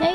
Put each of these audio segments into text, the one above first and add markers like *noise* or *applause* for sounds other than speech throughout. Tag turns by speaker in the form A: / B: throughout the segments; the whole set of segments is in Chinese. A: 哎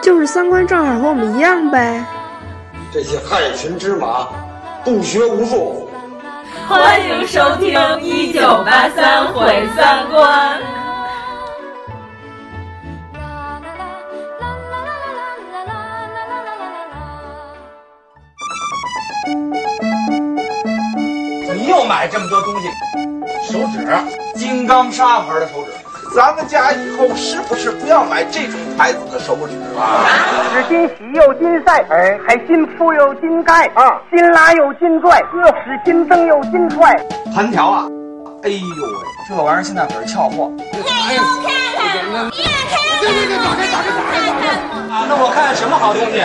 B: 就是三观正好和我们一样呗。
C: 这些害群之马，不学无术。
D: 欢迎收听《一九八三毁三观》。
C: 你又买这么多东西，手指，金刚砂牌的手指。
E: 咱们家以后是不是不要买这种牌子的手指了、啊？
F: 是金洗又金晒，哎，还金铺又金盖啊，金拉又金拽，又使金蹬又金踹。
C: 盘条啊，哎呦喂，这玩意儿现在可是俏货。
G: 哎呦，看看，你也看看，对对对，打开打开打开打开。
C: 啊，那我看看什么好东西。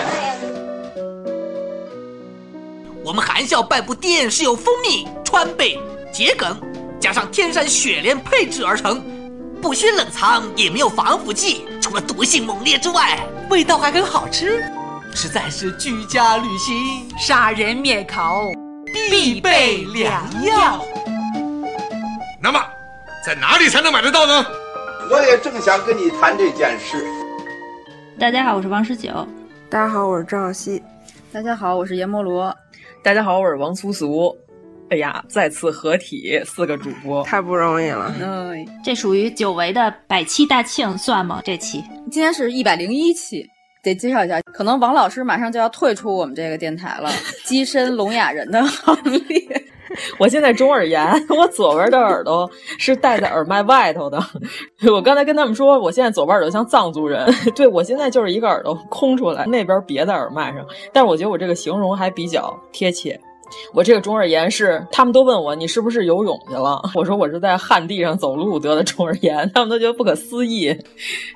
H: 我们含笑半步颠是由蜂蜜、川贝、桔梗，加上天山雪莲配制而成。不需冷藏，也没有防腐剂，除了毒性猛烈之外，味道还很好吃，实在是居家旅行、
I: 杀人灭口
H: 必备良药。
J: 那么，在哪里才能买得到呢？
E: 我也正想跟你谈这件事。
K: 大家好，我是王十九。
B: 大家好，我是张小希。
L: 大家好，我是阎摩罗。
M: 大家好，我是王苏苏。哎呀，再次合体四个主播，
B: 太不容易了。
L: 哎
K: 嗯，这属于久违的百期大庆，算吗？这期
L: 今天是一百零一期，得介绍一下，可能王老师马上就要退出我们这个电台了，跻身聋哑人的行列。
M: *laughs* 我现在中耳炎，我左边的耳朵是戴在耳麦外头的。 *laughs* 我刚才跟他们说，我现在左边耳朵像藏族人， *laughs* 对我现在就是一个耳朵空出来，那边别在耳麦上。但是我觉得我这个形容还比较贴切。我这个中耳炎是，他们都问我你是不是游泳去了？ *laughs* 我说我是在旱地上走路得的中耳炎，他们都觉得不可思议。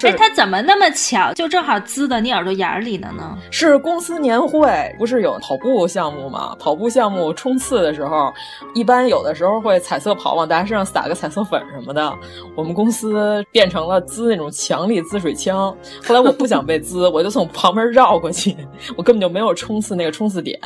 K: 哎，他怎么那么巧，就正好滋到你耳朵眼里了呢？
M: 是公司年会，不是有跑步项目吗？跑步项目冲刺的时候，一般有的时候会彩色跑，往大家身上撒个彩色粉什么的。我们公司变成了滋那种强力滋水枪。后来我不想被滋，我就从旁边绕过去，我根本就没有冲刺那个冲刺点，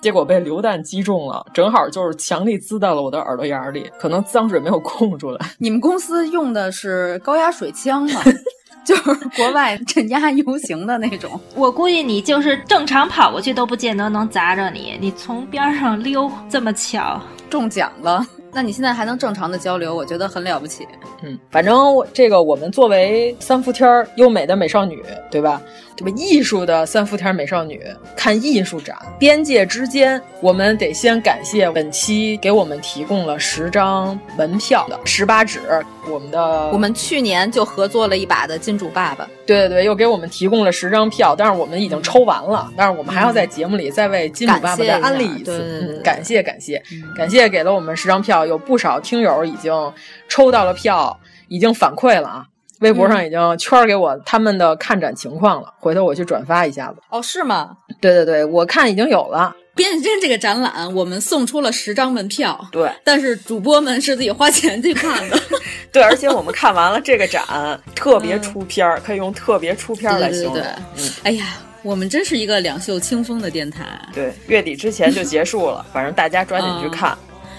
M: 结果被榴弹。击中了，正好就是强力滋到了我的耳朵眼里，可能脏水没有控出来。
L: 你们公司用的是高压水枪吗？ *laughs* 就是国外镇压游行的那种。
K: 我估计你就是正常跑过去都不见得能砸着你，你从边上溜这么巧，
L: 中奖了。那你现在还能正常的交流，我觉得很了不起。
M: 嗯，反正我这个我们作为三伏天优美的美少女，对吧？对吧？艺术的三伏天美少女看艺术展，边界之间，我们得先感谢本期给我们提供了十张门票的十八指，我们的
L: 我们去年就合作了一把的金主爸爸，
M: 对对对，又给我们提供了十张票，但是我们已经抽完了，但是我们还要在节目里再为金主爸爸再安利一次，嗯，感谢感谢感谢给了我们十张票。有不少听友已经抽到了票，已经反馈了啊！微博上已经圈给我他们的看展情况了，回头我去转发一下子。
L: 哦，是吗？
M: 对对对，我看已经有了。
L: 变身这个展览，我们送出了十张门票。
M: 对，
L: 但是主播们是自己花钱去看的。
M: 对，而且我们看完了这个展，特 *laughs* 别出片儿，可以用特别出片儿来形容。
L: 对对对嗯、哎呀。我们真是一个两袖清风的电台。
M: 对，月底之前就结束了，反正大家抓紧去看。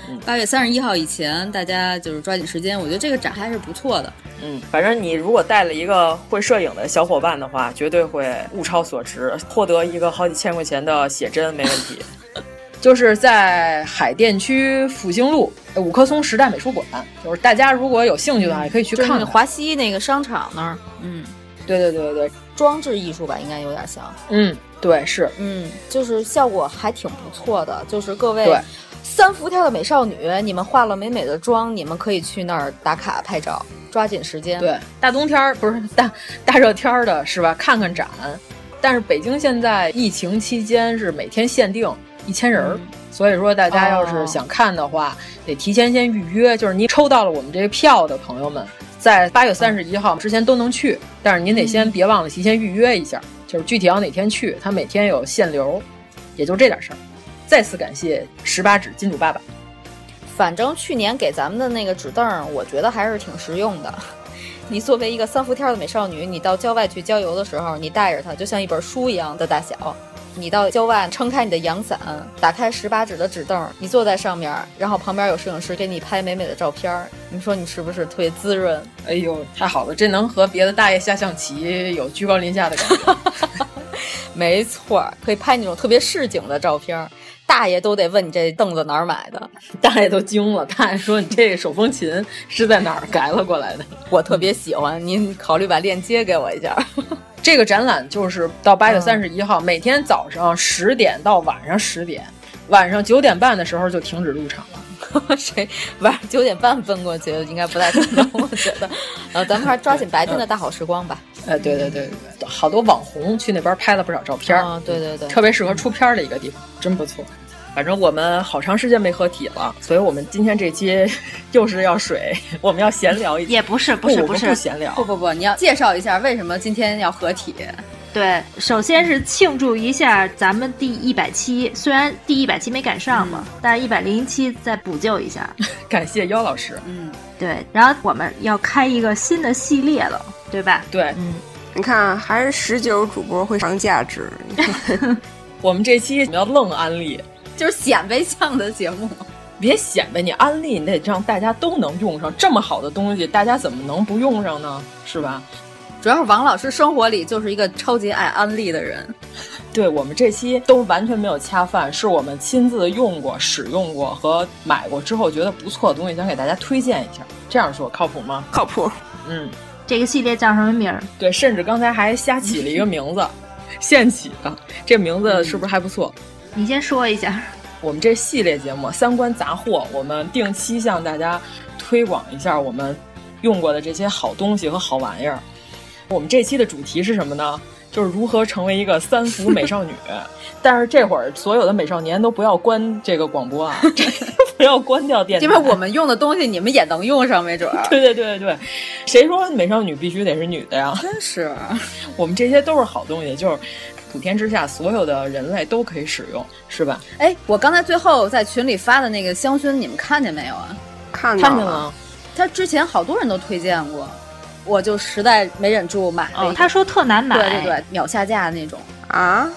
M: 嗯
L: 八月三十一号以前，大家就是抓紧时间。我觉得这个展还是不错的。
M: 嗯，反正你如果带了一个会摄影的小伙伴的话，绝对会物超所值，获得一个好几千块钱的写真没问题。 *laughs* 就是在海淀区复兴路呃五棵松时代美术馆，就是大家如果有兴趣的话，也可以去看看。
L: 华西那个商场那儿，嗯，
M: 对对对对对，
L: 装置艺术吧，应该有点像。
M: 嗯，对是，
L: 嗯，就是效果还挺不错的，就是各位。对三伏天的美少女，你们化了美美的妆，你们可以去那儿打卡拍照，抓紧时间。
M: 对，大冬天儿不是大大热天儿的是吧？看看展，但是北京现在疫情期间是每天限定一千人儿。嗯所以说，大家要是想看的话，哦、得提前先预约。就是您抽到了我们这个票的朋友们，在八月三十一号之前都能去，但是您得先别忘了提前预约一下。就是具体要哪天去，他每天有限流，也就这点事儿。再次感谢十八指金主爸爸。
L: 反正去年给咱们的那个纸凳，我觉得还是挺实用的。你作为一个三伏天的美少女，你到郊外去郊游的时候，你带着它就像一本书一样的大小。你到郊外撑开你的阳伞，打开十八指的纸凳，你坐在上面，然后旁边有摄影师给你拍美美的照片儿。你说你是不是特别滋润？
M: 哎呦，太好了，这能和别的大爷下象棋有居高临下的感觉。
L: *laughs* 没错，可以拍那种特别市井的照片儿。大爷都得问你这凳子哪儿买的，
M: 大爷都惊了。大爷说：“你这手风琴是在哪儿改了过来的？
L: 我特别喜欢，您考虑把链接给我一下。”
M: *laughs* 这个展览就是到八月三十一号、嗯，每天早上十点到晚上十点，晚上九点半的时候就停止入场
L: 了。谁晚上九点半奔过去应该不太可能，我觉 *laughs* 得。呃，咱们还抓紧白天的大好时光 *laughs* 吧。
M: 呃、嗯，对对对对，好多网红去那边拍了不少照片。
L: 啊、哦，对对对，
M: 特别适合出片的一个地方，真不错。反正我们好长时间没合体了，所以我们今天这期 *laughs* 又是要水，我们要闲聊一
K: 也不是不是
M: 不
K: 是
D: 哦
M: 不闲聊，
L: 不不不，你要介绍一下为什么今天要合体。
K: 对，首先是庆祝一下咱们第一百期，虽然第一百期没赶上嘛，嗯、但是一百零一期再补救一下，
M: 感谢妖老师。
K: 嗯，对，然后我们要开一个新的系列了，对吧？
M: 对，
K: 嗯，
B: 你看啊还是十九主播会上价值。
M: 我们这期要愣安利。
L: 就是显摆向的节目，
M: 别显摆，你安利你得让大家都能用上这么好的东西，大家怎么能不用上呢？是吧？
L: 主要是王老师生活里就是一个超级爱安利的人。
M: 对我们这期都完全没有恰饭，是我们亲自用过、使用过和买过之后觉得不错的东西，想给大家推荐一下。这样说靠谱吗？
B: 靠谱。
M: 嗯，
K: 这个系列叫什么名儿？
M: 对，甚至刚才还瞎起了一个名字， *laughs* 现起的。这名字是不是还不错？
K: 嗯你先说一下，
M: 我们这系列节目《三观杂货》，我们定期向大家推广一下我们用过的这些好东西和好玩意儿。我们这期的主题是什么呢？就是如何成为一个三伏
L: *laughs*
M: 美少女。但是这会儿所有的美少年都不要关这个广播
L: *laughs*
M: 啊，不要关掉电台，
L: 因为我们用的东西你们也能用上，没准儿。
M: 对对对对对，谁说美少女必须得是女的呀？
L: 真是，啊
M: *laughs* 我们这些都是好东西，就是。普天之下，所有的人类都可以使用，是吧？
L: 哎，我刚才最后在群里发的那个香薰，你们看见没有啊？
B: 看
M: 见了。
L: 他之前好多人都推荐过，我就实在没忍住买了、哦。
K: *laughs* 他说特难买，
L: 对对对，秒下架那种
B: 啊？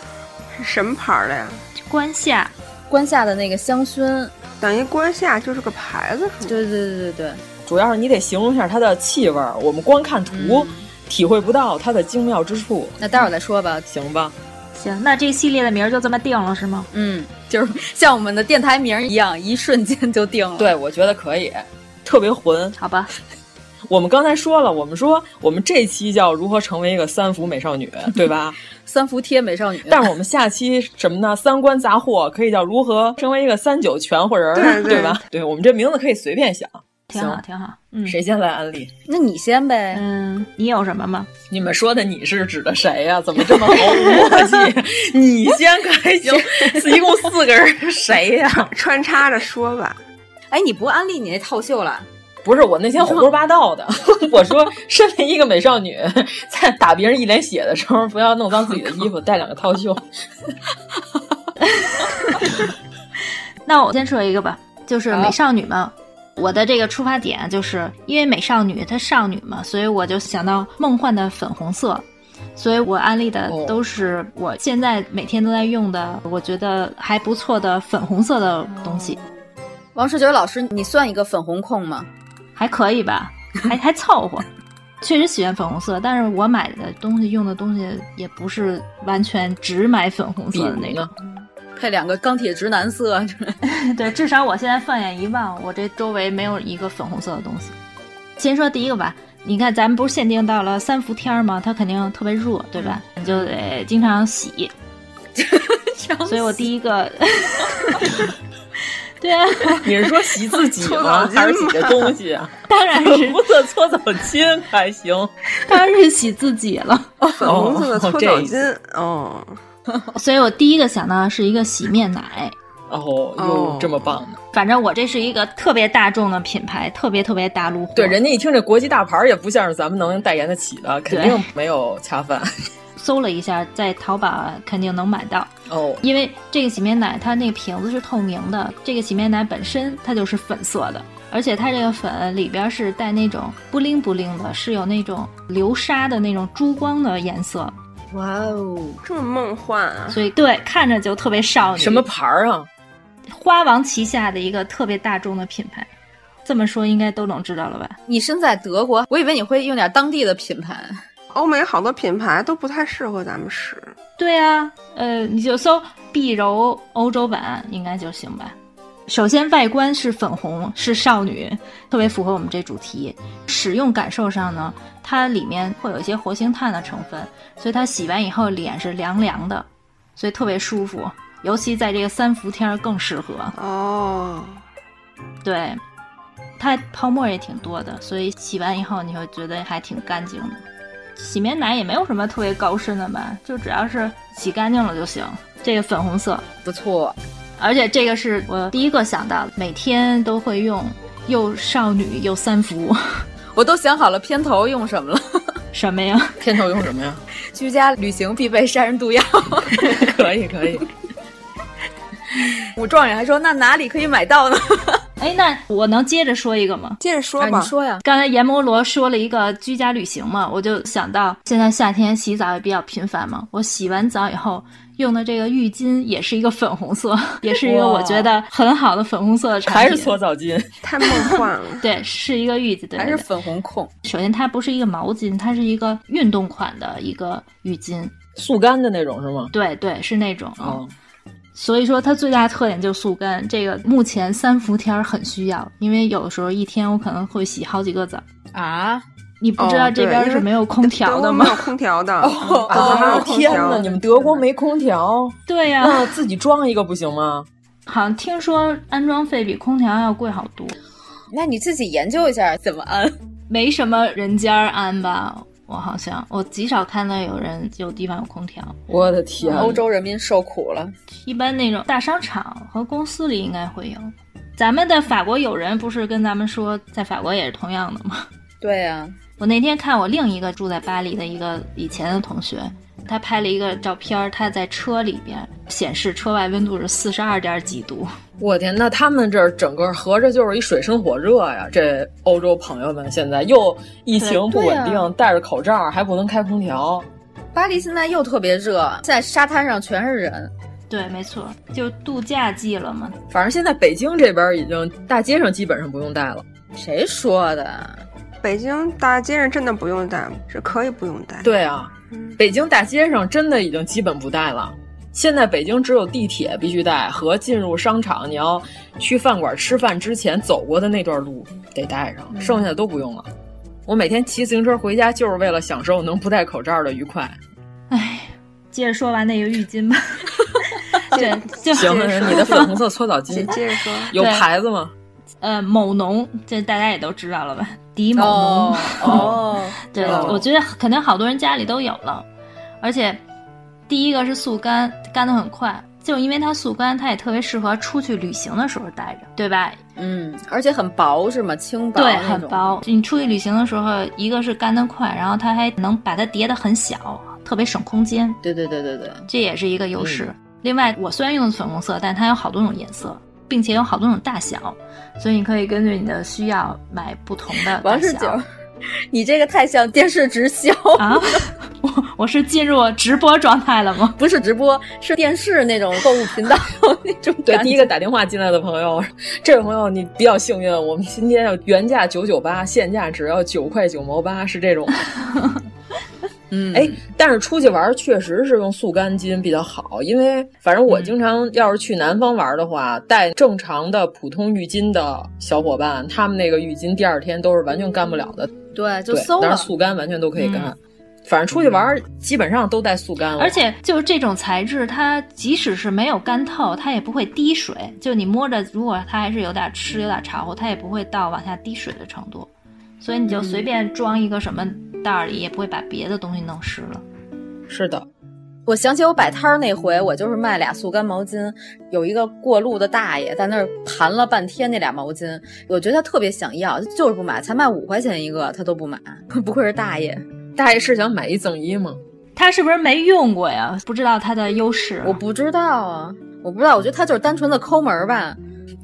B: 是什么牌的呀？
K: 关夏，
L: 关夏的那个香薰，
B: 等于关夏就是个牌子是吗？
L: 对对对对对，
M: 主要是你得形容一下它的气味，我们光看图。嗯体会不到它的精妙之处，
L: 那待会儿再说吧，
M: 行吧？
K: 行，那这系列的名儿就这么定了，是吗？
L: 嗯，就是像我们的电台名一样，一瞬间就定了。
M: 对，我觉得可以，特别混。
K: 好吧，
M: 我们刚才说了，我们说我们这期叫如何成为一个三伏美少女，
L: *laughs*
M: 对吧？
L: 三伏贴美少女。
M: 但是我们下期什么呢？三观杂货可以叫如何成为一个三九全乎人，
B: 对,对,
M: 对吧？对我们这名字可以随便想。
K: 挺好，挺好。嗯，
M: 谁先来安利？
L: 那你先呗。
K: 嗯，你有什么吗？
M: 你们说的你是指的谁呀、啊？怎么这么毫无默 *laughs* 契？你先还行，一共四个人，谁呀、啊？
B: 穿插着说吧。
L: 哎，你不安利你那套袖了？
M: 不是，我那天胡说八道的。 *laughs* 我说，身为一个美少女，在打别人一脸血的时候，不要弄脏自己的衣服，带两个套 *laughs* 袖。
K: 那我先说一个吧，就是美少女们。啊我的这个出发点就是因为美少女她少女嘛，所以我就想到梦幻的粉红色，所以我安利的
L: 哦
K: 都是我现在每天都在用的，我觉得还不错的粉红色的东西。
L: 王世杰老师，你算一个粉红控吗？
K: 还可以吧，还还凑合。确实喜欢粉红色，但是我买的东西用的东西也不是完全只买粉红色的那种。
L: 配两个钢铁直男色， *laughs*
K: *laughs* 对，至少我现在放眼一望，我这周围没有一个粉红色的东西。先说第一个吧，你看咱们不是限定到了三伏天嘛，它肯定特别热，对吧？你就得经常洗。所以我第一个， *laughs* 对啊，
M: 你是说洗自己 *laughs* 吗？啊还是洗这东西啊？
K: 当然是
M: 不色搓澡 *laughs* 巾还行，
K: 当然是洗自己了。
B: 粉红色的搓澡巾，哦。
K: 所以我第一个想到是一个洗面奶，
M: 哦，又这么棒呢！
K: 反正我这是一个特别大众的品牌，特别特别大陆货。
M: 对，人家一听这国际大牌，也不像是咱们能代言得起的，肯定没有恰饭。 *laughs*
K: 搜了一下，在淘宝肯定能买到
M: 哦。
K: 因为这个洗面奶它那个瓶子是透明的，这个洗面奶本身它就是粉色的，而且它这个粉里边是带那种布灵布灵的，是有那种流沙的那种珠光的颜色。
M: 啊哇哦，
B: 这么梦幻啊！
K: 所以对，看着就特别少女。
M: 什么牌儿啊？
K: 花王旗下的一个特别大众的品牌。这么说应该都能知道了吧？
L: 你身在德国，我以为你会用点当地的品牌。
B: 欧美好多品牌都不太适合咱们使。
K: 对啊，呃，你就搜碧柔欧洲版应该就行吧。首先外观是粉红，是少女，特别符合我们这主题。使用感受上呢，它里面会有一些活性炭的成分，所以它洗完以后脸是凉凉的，所以特别舒服。尤其在这个三伏天更适合。
B: 哦，
K: 对。它泡沫也挺多的，所以洗完以后你会觉得还挺干净的。洗面奶也没有什么特别高深的吧，就只要是洗干净了就行。这个粉红色
L: 不错，
K: 而且这个是我第一个想到的，每天都会用，又少女又三伏。
L: 我都想好了片头用什么了，
K: 什么呀？
M: 片头用什么呀？
L: 居家旅行必备杀人毒药。 *laughs*
M: 可以可以。
L: 武状元还说：“那哪里可以买到呢？”
K: 哎，那我能接着说一个吗？
B: 接着说吧，
L: 啊、你说呀。
K: 刚才阎摩罗说了一个居家旅行嘛，我就想到现在夏天洗澡也比较频繁嘛，我洗完澡以后用的这个浴巾也是一个粉红色， *laughs* 也是一个我觉得很好的粉红色的产
M: *laughs* 品，还是搓澡巾，
B: 太梦幻了。
K: 对，是一个浴巾，对
L: 还是粉红控。
K: 首先，它不是一个毛巾，它是一个运动款的一个浴巾，
M: 速干的那种是吗？
K: 对对，是那种。
M: 哦。
K: 所以说，它最大特点就是速干，这个目前三伏天儿很需要，因为有的时候一天我可能会洗好几个澡
L: 啊。
K: 你
B: 哦
K: 不知道这边是没有空调的
B: 哦、
K: 吗？
B: 没有空调的。
M: 哦、
B: 啊！没有
M: 空调天哪，你们德国没空调？
K: 对呀、
M: 啊，那自己装一个不行吗？
K: 好像听说安装费比空调要贵好多。
L: 那你自己研究一下怎么嗯安，
K: 没什么人家安吧。我好像我极少看到有人有地方有空调，
M: 我的天、啊！
L: 欧洲人民受苦了。
K: 一般那种大商场和公司里应该会有。咱们的法国友人不是跟咱们说，在法国也是同样的吗？
L: 对呀、啊。
K: 我那天看我另一个住在巴黎的一个以前的同学，他拍了一个照片，他在车里边显示车外温度是四十二点几度。
M: 我天，那他们这儿整个合着就是一水深火热呀！这欧洲朋友们现在又疫情不稳定，
L: 啊、
M: 戴着口罩还不能开空调。
L: 巴黎现在又特别热，现在沙滩上全是人。
K: 对，没错，就度假季了嘛。
M: 反正现在北京这边已经大街上基本上不用戴了。
L: 谁说的？
B: 北京大街上真的不用戴，是可以不用戴。
M: 对啊，嗯、北京大街上真的已经基本不戴了。现在北京只有地铁必须戴和进入商场，你要去饭馆吃饭之前走过的那段路得戴上，剩下都不用了。嗯、我每天骑自行车回家就是为了享受能不戴口罩的愉快。
K: 哎，接着说完那个浴巾吧。对，就
M: *laughs* 行，你的粉红色搓澡巾，
B: *laughs* 接着说，
M: 有牌子吗？
K: 呃，某农，这大家也都知道了吧？迪某农，嗯
L: 哦，
K: 对，我觉得肯定好多人家里都有了，而且。第一个是速干，干得很快，就因为它速干，它也特别适合出去旅行的时候带着，对吧？
L: 嗯，而且很薄是吗？轻薄，
K: 对，很薄。你出去旅行的时候，一个是干得快，然后它还能把它叠得很小，特别省空间。
L: 对对对对对，
K: 这也是一个优势。嗯、另外，我虽然用的粉红色，但它有好多种颜色，并且有好多种大小，所以你可以根据你的需要买不同的大小。
L: 王十九，你这个太像电视直销 *laughs*
K: 啊！我我是进入直播状态了吗？
L: 不是直播，是电视那种购物频道 *laughs* 那种。
M: 对，第一个打电话进来的朋友， *laughs* 这位朋友你比较幸运，我们今天要原价九九八，现价只要九块九毛八，是这种。
L: 嗯，
M: 哎，但是出去玩确实是用速干巾比较好，因为反正我经常要是去南方玩的话，嗯、带正常的普通浴巾的小伙伴，他们那个浴巾第二天都是完全干不了的。
L: 对，嗯就馊了。
M: 但是速干完全都可以干。嗯反正出去玩基本上都带速干了，
K: 而且就是这种材质，它即使是没有干透，它也不会滴水。就你摸着，如果它还是有点湿、有点潮乎，它也不会到往下滴水的程度。所以你就随便装一个什么袋里，也不会把别的东西弄湿了。
M: 是的，
L: 我想起我摆摊儿那回，我就是卖俩速干毛巾，有一个过路的大爷在那儿盘了半天那俩毛巾，我觉得他特别想要，就是 *laughs* 不买，才卖五块钱一个，他都不买，不愧是大爷。
M: 大爷是想买一赠一吗？ *laughs*
K: 他是不是没用过呀？不知道他的优势、啊。
L: 我不知道啊，我不知道，我觉得他就是单纯的抠门儿吧，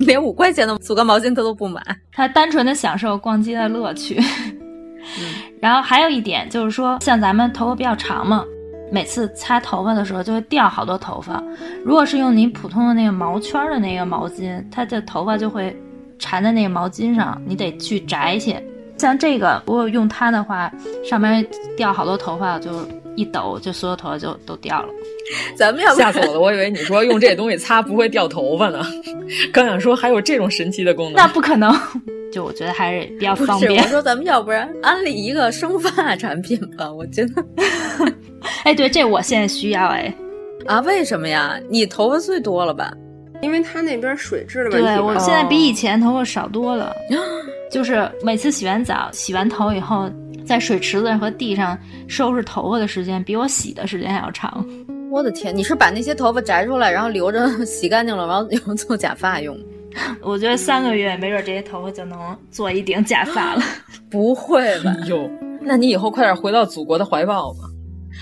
L: 连五块钱的速干毛巾他都不买，
K: 他单纯的享受逛街的乐趣。嗯、 *laughs* 然后还有一点就是说，像咱们头发比较长嘛，每次擦头发的时候就会掉好多头发。如果是用你普通的那个毛圈的那个毛巾，它的头发就会缠在那个毛巾上，你得去摘去。像这个，如果用它的话，上面掉好多头发，就一抖，就所有头发就都掉了。
L: 咱们要
M: 吓死我了！我以为你说用这东西擦不会掉头发呢，刚想说还有这种神奇的功能。
K: 那不可能， *laughs* 就我觉得还是比较方便。
L: 我说咱们要不然安利一个生发产品吧？我觉得，
K: 哎，对，这我现在需要哎。
L: 啊，为什么呀？你头发最多了吧？
B: 因为它那边水质的问
K: 题。哦对，我现在比以
B: 前。
K: 前头发少多了。就是每次洗完澡、洗完头以后，在水池子和地上收拾头发的时间，比我洗的时间还要长。
L: 我的天，你是把那些头发摘出来，然后留着 *laughs* 洗干净了，然后用做假发用？
K: 我觉得三个月，没准这些头发就能做一顶假发了。
L: 不会吧？
K: 哎
M: 哟，那你以后快点回到祖国的怀抱吧。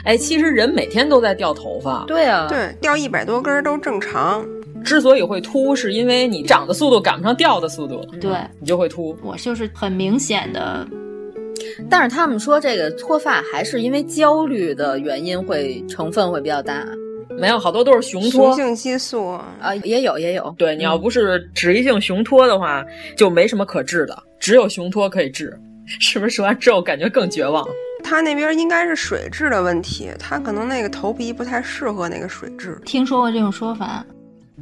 M: 哎，其实人每天都在掉头发。
L: 对啊，
B: 对，掉一百多根儿都正常。
M: 之所以会秃，是因为你长的速度赶不上掉的速度，
K: 嗯对
M: 你就会秃。
K: 我就是很明显的，
L: 但是他们说这个脱发还是因为焦虑的原因会成分会比较大
M: 没有好多都是雄
B: 雄
M: 脱，
B: 性激素
L: 啊，也有也有。
M: 对，你要不是脂溢性雄脱的话，就没什么可治的，只有雄脱可以治。 *laughs* 是不是说完之后感觉更绝望？
B: 它那边应该是水质的问题，它可能那个头皮不太适合那个水质。
K: 听说过这种说法，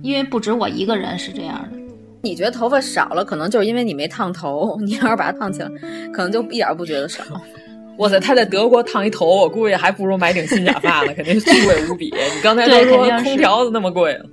K: 因为不止我一个人是这样的。
L: 嗯你觉得头发少了，可能就是因为你没烫头。你要是把它烫起来，可能就一点儿不觉得少。
M: 哇塞，他在德国烫一头，我估计还不如买顶新假发呢，肯定是巨贵无比。你刚才都
K: 对
M: 说
K: 肯定是
M: 空调都那么贵了，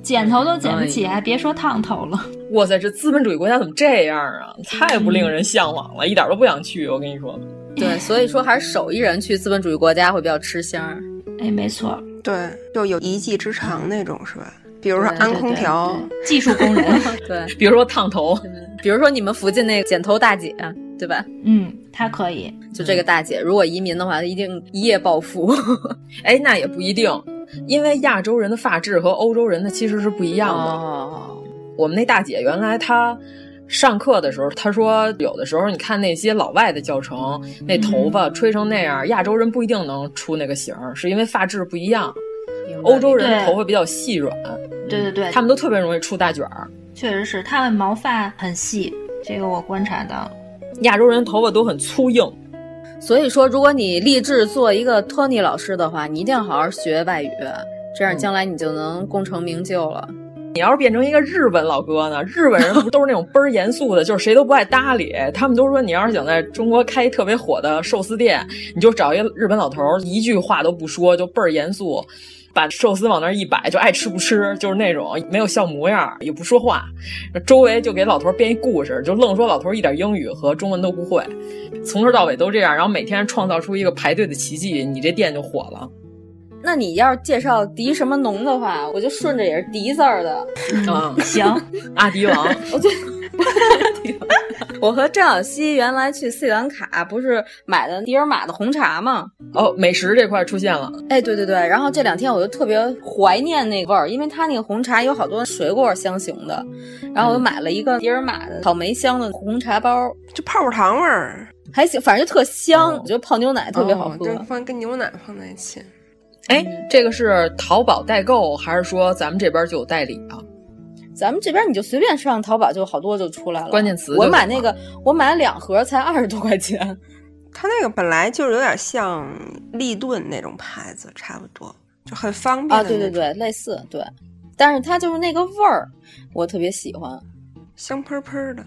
K: 剪头都剪不起，还别说烫头了。
M: 哇塞，这资本主义国家怎么这样啊？太不令人
K: 嗯
M: 向往了，一点都不想去。我跟你说，
L: 对，所以说还是手艺人去资本主义国家会比较吃香。
K: 哎，没错，
B: 对，就有一技之长那种是吧？比如说安空调，
K: 技术工
B: *laughs*
K: 人，
L: *laughs* 对，
M: 比如说烫头，
L: 比如说你们附近那个剪头大姐，对吧？
K: 嗯，他可以。
L: 就
M: 嗯
L: 这个大姐，如果移民的话，一定一夜暴富。
M: *laughs* 哎，那也不一定，因为亚洲人的发质和欧洲人的其实是不一样的。
L: 哦，
M: 我们那大姐原来她上课的时候，她说有的时候你看那些老外的教程，那头发
K: 嗯
M: 吹成那样，亚洲人不一定能出那个型儿，是因为发质不一样。欧洲人的
K: 对
M: 头发比较细软，
K: 对对对，
M: 他们都特别容易出大卷儿。
K: 确实是他们毛发很细，这个我观察到了。
M: 亚洲人头发都很粗硬，
L: 所以说，如果你立志做一个托尼老师的话，你一定要好好学外语，这
M: 嗯
L: 样将来你就能功成名就了。
M: 你要是变成一个日本老哥呢？ *laughs* 日本人不都是那种倍儿严肃的，就是谁都不爱搭理。他们都说，你要是想在中国开一特别火的寿司店，你就找一个日本老头儿，一句话都不说，就倍儿严肃，把寿司往那儿一摆，就爱吃不吃，就是那种没有笑模样儿，也不说话。周围就给老头儿编一故事，就愣说老头儿一点英语和中文都不会，从头到尾都这样，然后每天创造出一个排队的奇迹，你这店就火了。
L: 那你要是介绍迪什么农的话，我就顺着也是迪字儿的。
M: 啊、
K: 行，
M: 阿迪王，
L: 我就我和郑小希原来去斯里兰卡，不是买的迪尔玛的红茶吗？
M: 哦，美食这块儿出现了。
L: 哎，对对对，然后这两天我就特别怀念那个味儿，因为它那个红茶有好多水果香型的，然
M: 嗯
L: 后我就买了一个迪尔玛的草莓香的红茶包，
B: 就泡泡糖味儿，
L: 还行，反正就特
M: 哦
L: 香，我觉得泡牛奶特别好
B: 哦
L: 喝。
B: 就放跟牛奶放在一起。
M: 哎，这个是淘宝代购，还是说咱们这边就有代理啊？
L: 咱们这边你就随便上淘宝，就好多就出来了。
M: 关键词就
L: 我
M: 有
L: 买那个，我买了两盒才二十多块钱。
B: 它那个本来就是有点像立顿那种牌子，差不多就很方便
L: 啊，
B: 的
L: 对
B: 那
L: 对
B: 种
L: 对，类似对，但是它就是那个味儿，我特别喜欢
B: 香喷喷的。嗯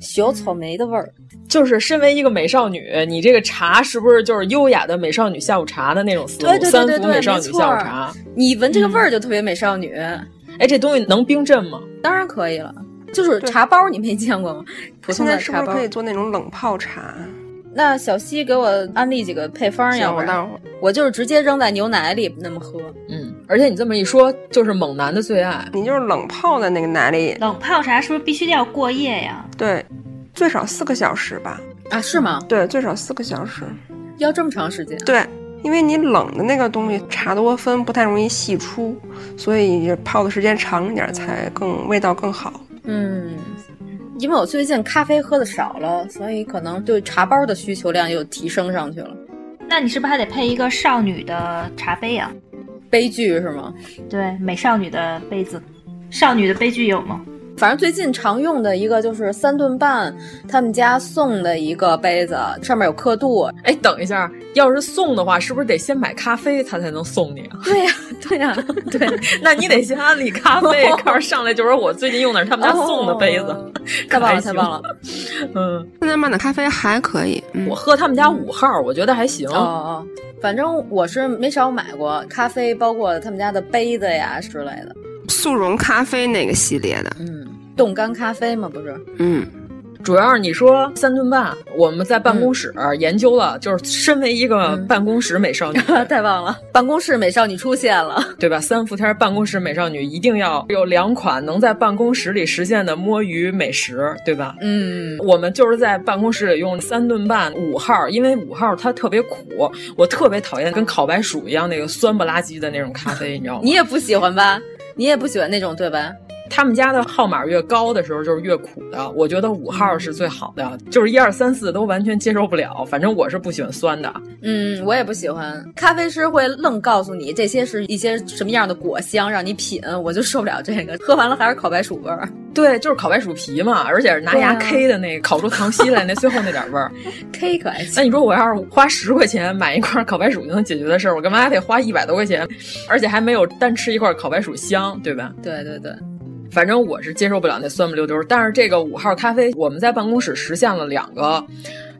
L: 小草莓的味儿。
M: 就是身为一个美少女，你这个茶是不是就是优雅的美少女下午茶的那种思路？
L: 对对对对
M: 三伏美
L: 对，
M: 少
L: 没
M: 女
L: 错
M: 下午
L: 儿
M: 茶。，
L: 你闻
B: 嗯
L: 这个味儿就特别美少女，
M: 哎，这东西能冰镇吗？
L: 当然可以了。就是茶包，你没见过吗？普
B: 现
L: 通的
B: 在是不
L: 茶
B: 是
L: 包
B: 可。以做那种冷泡茶？
L: 那小西给我安利几个配方
B: 行
L: 呀，要不
B: 我
L: 然
B: 待会儿
L: 我就是直接扔在牛奶里那么喝。
M: 嗯，而且你这么一说，就是猛男的最爱。
B: 你就是冷泡在那个奶里，
K: 冷泡茶是不是必须得要过夜呀？
B: 对，最少四个小时吧。
L: 啊，是吗？
B: 对，最少四个小时。
L: 要这么长时间？
B: 对，因为你冷的那个东西茶多酚不太容易析出，所以泡的时间长一点才更味道更好。
L: 嗯，因为我最近咖啡喝的少了，所以可能对茶包的需求量又提升上去了。
K: 那你是不是还得配一个少女的茶杯呀、
L: 悲剧是吗？
K: 对，美少女的杯子，少女的悲剧有吗？
L: 反正最近常用的一个就是三顿半他们家送的一个杯子，上面有刻度。
M: 哎，等一下，要是送的话，是不是得先买咖啡他才能送你啊？
L: 对呀、对呀、对。
M: *laughs* 那你得先安利咖
L: *laughs*
M: 啡，告诉上来就说我最近用的是他们家送的杯子，
L: 太棒了，
M: 可还行
L: 哦太棒了！！
M: *laughs* 嗯，
B: 现在卖的咖啡还可以，嗯
M: 我喝他们家五号，我觉得还行。
L: 哦哦，反正我是没少买过咖啡，包括他们家的杯子呀之类的，
B: 速溶咖啡那个系列的，
L: 冻干咖啡嘛，不是？ *laughs*
B: 嗯，
M: 主要是你说三顿半，我们在办公室研究了，就是身为一
L: 嗯
M: 个办公室美少女，
L: 太棒了，办公室美少女出现了。
M: 对吧？三伏天办公室美少女一
L: *laughs*
M: 定要有两款能在办公室里实现的摸鱼美食，对吧？
L: 嗯，
M: 我们就是在办公室里用三顿半五号，因为五号它特别苦，我特别讨厌跟烤白薯一样那个酸不拉几的那种咖啡，你知道吗？
L: 你也不喜欢吧？你也不喜欢那种对吧？
M: 他们家的号码越高的时候就是越苦的，我觉得五号是最好的，就是一二三四都完全接受不了，反正我是不喜欢酸的。
L: 嗯，我也不喜欢。咖啡师会愣告诉你这些是一些什么样的果香，让你品，我就受不了这个。喝完了还是烤白薯味儿
M: 对，就是烤白薯皮嘛，而且是拿牙
L: 对啊
M: K 的那个，烤出糖稀来那最后那点味儿。
L: ，K 可爱
M: 那你说我要是花十块钱买一块烤白薯就能解决的事儿，我干嘛还得花一百多块钱？而且还没有单吃一块烤白薯香，对吧？
L: 对对对，
M: 反正我是接受不了那酸不溜丢儿。但是这个五号咖啡，我们在办公室实现了两个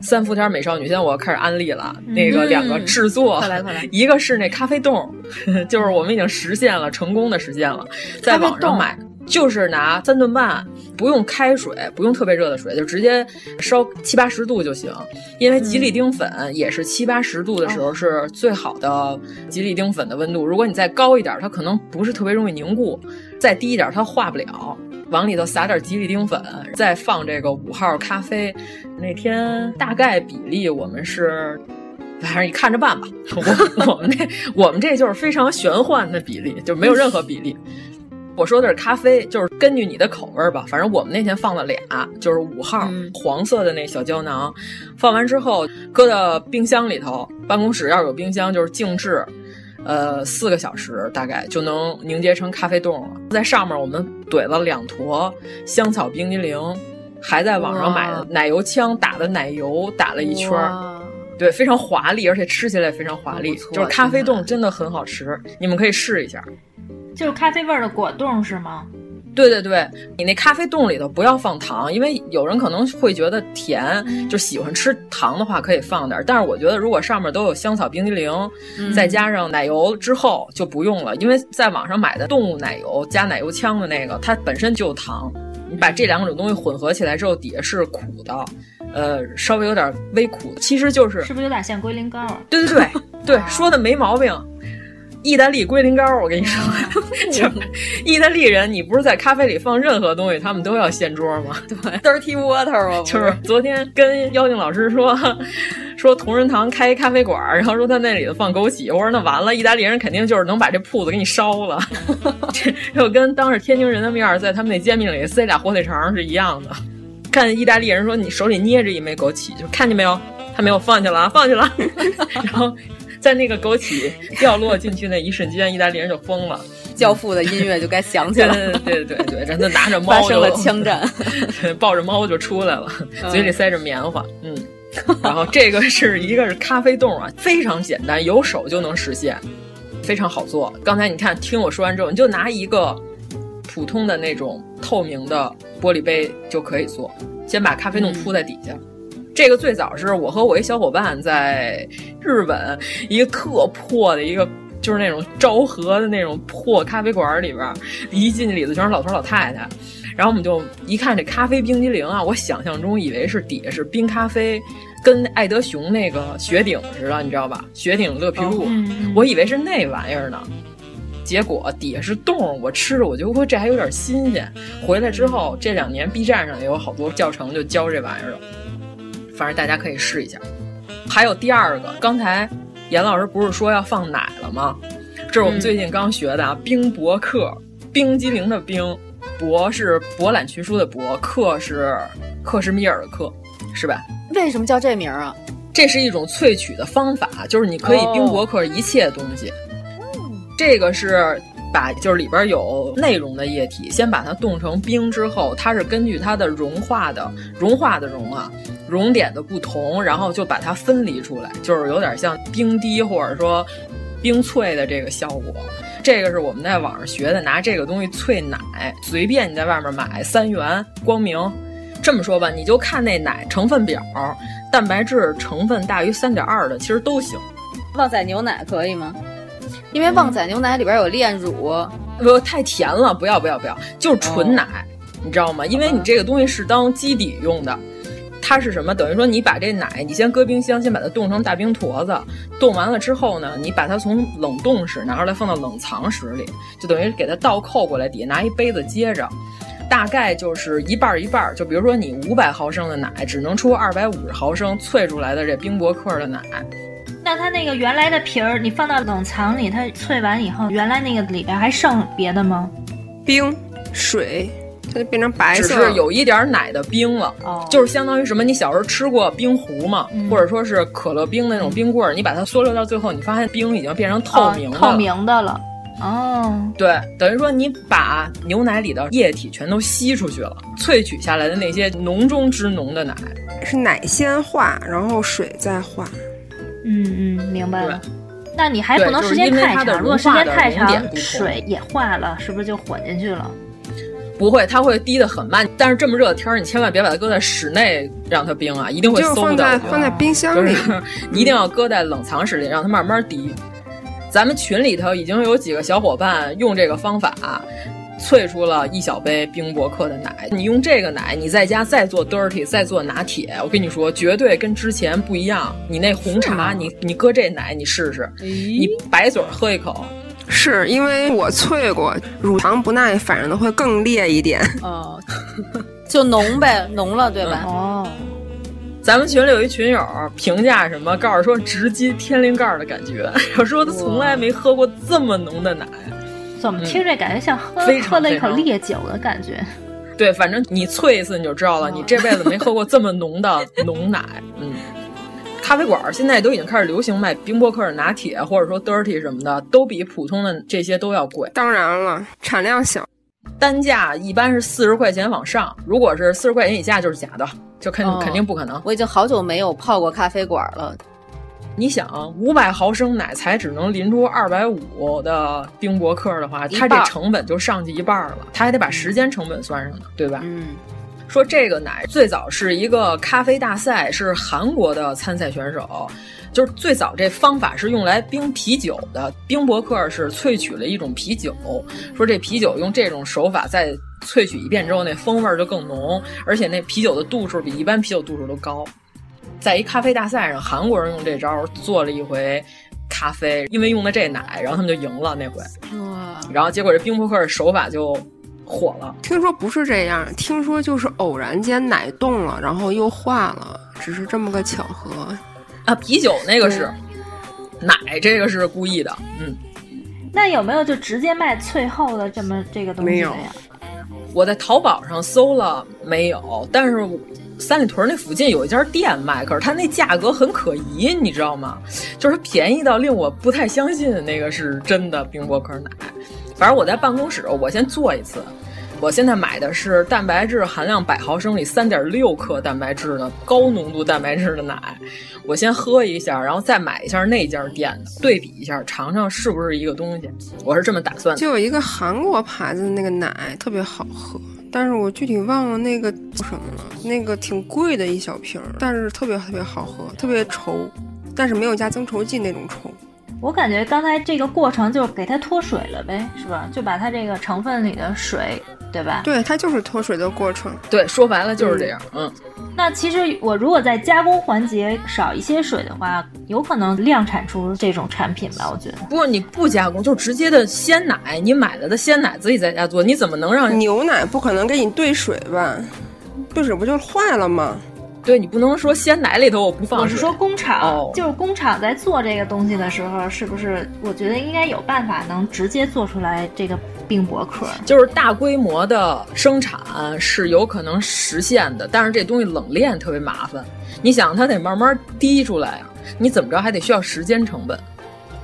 M: 三伏天美少女，现在我要开始安利了。
L: 嗯
M: 那个两个制作，
L: 快来快来
M: 一个是那咖啡冻， *laughs* 就是我们已经实现了，成功的实现了，在网上买。就是拿三顿半，不用开水，不用特别热的水，就直接烧七八十度就行。因为吉利丁粉也是七八十度的时候是最好的吉利丁粉的温度。如果你再高一点，它可能不是特别容易凝固；再低一点，它化不了。往里头撒点吉利丁粉，再放这个五号咖啡。那天大概比例我们是，反正你看着办吧。我我 *laughs* 们这我们这就是非常玄幻的比例，就没有任何比例。我说的是咖啡，就是根据你的口味儿吧。反正我们那天放了俩，就是五号、黄色的那小胶囊，放完之后搁到冰箱里头。办公室要是有冰箱，就是静置，呃，四个小时大概就能凝结成咖啡冻了。在上面我们怼了两坨香草冰激凌，还在网上买的
L: 哇
M: 奶油枪打的奶油打了一圈儿。
L: 哇
M: 对，非常华丽，而且吃起来也非常华丽，
L: 错
M: 就是咖啡冻真的很好吃，你们可以试一下。
K: 就是咖啡味儿的果冻是吗？
M: 对对对，你那咖啡冻里头不要放糖，因为有人可能会觉得甜，就喜欢吃糖的话可以放点儿。但是我觉得如果上面都有香草冰激凌，
L: 嗯
M: 再加上奶油之后就不用了，因为在网上买的动物奶油加奶油枪的那个，它本身就有糖，你把这两种东西混合起来之后，底下是苦的，呃，稍微有点微苦，其实就是
K: 是不是有点像龟苓膏啊？
M: 对对对对，说的没毛病。意大利龟苓膏，我跟你说，就是意大利人，你不是在咖啡里放任何东西，他们都要掀桌吗？
L: ，dirty water *laughs* 啊，
M: 就是昨天跟妖精老师说，说同仁堂开一咖啡馆，然后说他那里头放枸杞，我说那完了，意大利人肯定就是能把这铺子给你
L: *laughs*
M: 烧了，这就跟当着天津人的面儿在他们那煎饼里塞俩火腿肠是一样的。看意大利人说你手里捏着一枚枸杞，就看见没有，他没有放下了啊，放下了， *laughs* 然后在那个枸杞掉落进去那一瞬间，意大利人就疯了。
L: 教父的音乐就该响起
M: 对
L: *laughs* 来
M: 对
L: 了。
M: 对对对对，然后拿着猫
L: 发生了
M: 就
L: 枪战，
M: *laughs* 抱着猫就出来了，
L: 嗯
M: 嘴里塞着棉花，嗯。然后这个是一个是咖啡冻啊，非常简单，有手就能实现，非常好做。刚才你看，听我说完之后，你就拿一个普通的那种透明的玻璃杯就可以做，先把咖啡冻铺在底下。这个最早是我和我一小伙伴在日本一个特破的一个。就是那种昭和的那种破咖啡馆里边儿，一进去里头全是老头老太太，然后我们就一看这咖啡冰激凌啊，我想象中以为是底下是冰咖啡，跟爱德熊那个雪顶似的，你知道吧？雪顶乐皮露，
K: 嗯
M: 我以为是那玩意儿呢。结果底下是冻，我吃着我就说这还有点新鲜。回来之后，这两年 B 站上也有好多教程就教这玩意儿了，反正大家可以试一下。还有第二个，刚才严老师不是说要放奶了吗？这是我们最近刚学的啊，冰博客，冰激凌的冰，博是博览群书的博，克是克什米尔的克，是吧？
L: *laughs* 为什么叫这名儿啊？
M: 这是一种萃取的方法，啊就是你可以冰博客一切东西。这个是把就是里边有内容的液体，先把它冻成冰之后，它是根据它的融化的融化的融啊熔点的不同，然后就把它分离出来，就是有点像冰滴或者说冰萃的这个效果。这个是我们在网上学的，拿这个东西萃奶，随便你在外面买，三元、光明。这么说吧，你就看那奶成分表，蛋白质成分大于三点二的，其实都行。
L: 旺仔牛奶可以吗？因为旺仔牛奶里边有炼乳，
M: 不太甜了，不要不要不要，就是纯奶，哦、你知道吗？因为你这个东西是当基底用的，它是什么？等于说你把这奶，你先搁冰箱，先把它冻成大冰坨子，冻完了之后呢，你把它从冷冻室拿出来放到冷藏室里，就等于给它倒扣过来底，底下拿一杯子接着。大概就是一半儿一半儿，就比如说你五百毫升的奶，只能出二百五十毫升萃出来的这冰博克的奶。
K: 那它那个原来的皮儿，你放到冷藏里，它萃完以后，原来那个里边还剩别的吗？
B: 冰、水，它就变成白
M: 色，只是有一点奶的冰了。哦，就是相当于什么？你小时候吃过冰壶嘛，嗯、或者说是可乐冰的那种冰棍儿，你把它缩略到最后，你发现冰已经变成透明的、
K: 哦、透明的了。哦
M: ，oh. 对，等于说你把牛奶里的液体全都吸出去了，萃取下来的那些浓中之浓的奶，
B: 是奶先化，然后水再化。
K: 嗯嗯，明白了。那你还不能时间太长，如果时间太长，水也化了，是不是就混进去了？
M: 不会，它会滴的很慢。但是这么热的天儿，你千万别把它搁在室内让它冰啊，一定会馊的。
B: 放在放在冰箱里，
M: *laughs* 就是一定要搁在冷藏室里，让它慢慢滴。咱们群里头已经有几个小伙伴用这个方法、啊，萃出了一小杯冰博克的奶。你用这个奶，你在家再做 dirty，再做拿铁，我跟你说，绝对跟之前不一样。你那红茶，你你搁这奶，你试试，你白嘴喝一口。
B: 是因为我萃过，乳糖不耐反应的会更烈一点。
L: 哦，就浓呗，浓了对吧？
M: 嗯、哦。咱们群里有一群友评价什么，告诉说直击天灵盖的感觉， *laughs* 然后说他从来没喝过这么浓的奶，
K: 怎么听着感觉像喝、嗯、喝了一口烈酒的感觉？
M: 对，反正你啐一次你就知道了，哦、你这辈子没喝过这么浓的浓奶。嗯，咖啡馆现在都已经开始流行卖冰博克拿铁，或者说 dirty 什么的，都比普通的这些都要贵。
B: 当然了，产量小。
M: 单价一般是四十块钱往上，如果是四十块钱以下就是假的，就肯、哦、肯定不可能。
L: 我已经好久没有泡过咖啡馆了。
M: 你想，五百毫升奶才只能淋出二百五的冰博克的话，它这成本就上去一半了，它还得把时间成本算上呢，对吧？
L: 嗯。
M: 说这个奶最早是一个咖啡大赛，是韩国的参赛选手，就是最早这方法是用来冰啤酒的。冰博克是萃取了一种啤酒，说这啤酒用这种手法再萃取一遍之后，那风味就更浓，而且那啤酒的度数比一般啤酒度数都高。在一咖啡大赛上，韩国人用这招做了一回咖啡，因为用的这奶，然后他们就赢了那回。
L: 哇！
M: 然后结果这冰博克手法就。火了，
B: 听说不是这样，听说就是偶然间奶冻了，然后又化了，只是这么个巧合。
M: 啊，啤酒那个是，奶这个是故意的，嗯。
K: 那有没有就直接卖最后的这么这个东西
B: 没有，
M: 我在淘宝上搜了没有，但是三里屯那附近有一家店卖，可是它那价格很可疑，你知道吗？就是便宜到令我不太相信那个是真的冰博克奶。反正我在办公室，我先做一次。我现在买的是蛋白质含量百毫升里三点六克蛋白质的高浓度蛋白质的奶，我先喝一下，然后再买一下那家店的，对比一下，尝尝是不是一个东西。我是这么打算的。
B: 就有一个韩国牌子的那个奶特别好喝，但是我具体忘了那个叫什么了，那个挺贵的一小瓶，但是特别特别好喝，特别稠，但是没有加增稠剂那种稠。
K: 我感觉刚才这个过程就给它脱水了呗，是吧？就把它这个成分里的水，对吧？
B: 对，它就是脱水的过程。
M: 对，说白了就是这样。嗯。嗯
K: 那其实我如果在加工环节少一些水的话，有可能量产出这种产品吧？我觉得。
M: 不过你不加工，就直接的鲜奶，你买了的鲜奶自己在家做，你怎么能让
B: 牛奶不可能给你兑水吧？兑水不就坏了吗？
M: 对你不能说鲜奶里头我不放水。
K: 我是说工厂，
M: 哦
K: 就是工厂在做这个东西的时候，是不是我觉得应该有办法能直接做出来这个冰博克？
M: 就是大规模的生产是有可能实现的，但是这东西冷链特别麻烦。你想，它得慢慢滴出来啊，你怎么着还得需要时间成本。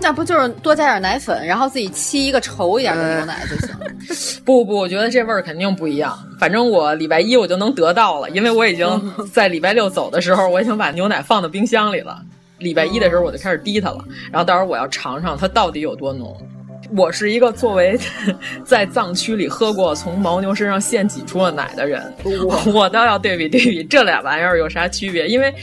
L: 那不就是多加点奶粉，然后自己沏一个稠一点的牛奶就行？
M: 不不，我觉得这味儿肯定不一样。反正我礼拜一我就能得到了，因为我已经在礼拜六走的时候，我已经把牛奶放到冰箱里了。礼拜一的时候我
B: 哦
M: 就开始滴它了，然后到时候我要尝尝它到底有多浓。我是一个作为
B: 嗯
M: *laughs* 在藏区里喝过从牦牛身上现挤出的奶的人，我倒要对比对比这俩玩意儿有啥区别，因为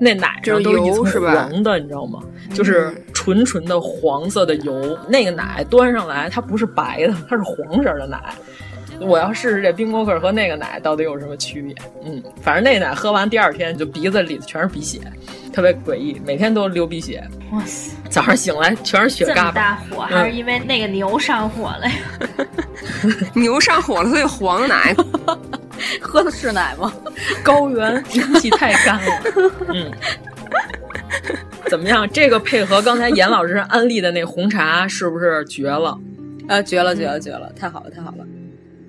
M: 那奶上都一
B: 就是油
M: 层
B: 是吧嗯
M: 黄的，你知道吗？就是纯纯的黄色的油，那个奶端上来它不是白的，它是黄色的奶。我要试试这冰可可和那个奶到底有什么区别？嗯，反正那奶喝完第二天就鼻子里全是鼻血，特别诡异，每天都流鼻血。
K: 哇塞，
M: 早上醒来全是血
K: 这
M: 嘎
K: 么
M: 巴。
K: 大火，
M: 嗯
K: 还是因为那个牛上火了呀？
B: 牛上火了，所以黄奶
L: 喝的是奶吗？
M: 高原天气太干了。嗯，怎么样？这个配合刚才严老师安利的那红茶，是不是绝了？
L: 呃，绝了，绝了，绝了！太好了，太好了！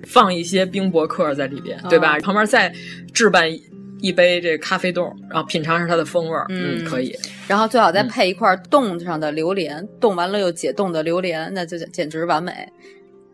M: 放一些冰博客在里边，对吧？旁边再置办一一杯这咖啡豆，然后品尝一下它的风味儿。嗯，
L: 嗯
M: 可以。
L: 然后最好再配一块冻上的榴莲，冻完了又解冻的榴莲，那就简简直完美。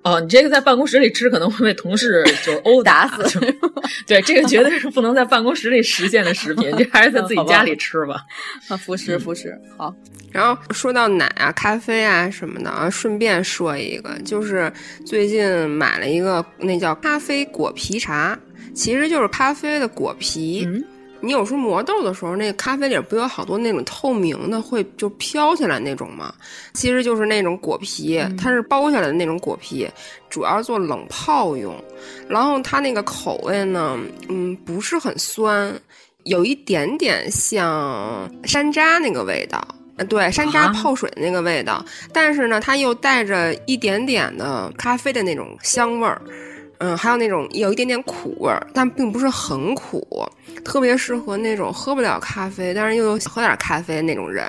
M: 哦，你这个在办公室里吃可能会被同事就殴打死。 *laughs* 对，这个绝对是不能在办公室里实现的食品，这还是在自己家里吃吧。
L: 啊，服食，服食，好。
B: 然后说到奶啊、咖啡啊什么的啊，顺便说一个，就是最近买了一个那叫咖啡果皮茶，其实就是咖啡的果皮。你有时候磨豆的时候，那咖啡里不有好多那种透明的，会就飘起来那种吗？其实就是那种果皮，它是剥下来的那种果皮，主要做冷泡用。然后它那个口味呢，嗯，不是很酸，有一点点像山楂那个味道，呃对，山楂泡水那个味道，但是呢，它又带着一点点的咖啡的那种香味儿，嗯，还有那种有一点点苦味儿，但并不是很苦，特别适合那种喝不了咖啡，但是又想喝点咖啡那种人，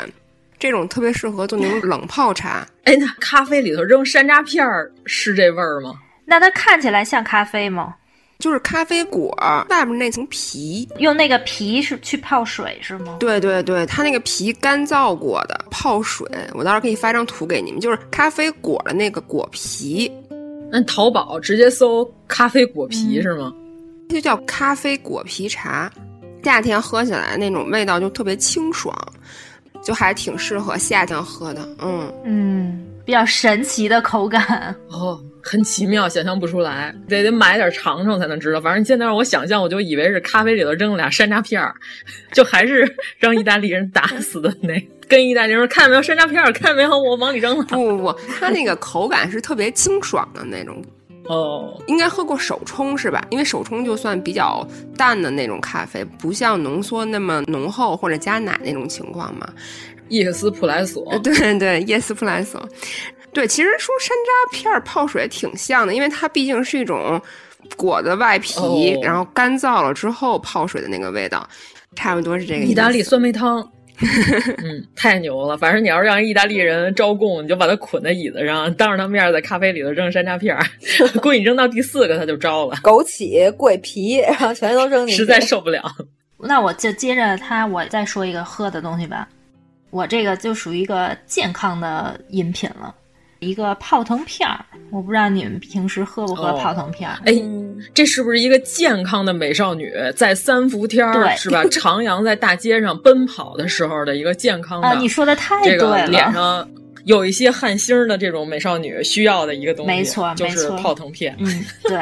B: 这种特别适合做那种冷泡茶。
M: 哎，那咖啡里头扔山楂片儿是这味儿吗？
K: 那它看起来像咖啡吗？
B: 就是咖啡果儿外面那层皮，
K: 用那个皮是去泡水是吗？
B: 对对对，它那个皮干燥过的泡水，我到时候可以发张图给你们，就是咖啡果的那个果皮，
M: 那淘宝直接搜咖啡果皮是吗？
B: 就叫咖啡果皮茶，夏天喝起来那种味道就特别清爽，就还挺适合夏天喝的。嗯，
K: 嗯，比较神奇的口感。
M: 哦，很奇妙，想象不出来，得得买点尝尝才能知道。反正现在让我想象，我就以为是咖啡里头扔了俩山楂片儿，就还是 *laughs* 让意大利人打死的那。跟意大利人说，看见没有山楂片儿，看见没有，我往里扔了。
B: 不不不，它那个口感是特别清爽的那种。
M: 哦，
B: 应该喝过手冲是吧？因为手冲就算比较淡的那种咖啡，不像浓缩那么浓厚或者加奶那种情况嘛。
M: 伊克斯普莱索
B: 呃，对对，叶斯普莱索。对，其实说山楂片儿泡水挺像的，因为它毕竟是一种果子外皮，
M: 哦
B: 然后干燥了之后泡水的那个味道，差不多是这个意思。
M: 意大利酸梅汤。嗯，太牛了！反正你要是让意大利人招供，你就把他捆在椅子上，当着他面在咖啡里头扔山楂片儿， *laughs* 估计你扔到第四个他就招了，
L: 枸杞、桂皮，然后全都扔进去。
M: 实在受不了。
K: 那我就接着它，我再说一个喝的东西吧。我这个就属于一个健康的饮品了，一个泡腾片儿。我不知道你们平时喝不喝
M: 哦
K: 泡腾片儿？
M: 哎，
K: 嗯
M: 这是不是一个健康的美少女在三伏天儿
K: 对
M: 是吧？徜徉在大街上奔跑的时候的一个健康的，
K: 啊你说得太
M: 这
K: 对
M: 个
K: 了
M: 脸上有一些汗星儿的这种美少女需要的一个东西，
K: 没错
M: 就
K: 没
M: 是
K: 错
M: 泡腾片。
K: 嗯，对。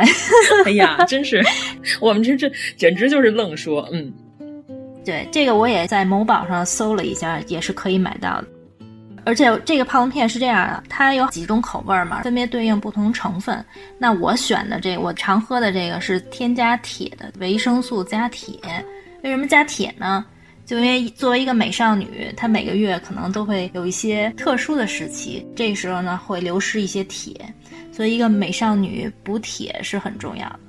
M: 哎呀，真
K: *laughs*
M: 是，我们这这简直就是愣说，嗯，
K: 对，这个我也在某宝上搜了一下，也是可以买到的。而且这个泡腾片是这样的，它有几种口味儿嘛，分别对应不同成分。那我选的这我常喝的这个是添加铁的维生素加铁。为什么加铁呢？就因为作为一个美少女，她每个月可能都会有一些特殊的时期，这时候呢会流失一些铁，所以一个美少女补铁是很重要的。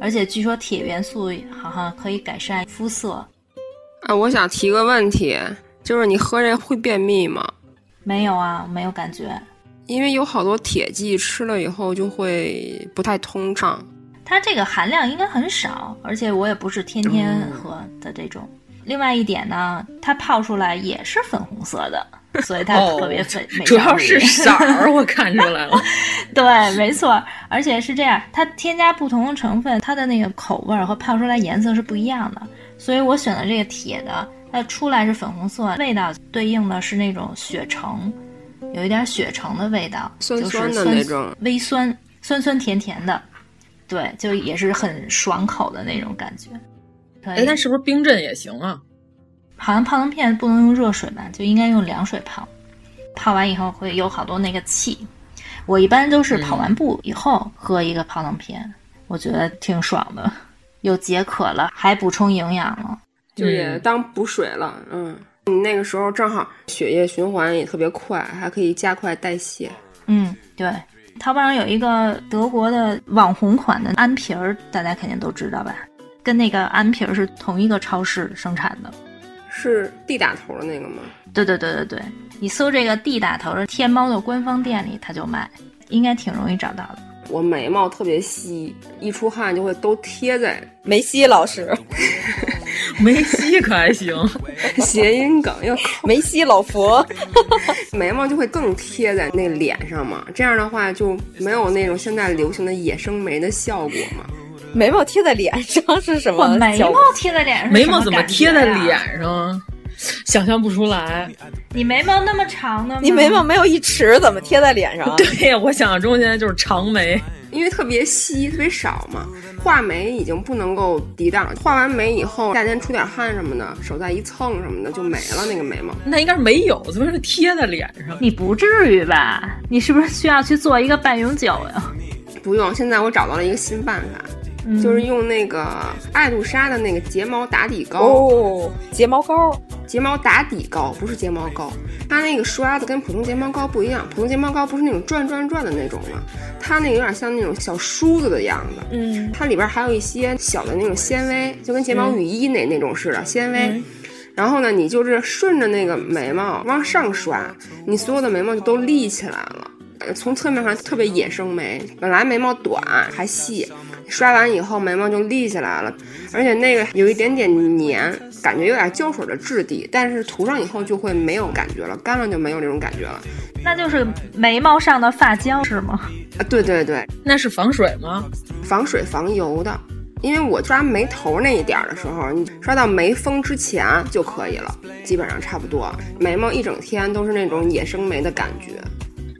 K: 而且据说铁元素好像可以改善肤色，
B: 啊，我想提个问题，就是你喝这会便秘吗？
K: 没有啊，没有感觉。
B: 因为有好多铁剂吃了以后就会不太通畅。
K: 它这个含量应该很少，而且我也不是天天
M: 嗯
K: 喝的这种。另外一点呢，它泡出来也是粉红色
M: *laughs*
K: 的，所以它特别粉。美
M: 哦主
K: *laughs*
M: 要是色儿，我看出来了。
K: 对，没错，而且是这样，它添加不同的成分，它的那个口味儿和泡出来颜色是不一样的。所以我选的这个铁的，它出来是粉红色，味道对应的是那种血橙。有一点血橙的味道，
B: 酸
K: 酸
B: 的那种，
K: 微酸，酸酸甜甜的，对，就也是很爽口的那种感觉。
M: 哎，那是不是冰镇也行啊？
K: 好像泡腾片不能用热水吧，就应该用凉水泡。泡完以后会有好多那个气。我一般都是跑
M: 嗯
K: 完步以后喝一个泡腾片，嗯、我觉得挺爽的，又解渴了，还补充营养了，
B: 就也当补水了，嗯。你那个时候正好血液循环也特别快，还可以加快代谢。
K: 嗯，对，淘宝上有一个德国的网红款的安瓶儿，大家肯定都知道吧？跟那个安瓶儿是同一个超市生产的，
B: 是 D 打头的那个吗？
K: 对对对对对，你搜这个 D 打头的天猫的官方店里，它就卖，应该挺容易找到的。
B: 我眉毛特别稀，一出汗就会都贴在
L: *laughs* 梅西老师，
M: *laughs* 梅西可还行，
B: 谐音梗又
L: 梅西老佛，
B: 眉毛就会更贴在那脸上嘛，这样的话就没有那种现在流行的野生眉的效果嘛。
L: 眉毛贴在脸上是什么？
K: 我眉毛贴在脸上、啊，
M: 眉毛怎么贴在脸上？啊 *laughs* 想象不出来，
K: 啊你眉毛那么长呢？
L: 你眉毛没有一尺，怎么贴在脸上？啊
M: 对呀，我想象中现在就是长眉，
B: 因为特别稀，特别少嘛。画眉已经不能够抵挡，画完眉以后，夏天出点汗什么的，手再一蹭什么的就没了那个眉毛。
M: 那应该是没有，怎么是贴在脸上？
K: 你不至于吧？你是不是需要去做一个半永久呀？
B: 不用，现在我找到了一个新办法。嗯、就是用那个爱露莎的那个睫毛打底膏
L: 哦，睫毛膏，
B: 睫毛打底膏不是睫毛膏，它那个刷子跟普通睫毛膏不一样，普通睫毛膏不是那种转转转的那种吗？它那有点像那种小梳子的样子，
L: 嗯，
B: 它里边还有一些小的那种纤维，就跟睫毛雨衣那、嗯、那种似的纤维。嗯然后呢，你就是顺着那个眉毛往上刷，你所有的眉毛就都立起来了。呃从侧面看特别野生眉，本来眉毛短还细，刷完以后眉毛就立起来了，而且那个有一点点黏，感觉有点胶水的质地，但是涂上以后就会没有感觉了，干了就没有这种感觉了。
K: *laughs* 那就是眉毛上的发胶是吗？
B: 啊，对对对，
M: 那是防水吗？
B: 防水防油的。因为我抓眉头那一点的时候，你刷到眉峰之前就可以了，基本上差不多。眉毛一整天都是那种野生眉的感觉。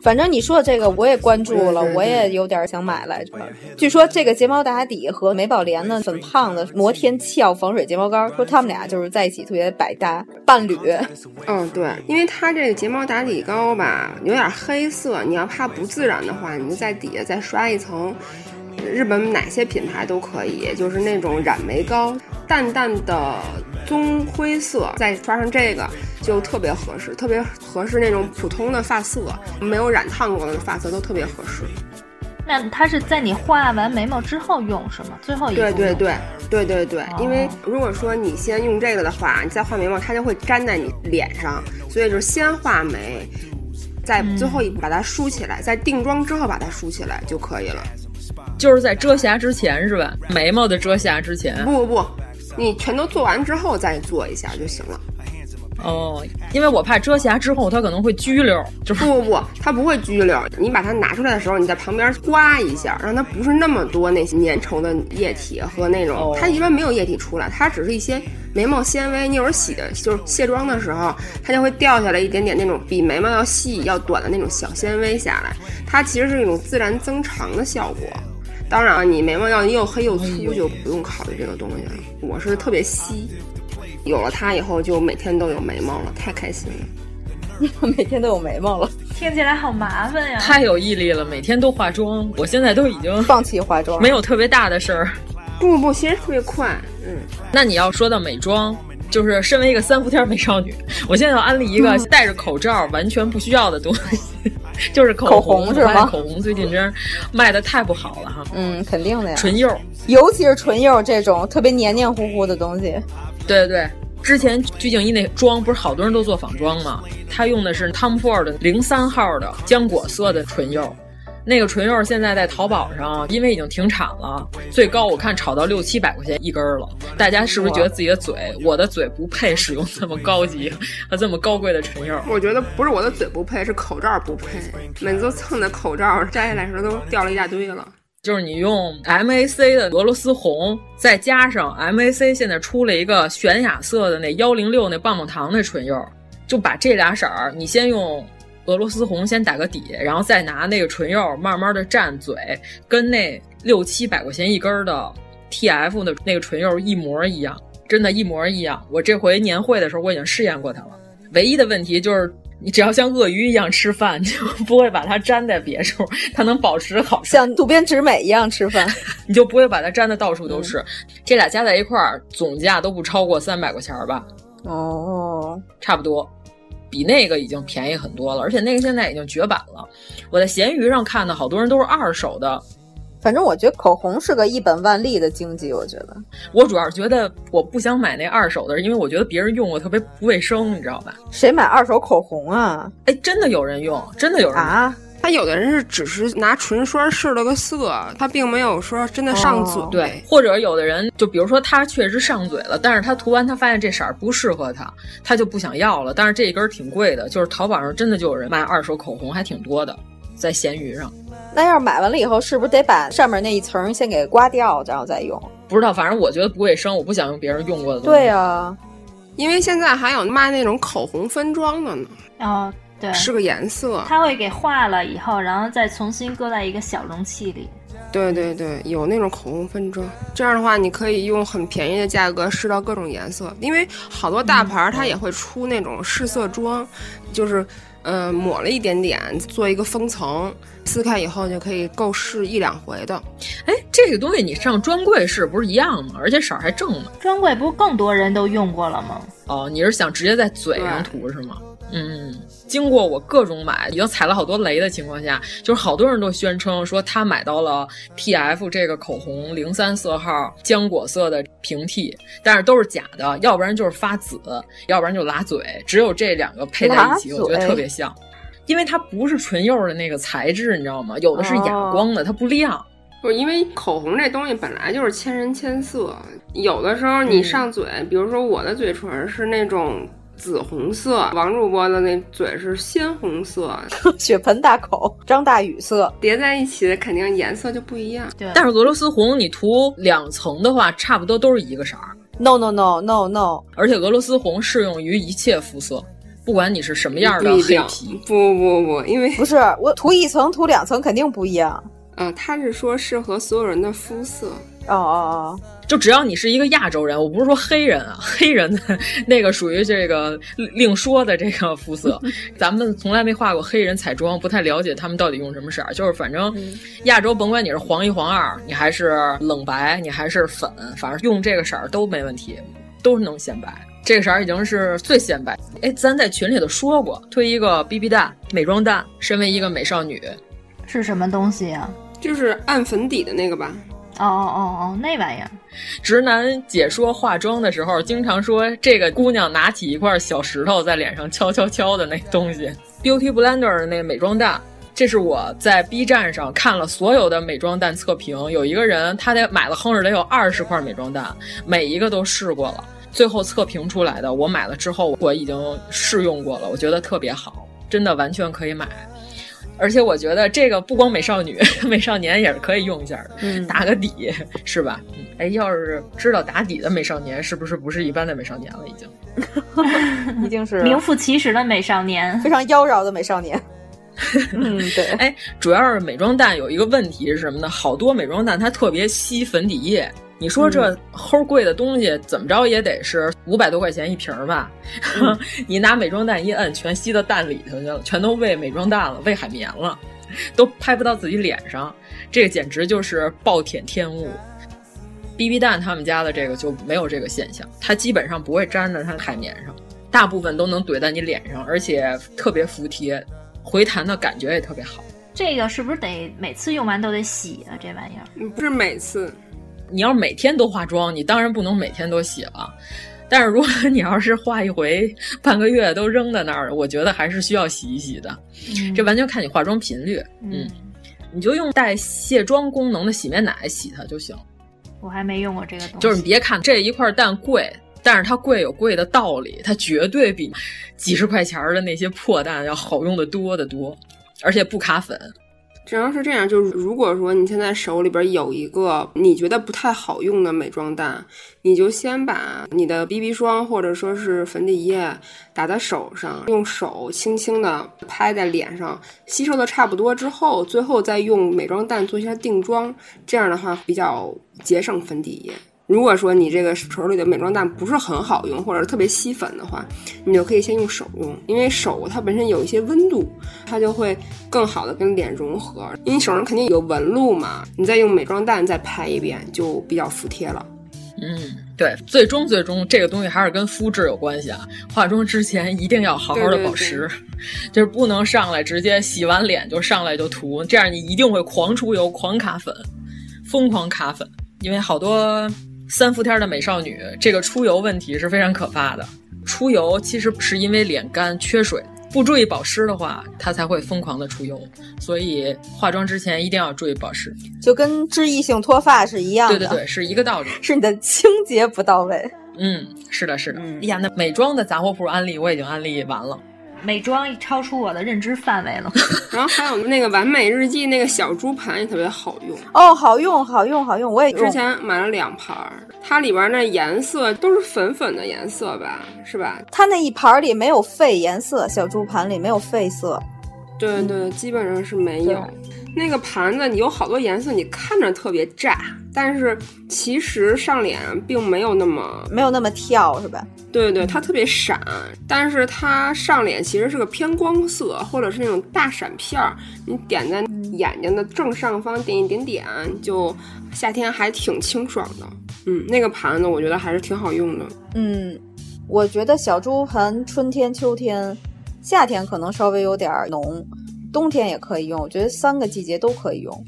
L: 反正你说的这个我也关注了，我也有点想买来着。据说这个睫毛打底和美宝莲的粉胖子摩天翘防水睫毛膏，说他们俩就是在一起特别百搭伴侣。 *laughs*
B: 嗯，对，因为它这个睫毛打底膏吧，有点黑色，你要怕不自然的话，你就在底下再刷一层。日本哪些品牌都可以，就是那种染眉膏，淡淡的棕灰色，再刷上这个就特别合适，特别合适那种普通的发色，没有染烫过的发色都特别合适。
K: 那它是在你画完眉毛之后用是吗？最后一
B: 对对对对对对，哦、因为如果说你先用这个的话，你再画眉毛，它就会粘在你脸上，所以就是先画眉，再最后一步把它梳起来，在、嗯、定妆之后把它梳起来就可以了。
M: 就是在遮瑕之前是吧？眉毛的遮瑕之前？
B: 不不不，你全都做完之后再做一下就行了。
M: 哦，因为我怕遮瑕之后它可能会拘溜，就是
B: 不不不，它不会拘溜。你把它拿出来的时候，你在旁边刮一下，让它不是那么多那些粘稠的液体和那种，哦、它一般没有液体出来，它只是一些眉毛纤维。你有时候洗的就是卸妆的时候，它就会掉下来一点点那种比眉毛要细要短的那种小纤维下来，它其实是一种自然增长的效果。当然，啊你眉毛要又黑又粗，就不用考虑这个东西了。我是特别稀，有了它以后，就每天都有眉毛了，太开心
L: 了。我每天都有眉毛了，
K: 听起来好麻烦呀！
M: 太有毅力了，每天都化妆。我现在都已经
L: 放弃化妆，
M: 没有特别大的事儿。
B: 不不，其实特别快。嗯，
M: 那你要说到美妆。就是身为一个三伏天美少女， *laughs* 我现在要安利一个戴着口罩完全不需要的东西，就是
L: 口
M: 红。口
L: 红是吗？
M: 口红最近真卖的太不好了哈。
L: 嗯，肯定的呀。
M: 唇釉，
L: 尤其是唇釉这种特别黏黏糊糊的东西。
M: 对对对，之前鞠婧祎那妆不是好多人都做仿妆吗？她用的是 Tom Ford 的零三号的浆果色的唇釉，那个唇釉现在在淘宝上，因为已经停产了，最高我看炒到六七百块钱一根儿了。大家是不是觉得自己的嘴，我的嘴不配使用这么高级 *laughs* 和这么高贵的唇釉？
B: 我觉得不是我的嘴不配，是口罩不配。每次都蹭的口罩摘下来的时候都掉了一大堆了。
M: 就是你用 MAC 的俄罗斯红，再加上 MAC 现在出了一个玄雅色的那幺零六那棒棒糖那唇釉，就把这俩色儿，你先用俄罗斯红先打个底，然后再拿那个唇釉慢慢的蘸嘴，跟那六七百块钱一根儿的 TF 的那个唇釉一模一样，真的，一模一样。我这回年会的时候我已经试验过它了，唯一的问题就是。你只要像鳄鱼一样吃饭，就不会把它粘在别处，它能保持好吃。
L: 像渡边直美一样吃饭， *laughs*
M: 你就不会把它粘的到处都是。这俩加在一块儿，总价都不超过三百块钱儿吧？
L: 哦，
M: 差不多，比那个已经便宜很多了。而且那个现在已经绝版了，我在闲鱼上看的好多人都是二手的。
L: 反正我觉得口红是个一本万利的经济，我觉得。
M: 我主要是觉得我不想买那二手的，因为我觉得别人用过特别不卫生，你知道吧？
L: 谁买二手口红啊？
M: 哎，真的有人用，真的有人买
L: 啊！
B: 他有的人是只是拿唇刷试了个色，他并没有说真的上嘴。
L: 哦
M: 对，或者有的人就比如说他确实上嘴了，但是他涂完他发现这色儿不适合他，他就不想要了。但是这一根儿挺贵的，就是淘宝上真的就有人卖二手口红，还挺多的，在闲鱼上。
L: 那要是买完了以后，是不是得把上面那一层先给刮掉，然后再用？
M: 不知道，反正我觉得不卫生，我不想用别人用过的东西。
L: 对啊， *laughs*
B: 因为现在还有卖那种口红分装的呢，
K: 哦，对，
B: 是个颜色。
K: 它会给化了以后，然后再重新搁在一个小容器里。
B: 对对对，有那种口红分装，这样的话你可以用很便宜的价格试到各种颜色，因为好多大牌儿它也会出那种试色装，就是呃抹了一点点，做一个封层，撕开以后就可以够试一两回的。
M: 哎，这个东西你上专柜试不是一样吗？而且色儿还正呢。
K: 专柜不是更多人都用过了吗？
M: 哦，你是想直接在嘴上涂是吗？嗯，经过我各种买，已经踩了好多雷的情况下，就是好多人都宣称说他买到了 T F 这个口红零三色号浆果色的平替，但是都是假的，要不然就是发紫，要不然就拉嘴，只有这两个 *laughs* 配在一起，
L: 拉嘴
M: 我觉得特别像，因为它不是唇釉的那个材质，你知道吗？有的是哑光的，它不亮。
B: 不是因为口红这东西本来就是千人千色，有的时候你上嘴，比如说我的嘴唇是那种紫红色，王主播的那嘴是鲜红色，
L: 血盆大口，张大宇色，
B: 叠在一起肯定颜色就不一样。
K: 对
M: 但是俄罗斯红你涂两层的话，差不多都是一个色儿，
L: No no no no no，
M: 而且俄罗斯红适用于一切肤色，不管你是什么样的
B: 不一
M: 黑
B: 定
M: 皮。
B: 不不不，因为
L: 不是我涂一层涂两层肯定不一样。
B: 呃，他是说适合所有人的肤色。
L: 哦哦
M: 就只要你是一个亚洲人，我不是说黑人啊，黑人的那个属于这个另说的这个肤
B: *laughs*
M: 色，咱们从来没化过黑人彩妆，不太了解他们到底用什么色儿。就是反正
B: 嗯
M: 亚洲，甭管你是黄一黄二，你还是冷白，你还是粉，反正用这个色儿都没问题，都能显白。这个色儿已经是最显白。哎，咱在群里头说过，推一个 BB 蛋、美妆蛋，身为一个美少女，
K: 是什么东西啊？
B: 就是按粉底的那个吧，
K: 哦哦哦哦，那玩意儿。
M: 直男解说化妆的时候，经常说这个姑娘拿起一块小石头在脸上敲敲敲的那东西，Beauty Blender 的那美妆蛋。这是我在 B 站上看了所有的美妆蛋测评，有一个人他得买了哼着得有二十块美妆蛋，每一个都试过了，最后测评出来的我买了之后我已经试用过了，我觉得特别好，真的完全可以买。而且我觉得这个不光美少女、 *laughs* 美少年也是可以用一下的，
L: *laughs*
M: 打个底 *laughs* 是吧？嗯哎，要是知道打底的美少年，是不是不是一般的美少年了？已经。
L: 哦，一定是
K: 名副其实的美少年。
L: *laughs* 非常妖娆的美少年。嗯，对，
M: 哎，主要是美妆蛋有一个问题是什么呢？好多美妆蛋它特别吸粉底液。你说这齁贵的东西，怎么着也得是五百多块钱一瓶儿吧？ *laughs* 你拿美妆蛋一摁，全吸到蛋里头去了，全都喂美妆蛋了，喂海绵了， *laughs* 都拍不到自己脸上，这个简直就是暴殄天物。BB 蛋他们家的这个就没有这个现象，它基本上不会粘在它海绵上，大部分都能怼在你脸上，而且特别服帖，回弹的感觉也特别好。
K: 这个是不是得每次用完都得洗啊？这玩意儿
B: 嗯不是每次。
M: 你要是每天都化妆，你当然不能每天都洗了。但是如果你要是画一回半个月都扔在那儿，我觉得还是需要洗一洗的。
K: 嗯
M: 这完全看你化妆频率，嗯，你就用带卸妆功能的洗面奶洗它就行。
K: 我还没用过这个东西。
M: 就是你别看这一块蛋贵，但是它贵有贵的道理，它绝对比几十块钱儿的那些破蛋要好用的多得多，而且不卡粉。
B: 只要是这样，就是如果说你现在手里边有一个你觉得不太好用的美妆蛋，你就先把你的 BB 霜或者说是粉底液打在手上，用手轻轻的拍在脸上，吸收的差不多之后，最后再用美妆蛋做一下定妆，这样的话比较节省粉底液。如果说你这个手里的美妆蛋不是很好用，或者特别吸粉的话，你就可以先用手用，因为手它本身有一些温度，它就会更好的跟脸融合。因为手上肯定有纹路嘛，你再用美妆蛋再拍一遍就比较服帖了。
M: 嗯，对，最终最终这个东西还是跟肤质有关系啊。化妆之前一定要好好的
B: 对对
M: 保湿，就是不能上来直接洗完脸就上来就涂，这样你一定会狂出油、狂卡粉、疯狂卡粉。因为好多三伏天的美少女，这个出油问题是非常可怕的。出油其实是因为脸干缺水，不注意保湿的话，它才会疯狂的出油。所以化妆之前一定要注意保湿。
L: *laughs* 就跟脂溢性脱发是一样
M: 对
L: 的，
M: 对对，，是一个道理。
L: 是你的清洁不到位。
M: 嗯，是的，是的。哎呀，那美妆的杂货铺安利我已经安利完了。
K: 美妆超出我的认知范围
M: *laughs*
K: 了。
B: 然后还有那个完美日记那个小猪盘也特别好用，
L: 哦，好用，好用，好用，我也用
B: 之前买了两盘儿，它里边那颜色都是粉粉的颜色吧，是吧？
L: 它那一盘儿里没有废颜色，小猪盘里没有废色。
B: 对对，基本上是没有。那个盘子，你有好多颜色，你看着特别炸，但是其实上脸并没有那么
L: 没有那么跳，是吧？
B: 对对，它特别闪，但是它上脸其实是个偏光色，或者是那种大闪片儿。你点在眼睛的正上方点一点点，就夏天还挺清爽的。嗯，那个盘子我觉得还是挺好用的。
L: 嗯，我觉得小猪盆春天、秋天、夏天可能稍微有点儿浓，冬天也可以用。我觉得三个季节都可以用。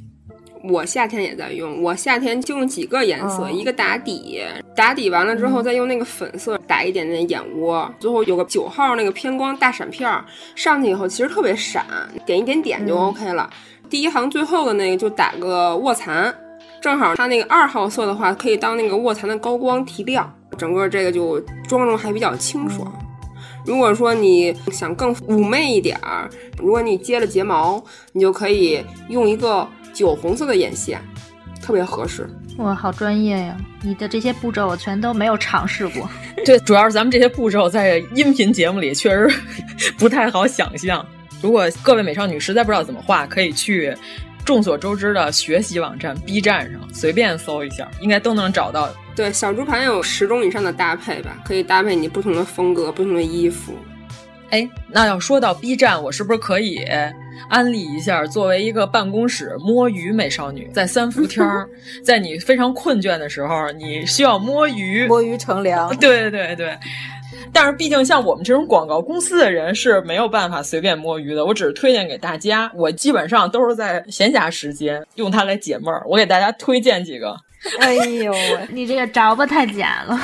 B: 我夏天也在用，我夏天就用几个颜色，
L: 哦
B: 一个打底，打底完了之后再用那个粉色打一点点眼窝，最后有个九号那个偏光大闪片儿上去以后，其实特别闪，点一点点就
N: 嗯
B: OK 了。第一行最后的那个就打个卧蚕，正好它那个二号色的话，可以当那个卧蚕的高光提亮，整个这个就妆容还比较清爽。如果说你想更妩媚一点儿，如果你接了睫毛，你就可以用一个酒红色的眼线，特别合适。
K: 哇，好专业呀！你的这些步骤我全都没有尝试
M: *laughs*
K: 过。
M: 对，主要是咱们这些步骤在音频节目里确实不太好想象。如果各位美少女实在不知道怎么画，可以去众所周知的学习网站 B 站上随便搜一下，应该都能找到。
B: 对，小猪盘有十种以上的搭配吧，可以搭配你不同的风格、不同的衣服。
M: 哎，那要说到 B 站，我是不是可以呃安利一下？作为一个办公室摸鱼美少女，在三伏天儿，在你非常困倦的时候，你需要摸鱼，摸
L: 鱼乘
M: *laughs*
L: 凉。
M: 对对对。但是，毕竟像我们这种广告公司的人是没有办法随便摸鱼的。我只是推荐给大家，我基本上都是在闲暇时间用它来解闷儿。我给大家推荐几个。
L: *laughs* 哎呦，
K: 你这个着吧太假了。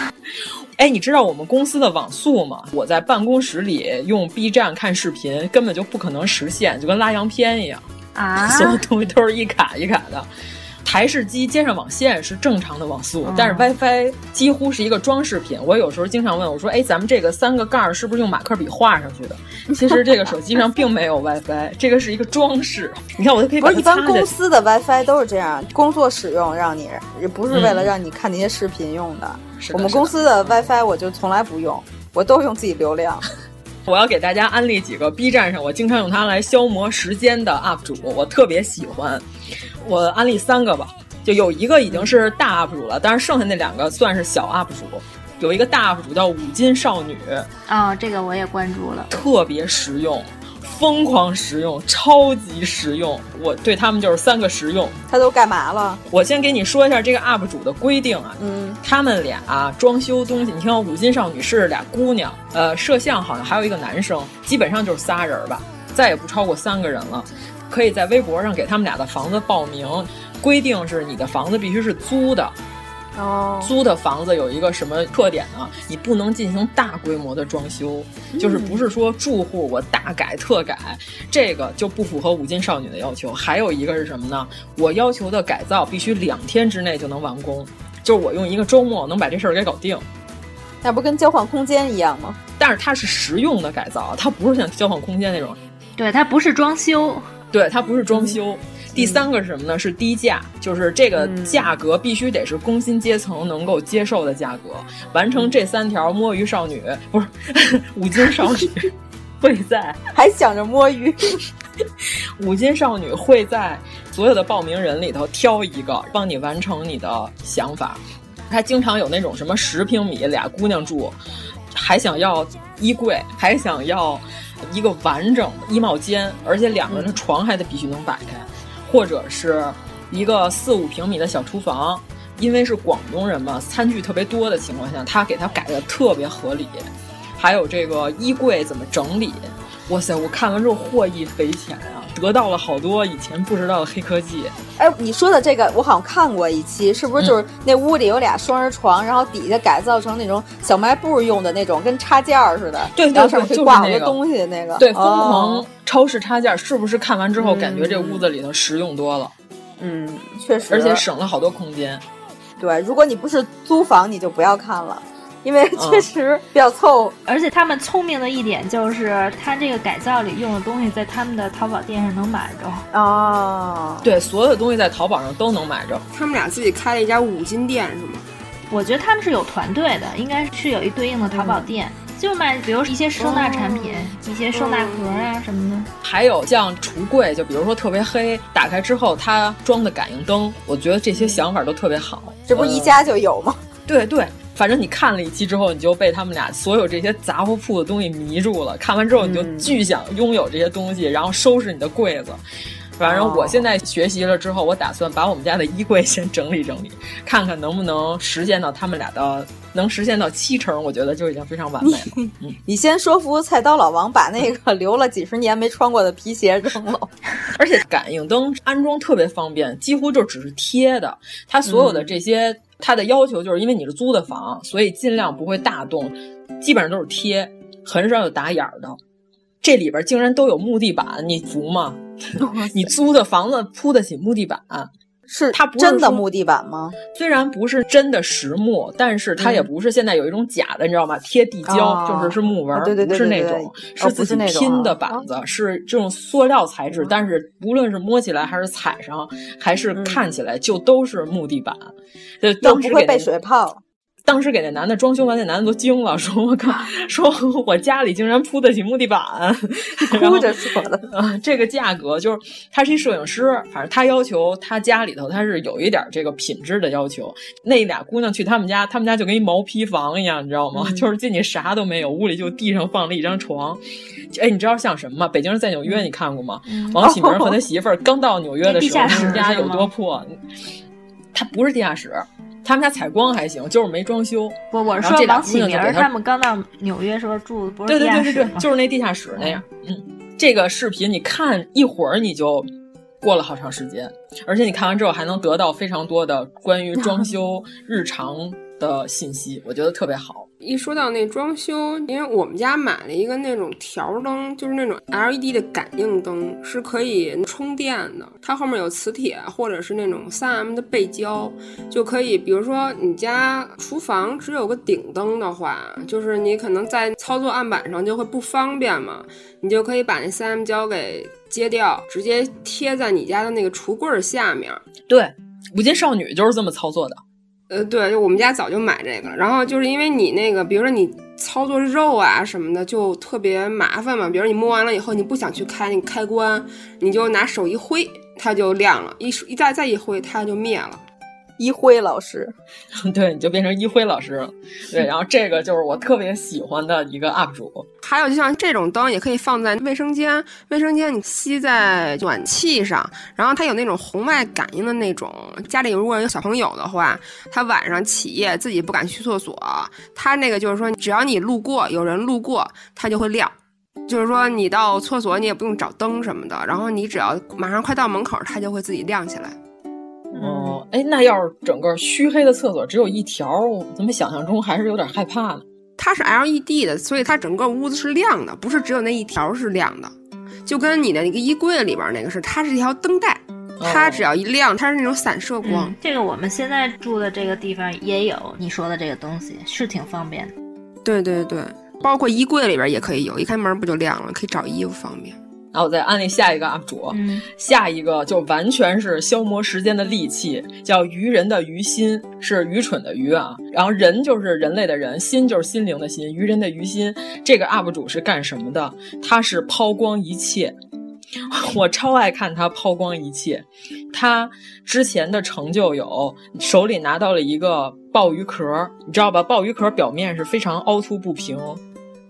M: 哎，你知道我们公司的网速吗？我在办公室里用 B 站看视频，根本就不可能实现，就跟拉洋片一样 *laughs*
K: 啊
M: 所有东西都是一卡一卡的。台式机接上网线是正常的网速，
K: 嗯
M: 但是 WiFi 几乎是一个装饰品。我有时候经常问我说：“哎，咱们这个三个盖儿是不是用马克笔画上去的？”其实这个手机上并没有 WiFi，这个是一个装饰。你看，我都可以
L: 不
M: 把
L: 是
M: 它
L: 一
M: 擦
L: 般
M: 下
L: 公
M: 去。
L: 司的 WiFi 都是这样，工作使用让你，也不是为了
M: 嗯
L: 让你看那些视频用的。
M: 是的
L: 我们
M: 是
L: 公
M: 的
L: 司的 WiFi 我就从来不用，我都用自己流量。
M: 我要给大家安利几个 B 站上我经常用它来消磨时间的 UP 主，我特别喜欢。我安利三个吧，就有一个已经是大 UP 主了，但是剩下那两个算是小 UP 主。有一个大 UP 主叫五金少女，
K: 啊、这个我也关注了。
M: 特别实用，疯狂实用，超级实用。我对他们就是三个实用。
L: 他都干嘛了？
M: 我先给你说一下这个 UP 主的规定啊，
L: 嗯，
M: 他们俩、啊装修东西，你听，五金少女是俩姑娘，呃，摄像好像还有一个男生，基本上就是仨人吧，再也不超过三个人了。可以在微博上给他们俩的房子报名，规定是你的房子必须是租的，
B: 哦，
M: 租的房子有一个什么特点呢？你不能进行大规模的装修，就是不是说住户我大改特改，这个就不符合五金少女的要求。还有一个是什么呢？我要求的改造必须两天之内就能完工，就是我用一个周末能把这事儿给搞定。
L: 那不跟交换空间一样吗？
M: 但是它是实用的改造，它不是像交换空间那种，
K: 对，它不是装修，
M: 对，它不是装修。嗯第三个是什么呢？是低价，就是这个价格必须得是工薪阶层能够接受的价格。完成这三条，摸鱼少女不是 *laughs* 五金少女会在
L: 还想着摸鱼，
M: 五金少女会在所有的报名人里头挑一个，帮你完成你的想法。他经常有那种什么十平米俩姑娘住，还想要衣柜，还想要一个完整的衣帽间，而且两个人的床还得必须能摆开。或者是一个四五平米的小厨房，因为是广东人嘛，餐具特别多的情况下，他给他改的特别合理。还有这个衣柜怎么整理，哇塞！我看完之后获益匪浅啊，得到了好多以前不知道的黑科技。
L: 哎，你说的这个我好像看过一期，是不是就是那屋里有俩双人床，嗯、然后底下改造成那种小卖部用的那种，跟插件儿似的，
M: 对,对,对，
L: 然后上面
M: 会
L: 挂
M: 好多
L: 东西那个。哦
M: 对，疯狂超市插件、哦、是不是看完之后感觉这屋子里头实用多了？
L: 嗯，确实，
M: 而且省了好多空间。
L: 对，如果你不是租房，你就不要看了。因为确实比较凑、嗯，
K: 而且他们聪明的一点就是，他这个改造里用的东西在他们的淘宝店上能买着
L: 哦。
M: 对，所有东西在淘宝上都能买着。
B: 他们俩自己开了一家五金店是吗？
K: 我觉得他们是有团队的，应该是有一对应的淘宝店，嗯、就卖比如一些收纳产品、哦、一些收纳盒啊什么的。
M: 还有像橱柜，就比如说特别黑，打开之后它装的感应灯，我觉得这些想法都特别好。
L: 这不宜家就有吗？
M: 嗯、对对。反正你看了一期之后，你就被他们俩所有这些杂货铺的东西迷住了。看完之后，你就巨想拥有这些东西，嗯、然后收拾你的柜子。反正我现在学习了之后，我打算把我们家的衣柜先整理整理，看看能不能实现到他们俩的能实现到七成，我觉得就已经非常完美了。嗯、
L: *laughs* 你先说服菜刀老王把那个留了几十年没穿过的皮鞋扔了，
M: 而且感应灯安装特别方便，几乎就只是贴的。它所有的这些、嗯。他的要求就是因为你是租的房，所以尽量不会大动，基本上都是贴，很少有打眼儿的。这里边竟然都有木地板，你服吗？你租的房子铺得起木地板？
L: 是
M: 它不
L: 真的木地板吗？
M: 虽然不是真的实木，但是它也
L: 嗯
M: 不是现在有一种假的，你知道吗？贴地胶就是是木纹，
L: 哦啊对对对，哦
M: 不是那种，是自己拼
L: 啊
M: 的板子，是这种塑料材
L: 嗯
M: 质。但是无论是摸起来还是踩上，还是看起来，就都是木地板。就当时
L: 会被水 *laughs* 泡。
M: 当时给那男的装修完，那男的都惊了，说：“我
L: 啊
M: 靠，说我家里竟然铺得起木地板。”
L: *laughs* 哭着说的
M: 啊，这个价格就是他是一摄影师，反正他要求他家里头他是有一点这个品质的要求。那俩姑娘去他们家，他们家就跟一毛坯房一样，你知道吗？嗯、 *laughs* 就是进去啥都没有，屋里就地上放了一张床。哎，你知道像什么吗？北京人在纽约，你看过吗？嗯、王启明和
K: 哦
M: 他媳妇儿刚到纽约的时候，他们家有多破？他不是地下室。他们家采光还行，就是没装修。
K: 不，我是说王启明他们刚到纽约时候住的不是
M: 地下室对对对对对，就是那地下室那样。嗯,嗯，这个视频你看一会儿你就过了好长时间，而且你看完之后还能得到非常多的关于 *laughs* 装修日常的信息，我觉得特别好。
B: 一说到那装修，因为我们家买了一个那种条灯，就是那种 LED 的感应灯，是可以充电的。它后面有磁铁或者是那种 3M 的背胶，就可以。比如说你家厨房只有个顶灯的话，就是你可能在操作案板上就会不方便嘛，你就可以把那 3M 胶给揭掉，直接贴在你家的那个橱柜下面。
M: 对，五金少女就是这么操作的。 *laughs*
B: 呃，对，我们家早就买这个了。然后就是因为你那个，比如说你操作肉啊什么的，就特别麻烦嘛。比如你摸完了以后，你不想去开那个开关，你就拿手一挥，它就亮了；一一再再一挥，它就灭了。
L: 一辉老师，
M: 对，你就变成一辉老师了。 *laughs* 对，然后这个就是我特别喜欢的一个 UP 主。
B: 还有，就像这种灯也可以放在卫生间，卫生间你吸在暖气上，然后它有那种红外感应的那种。家里如果有小朋友的话，他晚上起夜自己不敢去厕所，他那个就是说，只要你路过，有人路过，它就会亮。就是说，你到厕所你也不用找灯什么的，然后你只要马上快到门口，它就会自己亮起来。
M: 哦，哎，那要是整个虚黑的厕所只有一条，我怎么想象中还是有点害怕呢？
B: 它是 LED 的，所以它整个屋子是亮的，不是只有那一条是亮的，就跟你的那个衣柜里边那个是，它是一条灯带，它只要一亮，它是那种散射光。
K: 嗯这个我们现在住的这个地方也有你说的这个东西，是挺方便的。
B: 对对对，包括衣柜里边也可以有，一开门不就亮了，可以找衣服方便。
M: 然后我再安利下一个 UP 主，
K: 嗯
M: 下一个就完全是消磨时间的利器，叫愚人的愚心，是愚蠢的愚啊。然后人就是人类的人，心就是心灵的心，愚人的愚心。这个 UP 主是干什么的？他是抛光一切。 *laughs* 我超爱看他抛光一切，他之前的成就有手里拿到了一个鲍鱼壳，你知道吧？鲍鱼壳表面是非常凹凸不平，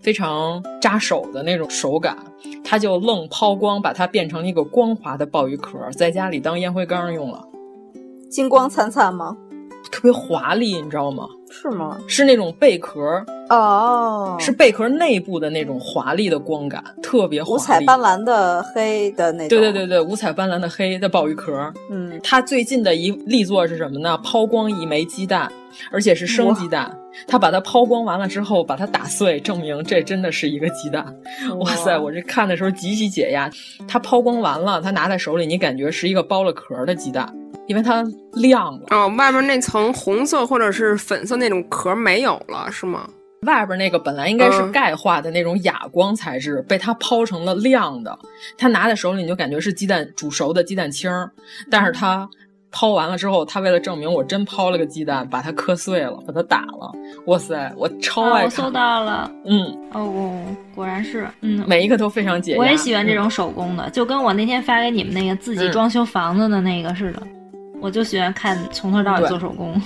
M: 非常扎手的那种手感，他就愣抛光，把它变成了一个光滑的鲍鱼壳，在家里当烟灰缸用了，
L: 金光灿灿吗？
M: 特别华丽，你知道吗？
L: 是吗？
M: 是那种贝壳，
L: 哦，
M: 是贝壳内部的那种华丽的光感，特别华丽，
L: 五彩斑斓的黑的那种。
M: 对对对对，五彩斑斓的黑的鲍鱼壳。
L: 嗯，
M: 他最近的一力作是什么呢？抛光一枚鸡蛋，而且是生鸡蛋。他把它抛光完了之后，把它打碎，证明这真的是一个鸡蛋。哇塞！我这看的时候极其解压。他抛光完了，他拿在手里，你感觉是一个剥了壳的鸡蛋，因为它亮了。
B: 哦，外边那层红色或者是粉色那种壳没有了，是吗？
M: 外边那个本来应该是
B: 嗯
M: 钙化的那种哑光材质，被它抛成了亮的。他拿在手里，你就感觉是鸡蛋煮熟的鸡蛋清儿，但是他抛完了之后，他为了证明我真抛了个鸡蛋，把它磕碎了，把它打了。哇塞，我超
K: 啊，
M: 爱
K: 我搜
M: 看，
K: 到了，
M: 嗯，
K: 哦，哦果然是，嗯，
M: 每一个都非常解压。
K: 我也喜欢这种
M: 嗯
K: 手工的，就跟我那天发给你们那个自己
M: 嗯
K: 装修房子的那个似的，我就喜欢看从头到尾
M: 对
K: 做手工。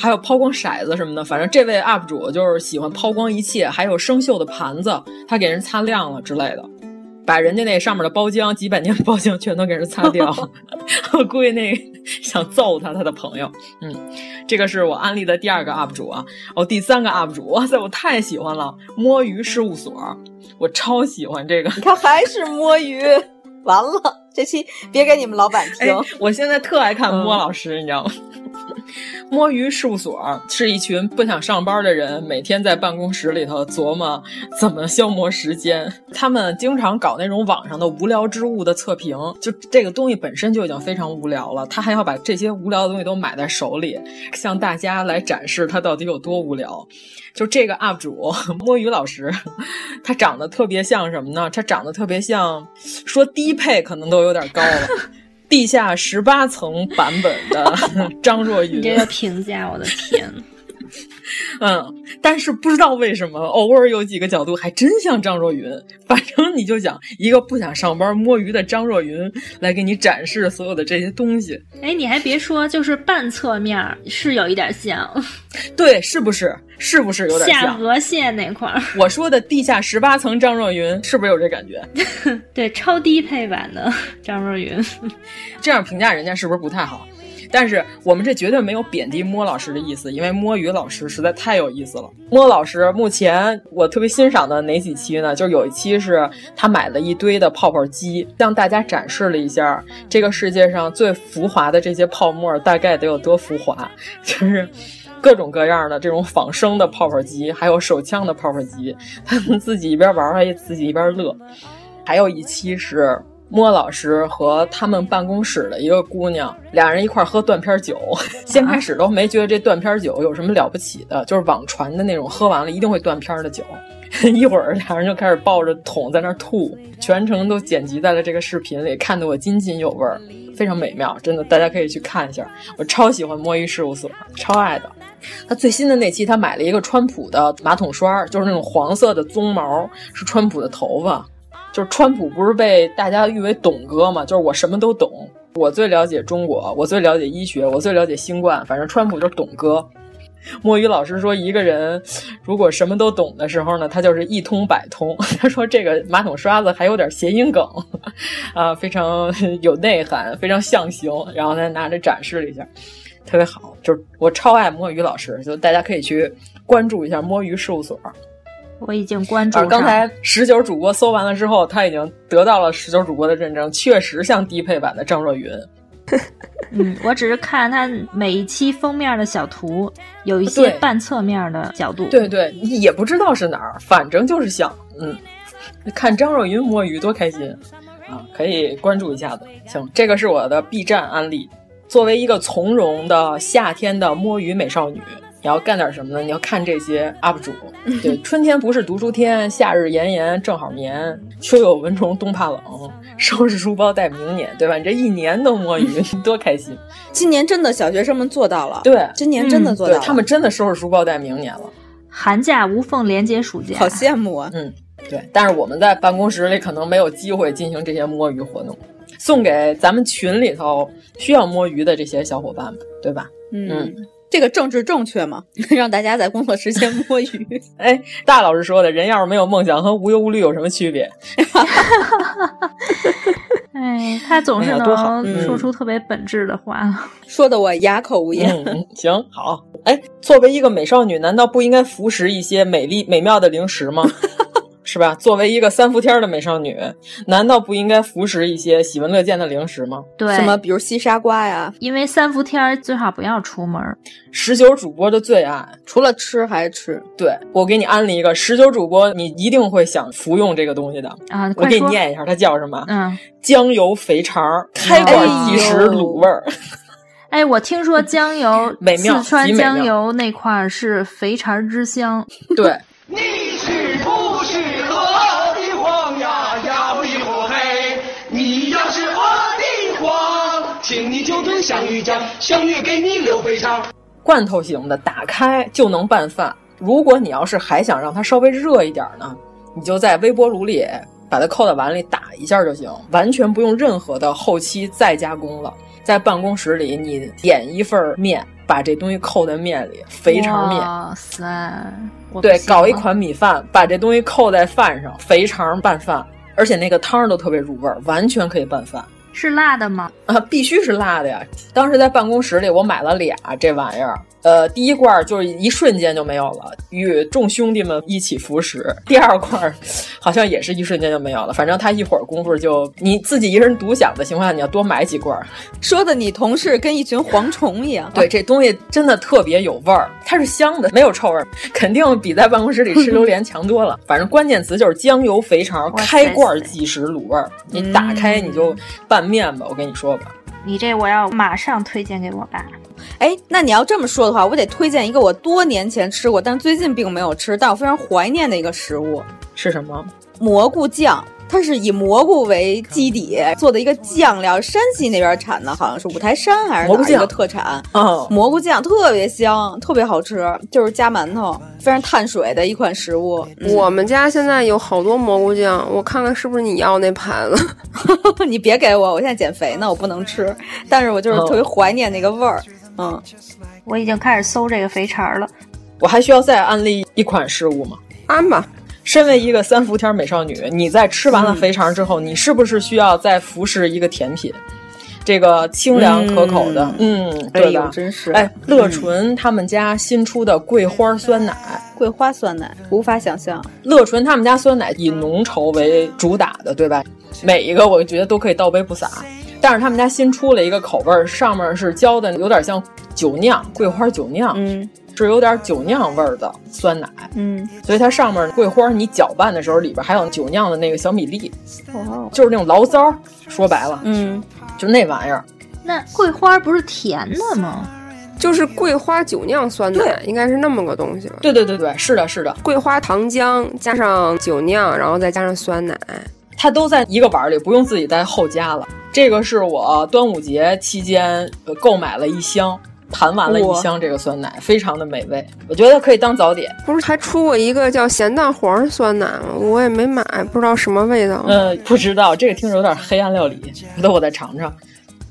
M: 还有抛光骰子什么的，反正这位 UP 主就是喜欢抛光一切，还有生锈的盘子，他给人擦亮了之类的，把人家那上面的包浆，几百年的包浆全都给人擦掉。 *laughs* 我估计那个想揍他他的朋友，嗯，这个是我安利的第二个 UP 主啊。哦，第三个 UP 主，哇塞，我太喜欢了，摸鱼事务所，我超喜欢这个。
L: 你看还是摸鱼， *laughs* 完了，这期别给你们老板
M: 哎
L: 听。，
M: 我现在特爱看摸老师，你知道吗？摸鱼事务所是一群不想上班的人，每天在办公室里头琢磨怎么消磨时间。他们经常搞那种网上的无聊之物的测评，就这个东西本身就已经非常无聊了，他还要把这些无聊的东西都买在手里，向大家来展示它到底有多无聊。就这个 UP 主摸鱼老师，他长得特别像什么呢？他长得特别像，说低配可能都有点高了。地下十八层版本的张若
K: *laughs*
M: 昀，
K: 你这个评价，我的天，
M: 嗯，但是不知道为什么，偶尔有几个角度还真像张若昀。反正你就想一个不想上班摸鱼的张若昀来给你展示所有的这些东西，
K: 哎，你还别说，就是半侧面儿是有一点像，
M: 对，是不是？是不是有点
K: 下
M: 像？
K: 颚线那块儿，
M: 我说的地下十八层张若昀是不是有这感觉？
K: 对，超低配版的张若昀，
M: 这样评价人家是不是不太好？但是我们这绝对没有贬低摸老师的意思，因为摸鱼老师实在太有意思了。摸老师目前我特别欣赏的哪几期呢？就是有一期是他买了一堆的泡泡机，向大家展示了一下这个世界上最浮华的这些泡沫大概得有多浮华，就是。各种各样的这种仿生的泡泡机，还有手枪的泡泡机，他们自己一边玩儿还自己一边乐。还有一期是莫老师和他们办公室的一个姑娘，俩人一块儿喝断片儿酒。 *laughs* 先开始都没觉得这断片儿酒有什么了不起的，就是网传的那种喝完了一定会断片儿的酒。 *laughs* 一会儿俩人就开始抱着桶在那儿吐，全程都剪辑在了这个视频里，看得我津津有味儿，非常美妙，真的，大家可以去看一下。我超喜欢摸鱼事务所，超爱的。他最新的那期，他买了一个川普的马桶刷儿，就是那种黄色的鬃毛，是川普的头发。就是川普不是被大家誉为“懂哥”嘛？就是我什么都懂，我最了解中国，我最了解医学，我最了解新冠，反正川普就是“懂哥”。摸鱼老师说，一个人如果什么都懂的时候呢，他就是一通百通。 *laughs* 他说这个马桶刷子还有点谐音梗，啊，非常 *laughs* 有内涵，非常象形，然后他拿着展示了一下，特别好。就是我超爱摸鱼老师，就大家可以去关注一下摸鱼事务所。
K: 我已经关注
M: 反
K: 上
M: 正
K: 了。
M: 啊刚才十九主播搜完了之后，他已经得到了十九主播的认证，确实像低配版的张若昀。
K: 嗯，我只是看它每一期封面的小图，有一些
M: 对
K: 半侧面的角度。
M: 对对，也不知道是哪儿，反正就是想，嗯，看张若昀摸鱼多开心啊！可以关注一下子。行，这个是我的 B 站安利。作为一个从容的夏天的摸鱼美少女，你要干点什么呢？你要看这些 UP 主。对，春天不是读书天，夏日炎炎正好眠，秋有蚊虫冬怕冷，收拾书包待明年，对吧？你这一年都摸鱼，多开心！
L: 今年真的小学生们做到了，
M: 对，嗯
L: 今年真的做到
M: 对
L: 了，
M: 他们真的收拾书包待明年了。
K: 寒假无缝连接暑假，
L: 好羡慕啊！
M: 嗯，对，但是我们在办公室里可能没有机会进行这些摸鱼活动，送给咱们群里头需要摸鱼的这些小伙伴们，对吧？嗯
L: 嗯，这个政治正确嘛， *laughs* 让大家在工作时间摸鱼。 *laughs*
M: 哎，大老师说的，人要是没有梦想，和无忧无虑有什么区别？
K: 哎，他总是
M: 哎呀多好
K: 能
M: 嗯
K: 说出特别本质的话。
L: 说的我哑口无言。
M: 嗯，行，好。哎，作为一个美少女，难道不应该服食一些美丽美妙的零食吗？ *laughs* 是吧？作为一个三伏天的美少女，难道不应该服食一些喜闻乐见的零食吗？
K: 对，
L: 什么比如西沙瓜呀，
K: 因为三伏天儿最好不要出门儿。
M: 十九主播的最爱，
L: 除了吃还吃。
M: 对我给你安利一个十九主播，你一定会想服用这个东西的
K: 啊
M: 我
K: 快
M: 给你
K: 说
M: 念一下，它叫什么？
K: 嗯，
M: 姜油肥肠儿，开馆即食卤味 *laughs* 儿。
K: 哎，我听说江油
M: *laughs* 美，妙
K: 四川
M: 极美妙
K: 江油那块儿是肥肠之乡。
M: 对，
G: 你是不是我的皇呀？呀不一不嘿，你要是我的皇，请你就炖香芋酱，香芋给你留肥肠。
M: 罐头型的，打开就能拌饭。如果你要是还想让它稍微热一点儿呢，你就在微波炉里把它扣在碗里打一下就行，完全不用任何的后期再加工了。在办公室里，你点一份儿面，把这东西扣在面里， *laughs* 肥肠面。
K: 哇塞！我不
M: 对，
K: 行
M: 搞一
K: 了
M: 款米饭，把这东西扣在饭上，肥肠拌饭，而且那个汤儿都特别入味儿，完全可以拌饭
K: 是辣的吗？
M: 啊！必须是辣的呀！当时在办公室里，我买了俩这玩意儿，呃，第一罐儿就是一瞬间就没有了，与众兄弟们一起服食；第二罐儿好像也是一瞬间就没有了，反正他一会儿功夫就你自己一人独享的情况下，你要多买几罐儿。
L: 说的你同事跟一群蝗虫一样。
M: 对，这东西真的特别有味儿，它是香的，没有臭味儿，肯定比在办公室里吃榴莲强多了。反正关键词就是酱油肥肠，
K: 塞
M: 开罐即食卤味儿。你打开你就拌面吧，我跟你说吧。
K: 你这我要马上推荐给我爸。
L: 哎，那你要这么说的话，我得推荐一个我多年前吃过，但是最近并没有吃，但我非常怀念的一个食物
M: 是什么？
L: ——蘑菇酱。它是以蘑菇为基底做的一个酱料，山西那边产的，好像是五台山还是
M: 蘑
L: 哪儿
M: 菇
L: 一个
M: 酱
L: 特产。
M: 哦，
L: 蘑菇酱特别香，特别好吃，就是加馒头，非常碳水的一款食物。
M: 嗯
B: 我们家现在有好多蘑菇酱，我看看是不是你要那盘子。
L: 嗯 *laughs* 你别给我，我现在减肥呢，我不能
M: 嗯
L: 吃，但是我
M: 哦
L: 就是特别怀念那个味儿。嗯，
K: 我已经开始搜这个肥肠了。
M: 我还需要再安利一款食物吗？
B: *laughs* 安吧，
M: 身为一个三伏天美少女，你在吃完了肥肠之后，你是不是需要再服食一个甜品？这个清凉可口的，嗯，
L: 哎
M: 对吧
L: 呦？真是
M: 哎，乐纯他们家新出的桂花酸奶，
L: 桂花酸奶无法想象。
M: 乐纯他们家酸奶以浓稠为主打的，对吧？每一个我觉得都可以倒杯不洒。但是他们家新出了一个口味儿，上面是浇的有点像酒酿，桂花酒酿，
L: 嗯，
M: 是有点酒酿味儿的酸奶，
L: 嗯，
M: 所以它上面桂花你搅拌的时候，里边还有酒酿的那个小米粒，
L: 哦，
M: 就是那种醪糟儿，说白了，
L: 嗯，
M: 就那玩意儿。
K: 那桂花不是甜的吗？
B: 就是桂花酒酿酸奶，应该是那么个东西吧？
M: 对对对对，是的，是的，
B: 桂花糖浆加上酒酿，然后再加上酸奶，
M: 它都在一个碗儿里，不用自己再后加了。这个是我端午节期间呃购买了一箱，盘完了一箱这个酸奶，非常的美味，我觉得可以当早点。
B: 不是还出过一个叫咸蛋黄酸奶吗？我也没买，不知道什么味道。
M: *laughs* 呃，不知道这个听着有点黑暗料理，回头我再尝尝。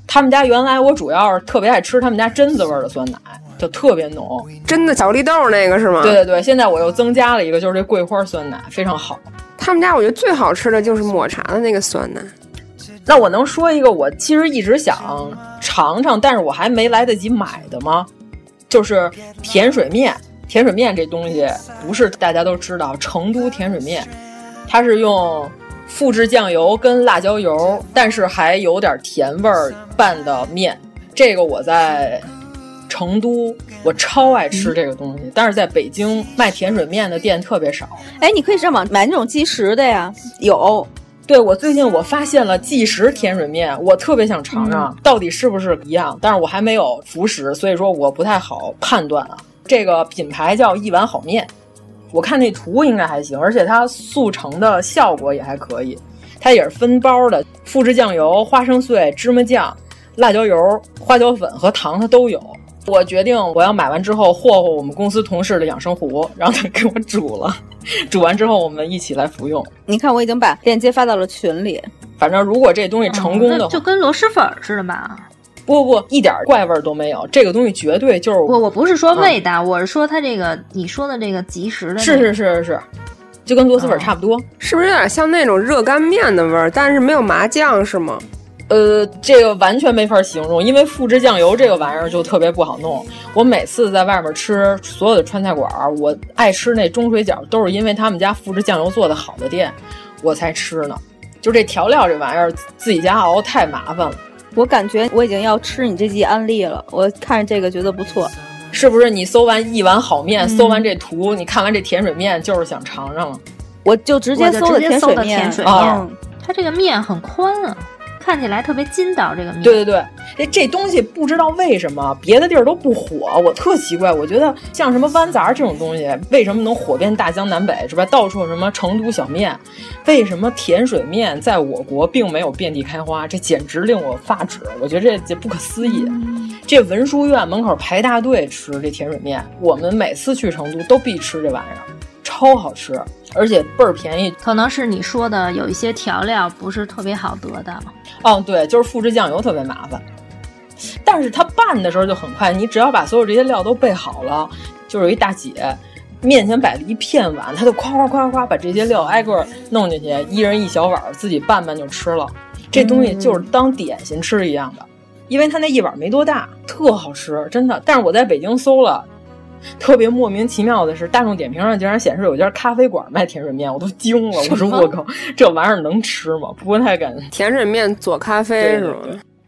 M: 他们家原来我主要是特别爱吃他们家榛子味儿的酸奶，就特别浓。
B: 真的小绿豆那个是吗？
M: 对对对，现在我又增加了一个，就是这桂花酸奶，非常好。
B: 他们家我觉得最好吃的就是抹茶的那个酸奶，
M: 那我能说一个我其实一直想尝尝，但是我还没来得及买的吗？就是甜水面。甜水面这东西不是大家都知道，成都甜水面，它是用复制酱油跟辣椒油，但是还有点甜味儿拌的面。这个我在成都，我超爱吃这个东西，但是在北京卖甜水面的店特别少。
L: 哎，你可以上网买那种即食的呀，有。
M: 对，我最近我发现了即食甜水面，我特别想尝尝、到底是不是一样，但是我还没有服食，所以说我不太好判断啊。这个品牌叫一碗好面，我看那图应该还行，而且它速成的效果也还可以。它也是分包的，复制酱油、花生碎、芝麻酱、辣椒油、花椒粉和糖，它都有。我决定我要买完之后霍霍我们公司同事的养生壶，让他给我煮了， *laughs* 煮完之后我们一起来服用。
L: 你看，我已经把链接发到了群里。
M: 反正如果这东西成功的话，
K: 嗯哦就跟螺蛳粉儿似的吧。
M: 不不，一点怪味儿都没有，这个东西绝对就是
K: 我我不是说味道，我是说它这个你说的这个即食的、那个，
M: 嗯是是是是是，就跟螺蛳
K: 嗯
M: 粉差不多。
B: 是不是有点像那种热干面的味儿，但是没有麻酱是吗？
M: 呃，这个完全没法形容，因为复制酱油这个玩意儿就特别不好弄。我每次在外面吃所有的川菜馆儿，我爱吃那中水饺，都是因为他们家复制酱油做的好的店，我才吃呢。就这调料这玩意儿，自己家熬太麻烦了。
L: 我感觉我已经要吃你这季安利了，我看着这个觉得不错。
M: 是不是你搜完一碗好
K: 嗯
M: 面，搜完这图，你看完这甜水面，就是想尝尝了？
L: 我就直接搜
K: 的
L: 甜
K: 水
L: 面，
K: 水嗯
M: 哦
K: 它这个面很宽啊，看起来特别筋道。这个面，
M: 对对对，这这东西不知道为什么别的地儿都不火，我特奇怪。我觉得像什么豌杂这种东西，为什么能火遍大江南北，是吧？到处什么成都小面，为什么甜水面在我国并没有遍地开花？这简直令我发指！我觉得这这不可思议。这文殊院门口排大队吃这甜水面，我们每次去成都都必吃这玩意儿，超好吃，而且倍儿便宜。
K: 可能是你说的有一些调料不是特别好得到。
M: 哦，对，就是复制酱油特别麻烦，但是它拌的时候就很快，你只要把所有这些料都备好了，就是有一大姐面前摆了一片碗，她就夸夸夸夸把这些料挨个儿弄进去，一人一小碗儿，自己拌拌就吃了。这东西就是当点心吃一样的，因为它那一碗没多大，特好吃，真的。但是我在北京搜了。特别莫名其妙的是，大众点评上竟然显示有家咖啡馆卖甜水面，我都惊了。我说我靠，这玩意儿能吃吗？不太敢。
B: 甜水面佐咖啡是吗？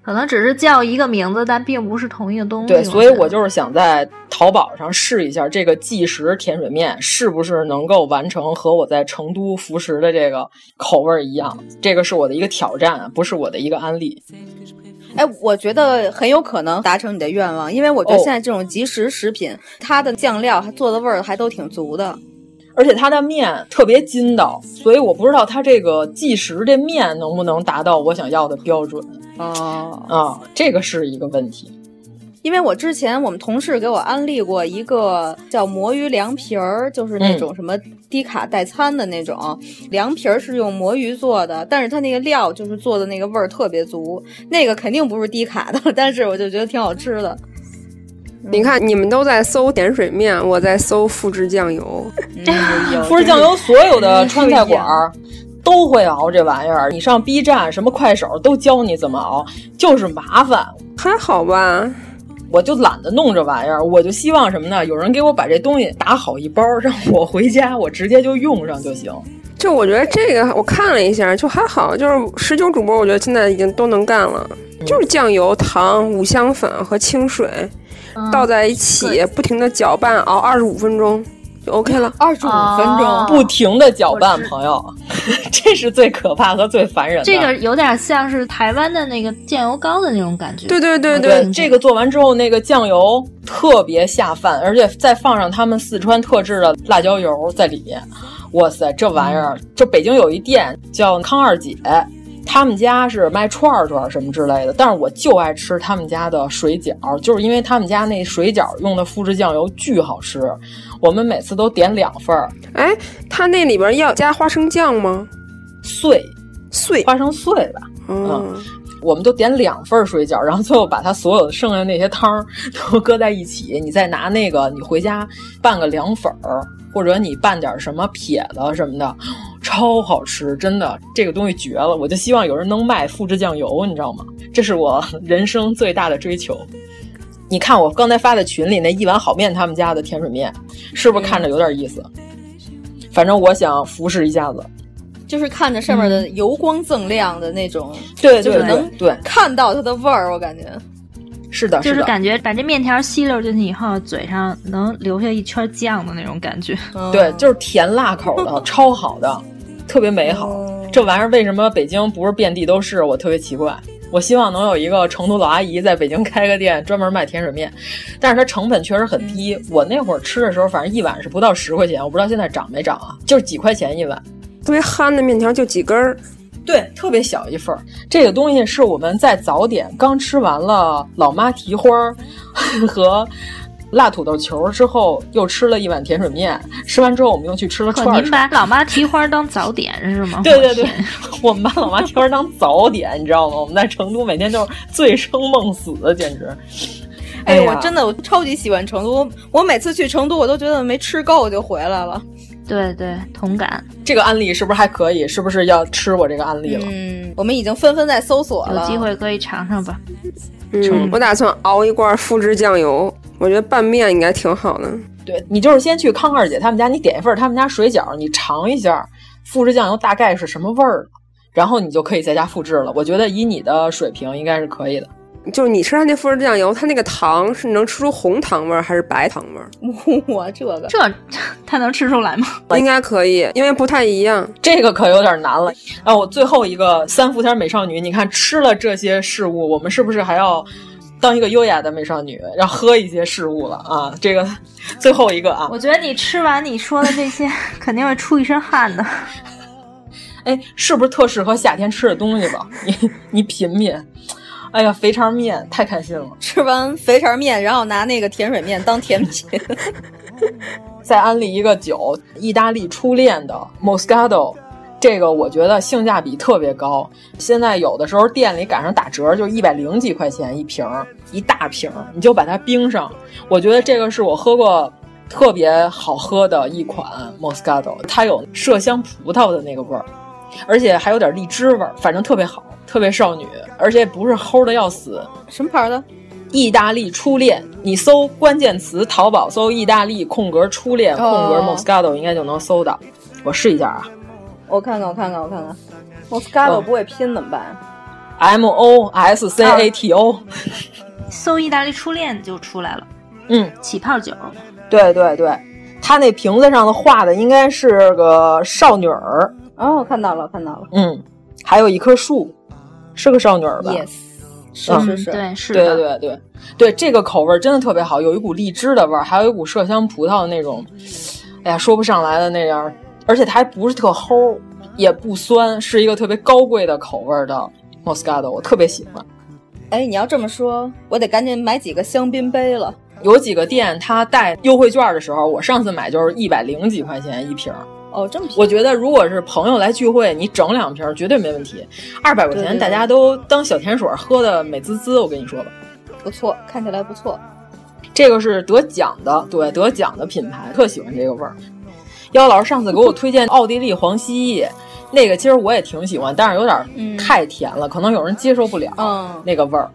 K: 可能只是叫一个名字，但并不是同一个东西。
M: 对，所以我就是想在淘宝上试一下这个即食甜水面是不是能够完成和我在成都服食的这个口味儿一样。这个是我的一个挑战，不是我的一个案例。
L: 哎，我觉得很有可能达成你的愿望，因为我觉得现在这种即食食品，它的酱料它做的味儿还都挺足的。
M: 而且它的面特别筋道，所以我不知道它这个即食这面能不能达到我想要的标准
L: 哦
M: 啊，这个是一个问题。
L: 因为我之前我们同事给我安利过一个叫魔芋凉皮儿，就是那种什么低卡代餐的那种、凉皮儿，是用魔芋做的，但是它那个料就是做的那个味儿特别足，那个肯定不是低卡的， *laughs* 但是我就觉得挺好吃的。
B: 你看，你们都在搜甜水面，我在搜复制酱油。
L: 嗯
M: 富士酱油所有的川菜馆儿都会熬这玩意儿，你上 B 站什么快手都教你怎么熬，就是麻烦。
B: 还好吧，
M: 我就懒得弄这玩意儿，我就希望什么呢？有人给我把这东西打好一包，让我回家我直接就用上就行。
B: 就我觉得这个，我看了一下，就还好，就是十九主播，我觉得现在已经都能干了，就是酱油、糖、五香粉和清水
K: 嗯
B: 倒在一起，不停的搅拌，熬二十五分钟就 OK 了。
L: 二十五分
K: 哦
L: 钟
M: 不停的搅拌，朋友， *laughs* 这是最可怕和最烦人的。
K: 这个有点像是台湾的那个酱油膏的那种感觉。
B: 对对嗯对
M: 对，这个做完之后，那个酱油特别下饭，而且再放上他们四川特制的辣椒油在里面。哇塞，这玩意儿！就北京有一店叫康二姐，他们家是卖串儿串儿什么之类的，但是我就爱吃他们家的水饺，就是因为他们家那水饺用的复制酱油巨好吃，我们每次都点两份儿
B: 哎，它那里边要加花生酱吗？
M: 碎
B: 碎
M: 花生碎吧，
B: 嗯。
M: 我们就点两份水饺，然后最后把它所有的剩下那些汤儿 *laughs* 都搁在一起，你再拿那个，你回家拌个凉粉儿，或者你拌点什么撇子什么的，超好吃，真的，这个东西绝了！我就希望有人能卖复制酱油，你知道吗？这是我人生最大的追求。你看我刚才发在群里那一碗好面他们家的甜水面，是不是看着有点意思？反正我想服侍一下子。
L: 就是看着上面的油光锃亮的那种，
M: 对对
L: 就是能
M: 对对
L: 看到它的味儿，我感觉。是的，
K: 就是
L: 的
K: 感觉把这面条吸溜进去以后，嘴上能留下一圈酱的那种感 *laughs* 觉。
M: 对，就是甜辣口的，超好的，特别美好。这玩意儿为什么北京不是遍地都是？我特别奇怪。我希望能有一个成都老阿姨在北京开个店，专门卖甜水面，但是它成本确实很低。我那会儿吃的时候，反正一碗是不到十块钱，我不知道现在涨没涨啊，就是几块钱一碗。
B: 特别憨的面条就几根儿，
M: 对，特别小一份儿。这个东西是我们在早点刚吃完了老妈蹄花儿 *laughs* 和辣土豆球儿之后，又吃了一碗甜水面。吃完之后，我们又去吃了串
K: 可
M: 儿。？
K: 您把老妈蹄花当早点是吗 *laughs*
M: *laughs* 对对对，我们把老妈蹄花当早点，你知道吗？我们在成都每天就是醉生梦死的，简直。
L: 哎，
M: 呀
L: 我真的我超级喜欢成都，我每次去成都我都觉得没吃够就回来了。
K: 对对，同感。
M: 这个案例是不是还可以？是不是要吃我这个案例了？
L: 嗯，我们已经纷纷在搜索了，
K: 有机会可以尝尝吧。
B: 嗯，我打算熬一罐馥之酱油，我觉得拌面应该挺好的。
M: 对你就是先去康二姐他们家，你点一份他们家水饺，你尝一下复制酱油大概是什么味儿，然后你就可以在家复制了。我觉得以你的水平应该是可以的。
B: 就是你吃它那馥之酱油，它那个糖是能吃出红糖味儿还是白糖味儿？
L: *laughs* 我这个
K: 这 *laughs* 他能吃出来吗？
B: 应该可以，因为不太一样。
M: 这个可有点难了啊！我最后一个三伏天美少女，你看吃了这些事物，我们是不是还要当一个优雅的美少女，要喝一些事物了啊？这个最后一个啊，
K: 我觉得你吃完你说的这些， *laughs* 肯定会出一身汗的。
M: 哎，是不是特适合夏天吃的东西吧？你你品品，哎呀，肥肠面太开心了。
L: 吃完肥肠面，然后拿那个甜水面当甜品。 *laughs*
M: 再安利一个酒，意大利初恋的 Moscato，这个我觉得性价比特别高。现在有的时候店里赶上打折，就一百零几块钱一瓶儿，一大瓶儿，你就把它冰上。我觉得这个是我喝过特别好喝的一款 Moscato，它有麝香葡萄的那个味儿，而且还有点荔枝味儿，反正特别好，特别少女，而且不是齁的要死。
L: 什么牌的？
M: 意大利初恋，你搜关键词，淘宝搜意大利空格初恋空格
L: 哦
M: Moscato 应该就能搜到。我试一下啊
L: 我看看，我看看，我看看。Moscato 不会拼怎么办？
M: ，M O S C A T O，、
K: 搜意大利初恋就出来了，
M: 嗯，
K: 起泡酒。
M: 对对对，它那瓶子上的画的应该是个少女儿，
L: 哦，看到了，看到了。
M: 嗯，还有一棵树，是个少女儿吧
L: Yes，是
M: 嗯
L: 是是，
K: 对，是
M: 对
K: 的，
M: 对对对，这个口味儿真的特别好，有一股荔枝的味儿，还有一股麝香葡萄的那种，哎呀，说不上来的那样儿，而且它还不是特齁，也不酸，是一个特别高贵的口味儿的 Moscato，我特别喜欢。
L: 哎，你要这么说，我得赶紧买几个香槟杯了。
M: 有几个店它带优惠券儿的时候，我上次买就是一百零几块钱一瓶儿。
L: 哦，这么便宜
M: 我觉得如果是朋友来聚会，你整两瓶儿绝对没问题，二百块
L: 对对
M: 钱
L: 对
M: 大家都当小甜水儿喝的美滋滋。我跟你说吧，
L: 不错，看起来不错。
M: 这个是得奖的，对，得奖的品牌，特喜欢这个味儿。妖老师上次给我推荐奥地利黄蜥蜴，那个其实我也挺喜欢，但是有点太甜了，可能有人接受不了、
L: 嗯
M: 那个味儿。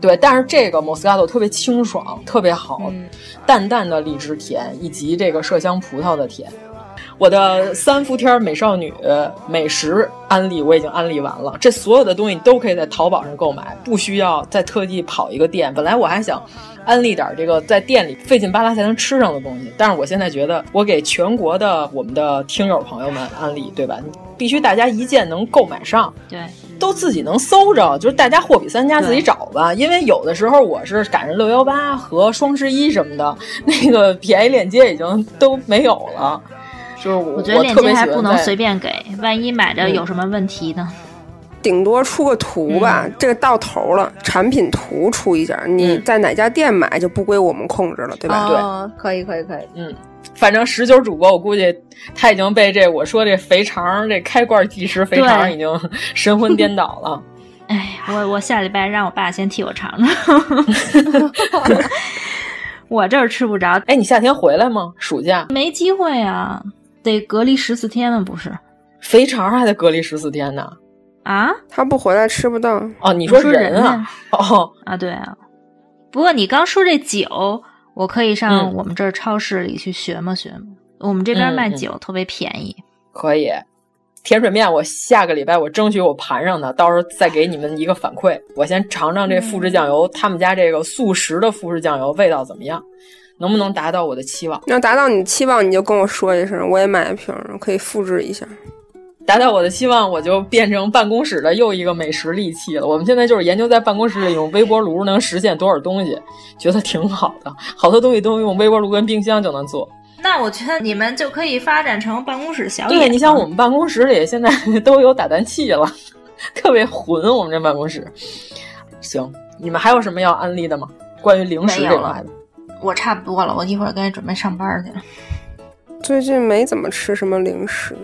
M: 对，但是这个 Moscato 特别清爽，特别好，
L: 嗯
M: 淡淡的荔枝甜以及这个麝香葡萄的甜。我的三伏天美少女美食安利我已经安利完了，这所有的东西都可以在淘宝上购买，不需要再特地跑一个店。本来我还想安利点这个在店里费劲巴拉才能吃上的东西，但是我现在觉得我给全国的我们的听友朋友们安利，对吧？必须大家一键能购买上。
K: 对
M: 都自己能搜着，就是大家货比三家，
K: 对
M: 自己找吧。因为有的时候我是赶上六幺八和双十一什么的， *laughs* 那个便宜链接已经都没有了。就是我，
K: 我觉得链
M: 特
K: 接
M: 别喜
K: 还
M: 欢
K: 不能
M: 在嗯
K: 随便给，万一买着有什么问题呢？
B: 顶多出个图吧，
L: 嗯
B: 这个到头了，产品图出一下，你在哪家店买就不归我们控制了，对吧？
L: 哦，可以可以可以。
M: 嗯，反正十九主播，我估计他已经被这我说这肥肠这开罐即食肥肠
K: 对
M: 已经神魂颠倒了。
K: 哎，我我下礼拜让我爸先替我尝
M: *laughs*
K: 尝。我这儿吃不着，
M: 哎，你夏天回来吗？暑假
K: 没机会啊，得隔离十四天了，不是？
M: 肥肠还得隔离十四天呢。
K: 啊？
B: 他不回来吃不到。
M: 哦，你
K: 你
M: 说
K: 人
M: *laughs* 啊？哦，
K: 啊，对啊。不过你刚说这酒，我可以上
M: 嗯
K: 我们这儿超市里去学嘛学嘛。我们这边
M: 嗯
K: 卖
M: 嗯
K: 酒特别便宜，
M: 可以。甜水面，我下个礼拜我争取我盘上它，到时候再给你们一个反馈。我先尝尝这富士酱油，他们家这个素食的富士酱油味道怎么样，能不能达到我的期望？
B: 要达到你的期望，你就跟我说一声，我也买一瓶，可以复制一下。
M: 达到我的期望，我就变成办公室的又一个美食利器了。我们现在就是研究在办公室里用微波炉能实现多少东西，觉得挺好的。好多东西都用微波炉跟冰箱就能做。
K: 那我觉得你们就可以发展成办公室小野。
M: 对，你像我们办公室里现在 *laughs* 都有打蛋器了，特别混。我们这办公室。行，你们还有什么要安利的吗？关于零食这块的？
K: 我差不多了，我一会儿该准备上班去了。
B: 最近没怎么吃什么零食。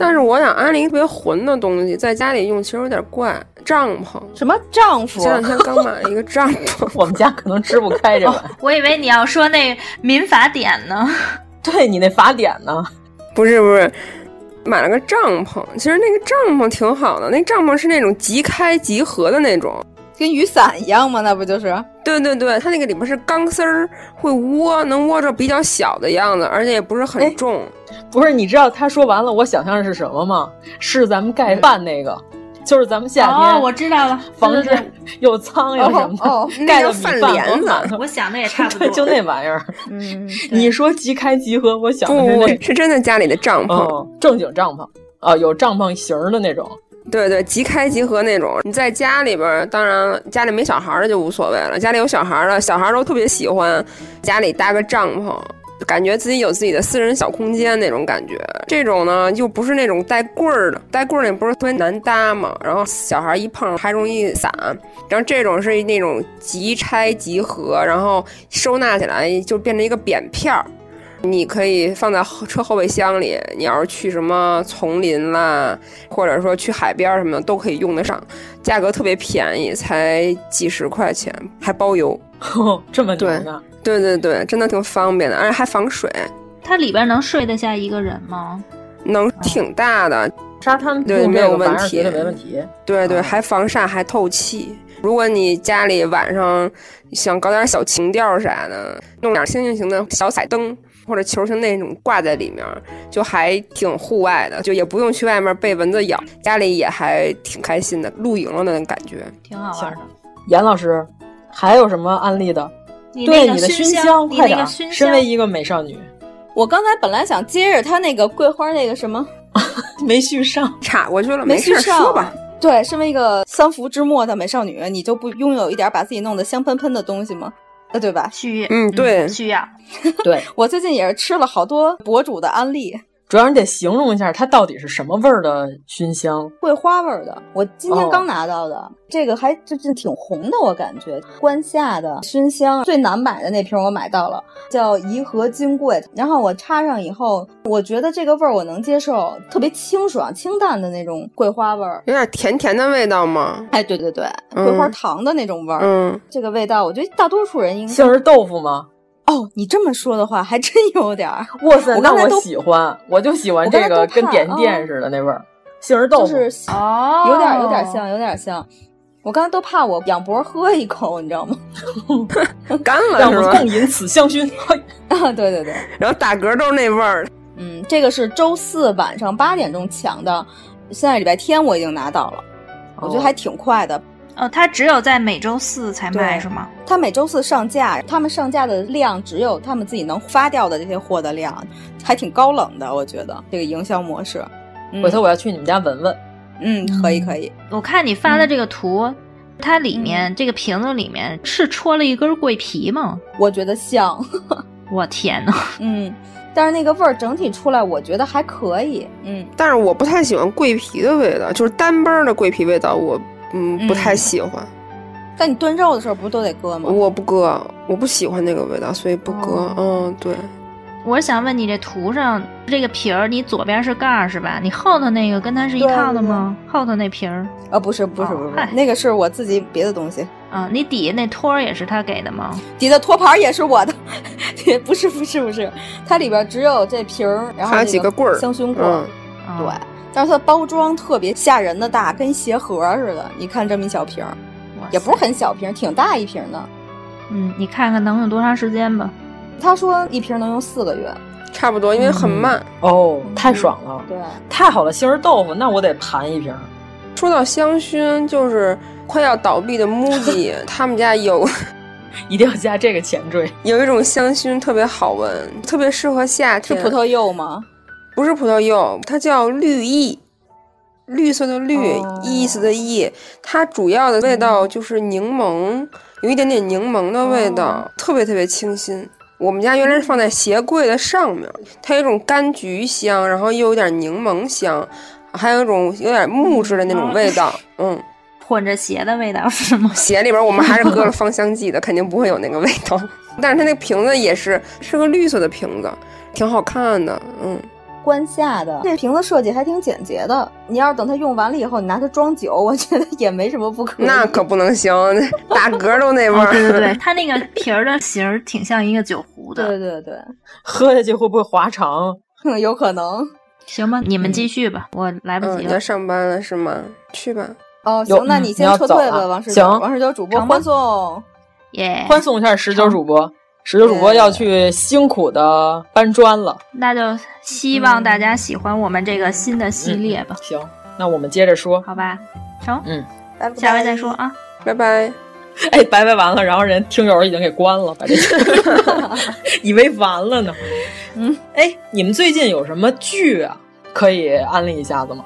B: 但是我想安利特别混的东西，在家里用其实有点怪。帐篷
L: 什么帐篷？
B: 前两天刚买了一个帐篷， *laughs*
M: 我们家可能支不开这个、哦。
K: *laughs* 我以为你要说那民法典呢，
M: *laughs*
K: *laughs*
M: 对你那法典呢？
B: 不是不是，买了个帐篷。其实那个帐篷挺好的，那帐篷是那种即开即合的那种，
L: 跟雨伞一样吗？那不就是？
B: 对对对，它那个里边是钢丝儿，会窝，能窝着比较小的样子，而且也不是
M: 哎
B: 很重。
M: 不是，你知道他说完了，我想象的是什么吗？是咱们盖饭那个，就是咱们夏天
K: 哦，我知道了，
M: 防止 *laughs* 有苍蝇什么的，
B: 哦哦、
M: 盖
B: 的
M: 饭
B: 帘子，
K: 我想
M: *laughs*
K: 的也差不多，
M: 就那玩意儿。
K: 嗯，
M: 你说即开即合，我想的是、那
B: 个、是真的家里的帐篷，
M: 哦、 *laughs* 正经帐篷啊，有帐篷型的那种。 *laughs*
B: 对对，即开即合那种。你在家里边，当然家里没小孩的就无所谓了，家里有小孩的，小孩都特别喜欢家里搭个帐篷。感觉自己有自己的私人小空间那种感觉，这种呢又不是那种带棍儿的，带棍儿也不是特别难搭嘛，然后小孩一碰还容易散，然后这种是那种即拆即合，然后收纳起来就变成一个扁片儿，你可以放在车后备箱里，你要是去什么丛林啦，或者说去海边什么的都可以用得上，价格特别便宜，才几十块钱，还包邮，
M: 哦、这么
B: 对。对对对，真的挺方便的，而且还防水。
K: 它里边能睡得下一个人吗？
B: 能，挺大的，
M: 沙滩
B: 对没有问题，
M: 没问题。
B: 对对，还防晒，还透气。如果你家里晚上想搞点小情调啥的，弄点星星型的小彩灯或者球形那种挂在里面，就还挺户外的，就也不用去外面被蚊子咬，家里也还挺开心的，露营了的感觉，
K: 挺好玩的。
M: 严老师，还有什么案例的？
K: 你
M: 对
K: 你
M: 的
K: 熏
M: 香，快点！
K: 熏
M: 身为一个美
B: *laughs*
M: 少女，
L: 我刚才本来想接着他那个桂花那个什么，
M: 没续上，
B: 岔过去了，
L: 没啊
B: 续
L: 上。
B: 说吧。
L: 对，身为一个三伏之末的美少女，你就不拥有一点把自己弄得香喷喷的东西吗？呃，对吧？
K: 需
B: 嗯，对，
K: 需要。
M: 对
L: 我最近也是吃了好多博主的安利。
M: 主要你得形容一下它到底是什么味儿的熏香，
L: 桂花味儿的。我今天刚拿到的，哦、这个还最近挺红的，我感觉关夏的熏香最难买的那瓶我买到了，叫颐和金桂。然后我插上以后，我觉得这个味儿我能接受，特别清爽、清淡的那种桂花味儿，
B: 有点甜甜的味道吗？
L: 哎，对对对，桂花糖的那种味儿。
B: 嗯，
L: 这个味道我觉得大多数人应该
M: 杏仁豆腐吗？
L: 哦，你这么说的话，还真有点儿。
M: 哇塞，
L: 我
M: 那
L: 我
M: 喜欢，我就喜欢这个跟点心店似的那味儿，杏仁豆
L: 腐，就是
K: 哦，
L: 有点有点像，有点像。我刚才都怕我仰脖喝一口，你知道吗？
B: 干了
M: 让我们共饮此香薰。 *laughs*
L: 啊，对对对，
B: 然后打嗝都是那味儿。
L: 嗯，这个是周四晚上八点钟抢的，现在礼拜天我已经拿到了，
M: 哦、
L: 我觉得还挺快的。
K: 哦，它只有在每周四才卖是吗？
L: 它每周四上架，他们上架的量只有他们自己能发掉的这些货的量，还挺高冷的，我觉得这个营销模式。嗯、
M: 回头我要去你们家闻闻。
L: 嗯，可以可以。
K: 我看你发的这个图，嗯、它里面、嗯、这个瓶子里面是戳了一根桂皮吗？
L: 我觉得像。
K: 我天呐。
L: 嗯，但是那个味儿整体出来，我觉得还可以。嗯，
B: 但是我不太喜欢桂皮的味道，就是单杯的桂皮味道我。嗯，不太喜欢、
L: 嗯。但你炖肉的时候不是都得搁吗？
B: 我不搁，我不喜欢那个味道，所以不搁。哦、嗯，对。
K: 我想问你，这图上这个皮儿，你左边是盖儿是吧？你后头那个跟它是一套的吗？后头那皮儿？
L: 啊、哦，不是，不是，不是，哦、那个是我自己别的东西。
K: 啊，你底下那托儿也是他给的吗？
L: 底下托盘也是我的， *laughs* 也不是，不是，不是，它里边只有这皮儿，然后
B: 还有几个棍儿，
L: 香薰棍儿，
K: 嗯、
L: 对。但是它包装特别吓人的大，跟鞋盒似的。你看这么一小瓶，也不是很小瓶，挺大一瓶的。
K: 嗯，你看看能用多长时间吧。
L: 他说一瓶能用四个月。
B: 差不多，因为很慢。
M: 哦，太爽了！
B: 对，
M: 太好了，杏仁豆腐，那我得盘一瓶。
B: 说到香薰，就是快要倒闭的 *laughs* MUJI，他们家有
M: *laughs* 一定要加这个前缀。 *laughs*
B: 有一种香薰特别好闻，特别适合夏
L: 是
B: 天。
L: 葡萄柚吗？
B: 不是葡萄柚，它叫绿意，绿色的绿，意思的意。它主要的味道就是柠檬，有一点点柠檬的味道，特别特别清新。我们家原来是放在鞋柜的上面，它有一种柑橘香，然后又有点柠檬香，还有一种有点木质的那种味道，嗯，
K: 混着鞋的味道是
L: *laughs*
K: 吗？
B: 鞋里边我们还是搁了芳香剂的，肯定不会有那个味道。但是它那瓶子也是是个绿色的瓶子，挺好看的，嗯。
L: 关下的这瓶子设计还挺简洁的，你要是等它用完了以后，你拿它装酒，我觉得也没什么不可以。
B: 那可不能行，打嗝都那味
K: 哦
B: 儿。
K: 对对对，它那个瓶儿的形儿挺像一个酒壶的。
L: 对对对，
M: 喝下去会不会滑肠？
L: 哼有可能。
K: 行吧，你们继续吧，我来不
B: 嗯，
K: 及
B: 你
K: 了。
B: 要上班了是吗？去吧。
L: 哦，
M: 有
L: 行，那
M: 嗯
L: 你先
M: 你要
L: 撤
M: 走
L: 退吧，
M: 了
L: 王十九，
M: 行
L: 王十九主播欢送，
K: 耶
L: 哎
M: 欢送一下十九主播，十九主播要去辛苦的搬砖了。
K: 那就希望大家喜欢我们这个新的系列
L: 嗯
K: 吧，
M: 嗯行，那我们接着说， *laughs*
K: 好吧？成，
M: 嗯，
L: 拜拜
K: 下回再说啊。
B: 拜拜。
M: 哎，拜拜完了，然后人听友已经给关了，把这 *laughs* 以为完了呢。
L: 嗯，
M: 哎，你们最近有什么剧啊，可以安利一下子吗？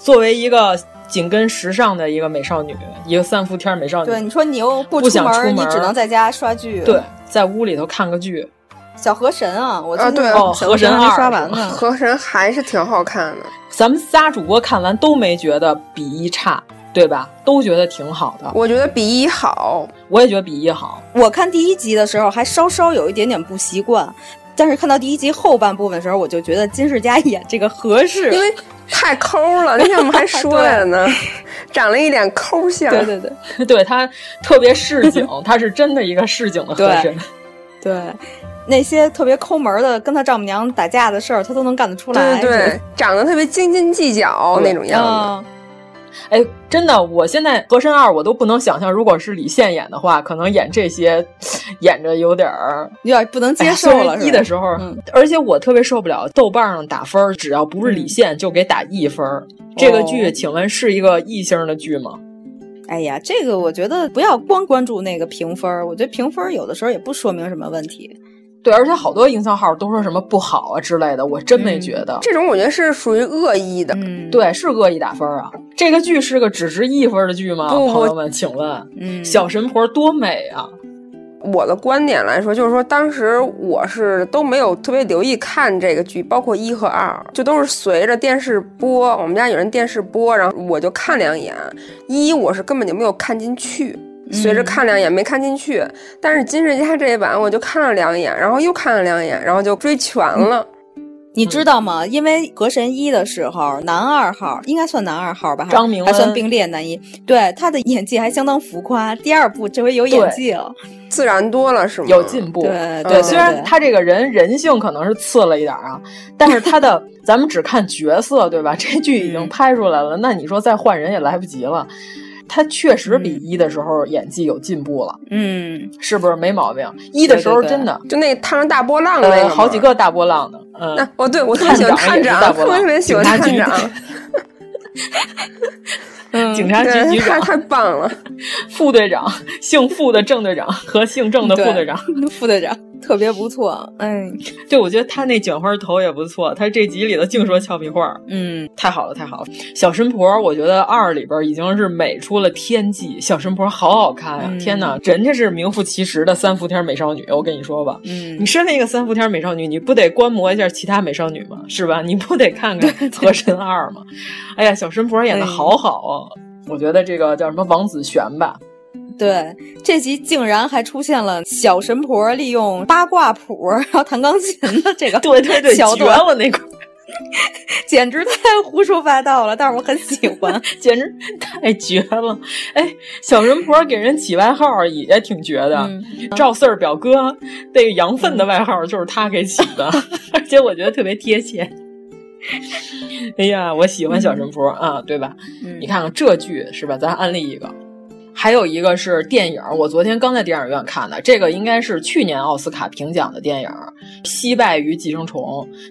M: 作为一个紧跟时尚的一个美少女，一个三伏天美少女，
L: 对，你说你又不
M: 不
L: 出
M: 想
L: 门，
M: 出
L: 你
M: 门
L: 只能在家刷剧。
M: 对，，在屋里头看个剧，
L: 小河神啊，我
B: 啊，
L: 最近
B: 对，
M: 哦
L: 小
M: 河神
L: 还没
M: 二
L: 刷完
M: 是
K: 嗯
L: 呢。
B: 河神还是挺好看的。
M: 咱们仨主播看完都没觉得比一差，对吧？都觉得挺好的。
B: 我觉得比一好，
M: 我也觉得比一好。 *laughs*
L: 我看第一集的时候还稍稍有一点点不习惯，但是看到第一集后半部分的时候，我就觉得金世佳演这个合适，
B: 因为太抠了。那天我们
K: *laughs*
B: 还说了呢，长了一脸抠相。
L: 对对对
M: 对他特别市
L: *laughs*
M: 井，他是真的一个市井的和珅。
L: 对，那些特别抠门儿的跟他丈母娘打架的事儿，他都能干得出来。
B: 对对对，长得特别斤斤计较那种样
K: 哦
B: 子。
L: 嗯，
M: 哎，真的，我现在《和珅二》我都不能想象，如果是李现演的话，可能演这些，演着有点儿。
L: 有点不能
M: 哎
L: 接
M: 呀
L: 受
M: 虽
L: 了。
M: 然
L: 是
M: 一
L: 吧
M: 的时候，
L: 嗯
M: 而且我特别受不了豆瓣上打分儿，只要不是李现就给打一分儿。这个
L: 嗯
M: 剧，
L: 哦
M: 请问是一个异星的剧吗？
L: 哎呀，这个我觉得不要光关注那个评分儿，我觉得评分儿有的时候也不说明什么问题。
M: 对，而且好多营销号都说什么不好啊之类的，我真没觉得。
B: 这种我觉得是属于恶意的，
L: 嗯，
M: 对，是恶意打分啊！这个剧是个只值一分的剧吗？
B: 不不
M: 朋友们，请问，
L: 嗯
M: 小神婆多美啊！
B: 我的观点来说，就是说当时我是都没有特别留意看这个剧，包括一和二，就都是随着电视播，我们家有人电视播，然后我就看两眼。一我是根本就没有看进去，
M: 嗯
B: 随着看两眼没看进去，但是金世佳这一版我就看了两眼，然后又看了两眼，然后就追全
M: 嗯
B: 了。
L: 你知道吗？因为河神一的时候，男二号应该算男二号吧，还
M: 张明
L: 还算
M: 恩
L: 并列男一，对他的演技还相当浮夸。第二部这回有演
M: 对
L: 技了，
B: 自然多了是吗？
M: 有进步。
L: 对
M: 对，
L: 对对
M: 虽然
L: 对
M: 他这个人人性可能是次了一点儿啊，但是
L: *laughs*
M: 他的咱们只看角色，对吧？这剧已
L: 嗯
M: 经拍出来了，那你说再换人也来不及了。他确实比一的时候演技有进步了，
L: 嗯，
M: 是不是没毛病？一的时候
L: 对对对
M: 真的，
B: 就那趟上大波浪那个
M: 呃，
B: 嘛，
M: 好几个大波浪的，嗯，
B: 那哦，对我特别喜欢探
M: 探
B: 长
M: 长也是大，波
B: 我
M: 浪
B: 特别喜欢探
M: 警
B: 长
M: 察，
L: 嗯
M: 警察局
B: 对
M: 局
L: *laughs*
B: 他
M: 长、
B: 太棒了。
M: 副队长、姓傅的正队 *laughs* 长和姓郑的副队长。
L: 对，副队长特别不错，嗯
M: 对，我觉得他那卷花头也不错，他这集里头净说俏皮话儿，
L: 嗯，
M: 太好了，太好了。小神婆，我觉得二里边已经是美出了天际，小神婆好好看呀、啊
L: 嗯
M: 天哪，人家是名副其实的三伏天美少女，我跟你说吧。
L: 嗯
M: 你身为一个三伏天美少女，你不得观摩一下其他美少女吗？是吧？你不得看看《河神二》吗？哎呀，小神婆演的好好啊！我觉得这个叫什么王子璇吧，
L: 对，这集竟然还出现了小神婆利用八卦谱然后弹钢琴的这个
M: 对对 *laughs* 对，
L: 桥
M: 绝
L: 段，
M: 了那块儿，
L: 简直太胡说八道了，但是我很喜欢。
M: *laughs* 简直太绝了！哎，小神婆给人起外号也挺绝的，
L: 嗯
M: 赵四儿表哥那个羊粪的外号就是他给起的，
N: 嗯
M: *laughs* 而且我觉得特别贴切。 *laughs* 哎呀，我喜欢小神婆啊，对吧？
L: 嗯
M: 你看看这剧是吧？咱安利一个，还有一个是电影，我昨天刚在电影院看的，这个应该是去年奥斯卡评奖的电影，惜败于《寄生虫》，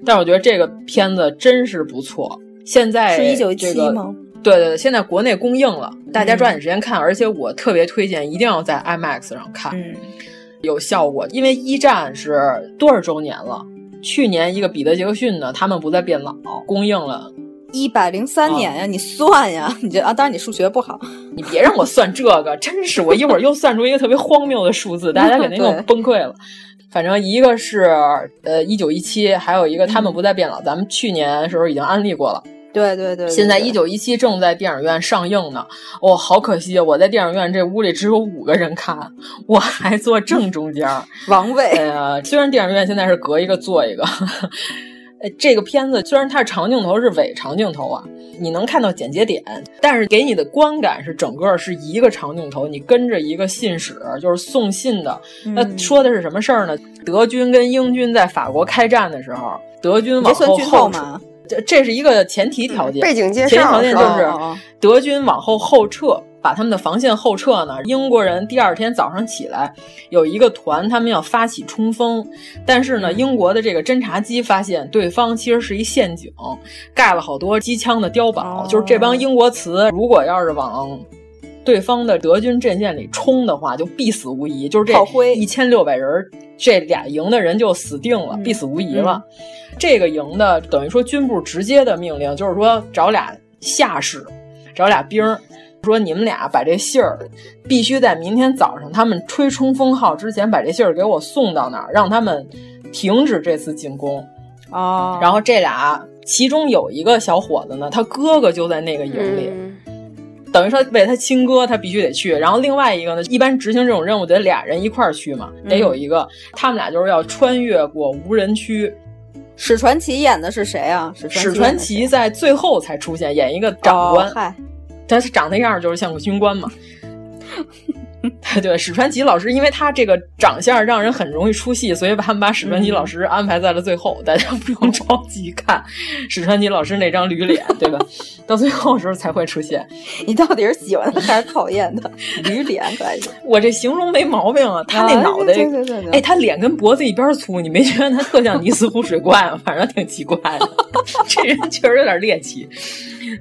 M: 但是我觉得这个片子真是不错。现在
N: 是一九
M: 这
N: 七
M: 个嗯
N: 吗？
M: 对对对，现在国内公映了，大家抓紧时间看，而且我特别推荐，一定要在 IMAX 上看，
L: 嗯
M: 有效果。因为一战是多少周年了？去年一个彼得·杰克逊呢，他们不再变老，公映了。
L: 一百零三年
M: 啊
L: 呀、你算呀，你这啊，当然你数学不好，
M: 你别让我算这个， *laughs* 真是我一会儿又算出一个特别荒谬的数字，大家肯定又
L: 对
M: 崩溃了。反正一个是呃一九一七还有一个他们不再变老，咱们去年时候已经安利过了。
L: 对对对对
M: 现在
L: 对
M: 一九一七正在电影院上映呢，哦，好可惜，我在电影院这屋里只有五个人看，我还坐正中
L: *laughs*
M: 间儿，
L: 王位。
M: 哎呀，虽然电影院现在是隔一个坐一个， *laughs* 呃，这个片子虽然它是长镜头，是伪长镜头啊，你能看到剪接点，但是给你的观感是整个是一个长镜头，你跟着一个信使，就是送信的。那、
L: 嗯
M: 说的是什么事儿呢？德军跟英军在法国开战的时候，德军
L: 这
M: 往
L: 算
M: 后
L: 剧透
M: 后撤
L: 吗？
M: 这这是一个前提条件，
B: 嗯背景介绍
M: 前提条件就是是
B: 吧哦
M: 德军往后后撤，把他们的防线后撤呢。英国人第二天早上起来，有一个团他们要发起冲锋，但是呢，英国的这个侦察机发现对方其实是一陷阱，盖了好多机枪的碉堡，
L: 哦
M: 就是这帮英国词如果要是往。对方的德军阵线里冲的话，就必死无疑。就是
L: 炮
M: 这一千六百人儿，这俩营的人就死定了，
L: 嗯
M: 必死无疑了。这个营的等于说军部直接的命令就是说找俩下士，找俩兵儿，说你们俩把这信儿必须在明天早上他们吹冲锋号之前把这信儿给我送到那儿，让他们停止这次进攻。
L: 哦，
M: 然后这俩其中有一个小伙子呢，他哥哥就在那个营里。
B: 嗯
M: 等于说为他亲哥，他必须得去。然后另外一个呢，一般执行这种任务得俩人一块儿去嘛，得有一个。他们俩就是要穿越过无人区，
L: 史传奇演的是谁啊？史
M: 嗯史
L: 传
M: 传
L: 奇
M: 奇在最后才出现，演一个
L: 哦
M: 长官。但是长那样就是像个军官嘛。 *laughs* 对，史传奇老师，因为他这个长相让人很容易出戏，所以把他们把史传奇老
L: 嗯
M: 师安排在了最后，大家不用着急看史传奇老师那张驴脸，对吧？到最后的时候才会出现。
L: 你到底是喜欢他还是讨厌
M: *laughs*
L: 他？驴脸可还是？
M: 我这形容没毛病啊，他那
L: 啊
M: 脑袋，
L: 对对对对
M: 哎，他脸跟脖子一边粗，你没觉得他特像尼斯湖水怪吗？反正挺奇怪的， *laughs* 这人确实有点猎奇。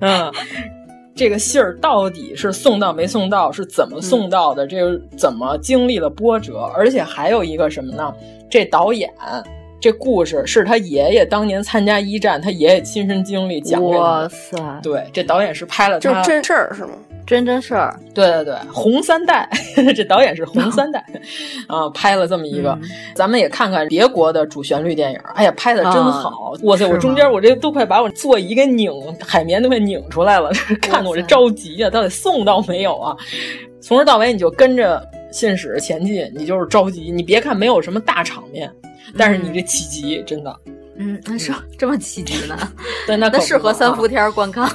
M: 嗯，这个信儿到底是送到没送到，是怎么送到的？这个怎么经历了波折？而且还有一个什么呢？这导演。这故事是他爷爷当年参加一战，他爷爷亲身经历讲给他
N: 哇
M: 的。
N: 塞，
M: 对，这导演是拍了
B: 就
M: 他
B: 真事儿是吗？
N: 真真事儿，
M: 对对对，红三代， *laughs* 这导演是红三代， *laughs* 啊，拍了这么一
L: 嗯
M: 个，咱们也看看别国的主旋律电影，哎呀，拍的真好，
N: 啊
M: 哇塞，
N: 是
M: 我中间我这都快把我座椅给拧，海绵都快拧出来了， *laughs* 看的我这着急啊，到底送到没有啊？从头到尾你就跟着信使前进，你就是着急，你别看没有什么大场面，但
L: 嗯
M: 是你这起急真的，
N: 嗯，那是这么奇迹 *laughs* 呢？
M: 但那可
L: 那
M: 不
L: 适合
M: 嘛啊
L: 三伏天观看。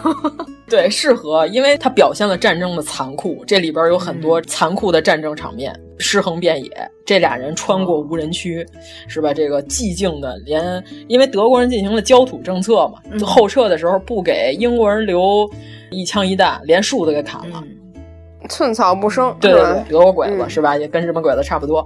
M: 对，适合，因为它表现了战争的残酷，这里边有很多残酷的战争场面，尸横遍野。这俩人穿过无人区，是吧？这个寂静的，连因为德国人进行了焦土政策嘛，
L: 嗯
M: 就后撤的时候不给英国人留一枪一弹，连树都给砍了。
B: 寸草不生，
M: 对
B: 是
M: 对
B: 吧嗯
M: 对，德国鬼子、是吧？也跟日本鬼子差不多。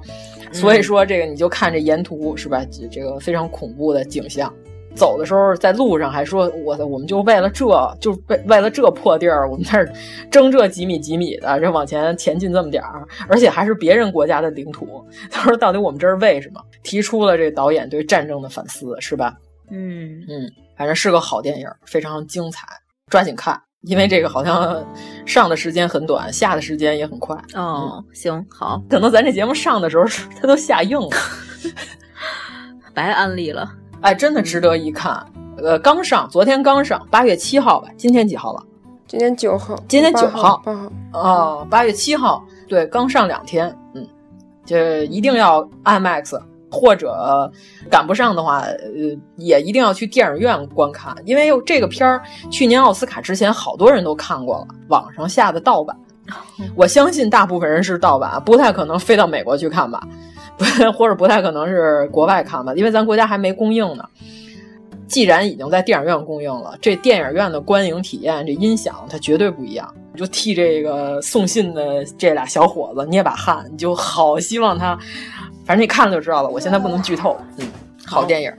M: 所以说这个你就看这沿途是吧？这这个非常恐怖的景象。走的时候在路上还说，我的我们就为了这，就为为了这破地儿，我们在这儿争这几米几米的，这往前前进这么点儿，而且还是别人国家的领土。 *laughs* 他说到底我们这是为什么？提出了这导演对战争的反思，是吧？
N: 嗯
M: 嗯，反正是个好电影，非常精彩，抓紧看，因为这个好像上的时间很短，下的时间也很快。
N: 哦，行好，
M: 可能咱这节目上的时候，它都下映了，
N: 白安利了。
M: *laughs* 哎，真的值得一看。呃，刚上，昨天刚上，八月七号吧，今天几号了？
B: 今天九号，
M: 今天
B: 八
M: 九号
B: 八号，
M: 哦，八月七号，对，刚上两天，嗯，这一定要 IMAX，或者呃赶不上的话，呃，也一定要去电影院观看，因为这个片儿去年奥斯卡之前好多人都看过了，网上下的盗版，我相信大部分人是盗版，不太可能飞到美国去看吧， *laughs* 或者不太可能是国外看吧，因为咱国家还没公映呢。既然已经在电影院公映了，这电影院的观影体验，这音响它绝对不一样。你就替这个送信的这俩小伙子捏把汗，你就好希望他，反正你看了就知道了。我现在不能剧透，嗯，好电影。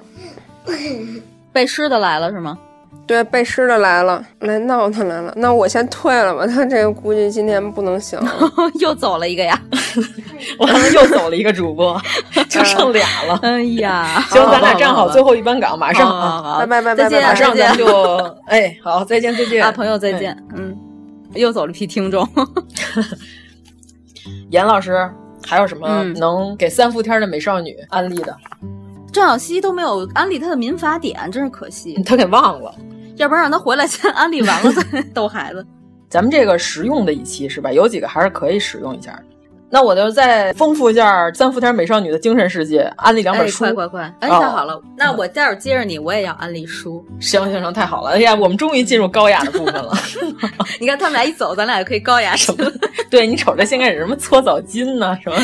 N: 背诗的来了是吗？ *laughs*
B: 对，背诗的来了，来闹腾来了。那我先退了吧，他这个估计今天不能行了。
N: 又走了一个呀，
M: 我们又走了一个主
N: *laughs*
M: 播，就剩俩了。
N: 哎 *laughs* 呀，
M: 行，咱俩站好最后一班岗，马
N: 哦
M: 上啊，
B: 拜拜拜
N: 再
B: 拜
N: 见
B: 拜
M: 马
B: 拜。
M: 上咱
N: *laughs*
M: 就哎，好，再见再见
N: 啊，朋友再见。嗯，又走了一批听 *laughs* 众。
M: 严老师还有什么
N: 嗯
M: 能给三伏天的美少女安利的？
N: 郑小希都没有安利他的民法典，真是可惜。
M: 嗯他给忘了。
N: 要不然让他回来先安利 *laughs* 完了再逗孩子。
M: 咱们这个实用的一期是吧？有几个还是可以使用一下的。那我就再丰富一下三伏天美少女的精神世界，安利两本
N: 哎
M: 书。
N: 快快快！哎，
M: 哦
N: 太好了，那我待会儿接着你，我也要安利书。
M: 行行行，太好了！哎呀，我们终于进入高雅的部分了。 *laughs*
N: 你看他们俩一走，咱俩也可以高雅什么？ *laughs*
M: 对你瞅这先开始什么搓澡巾呢、什么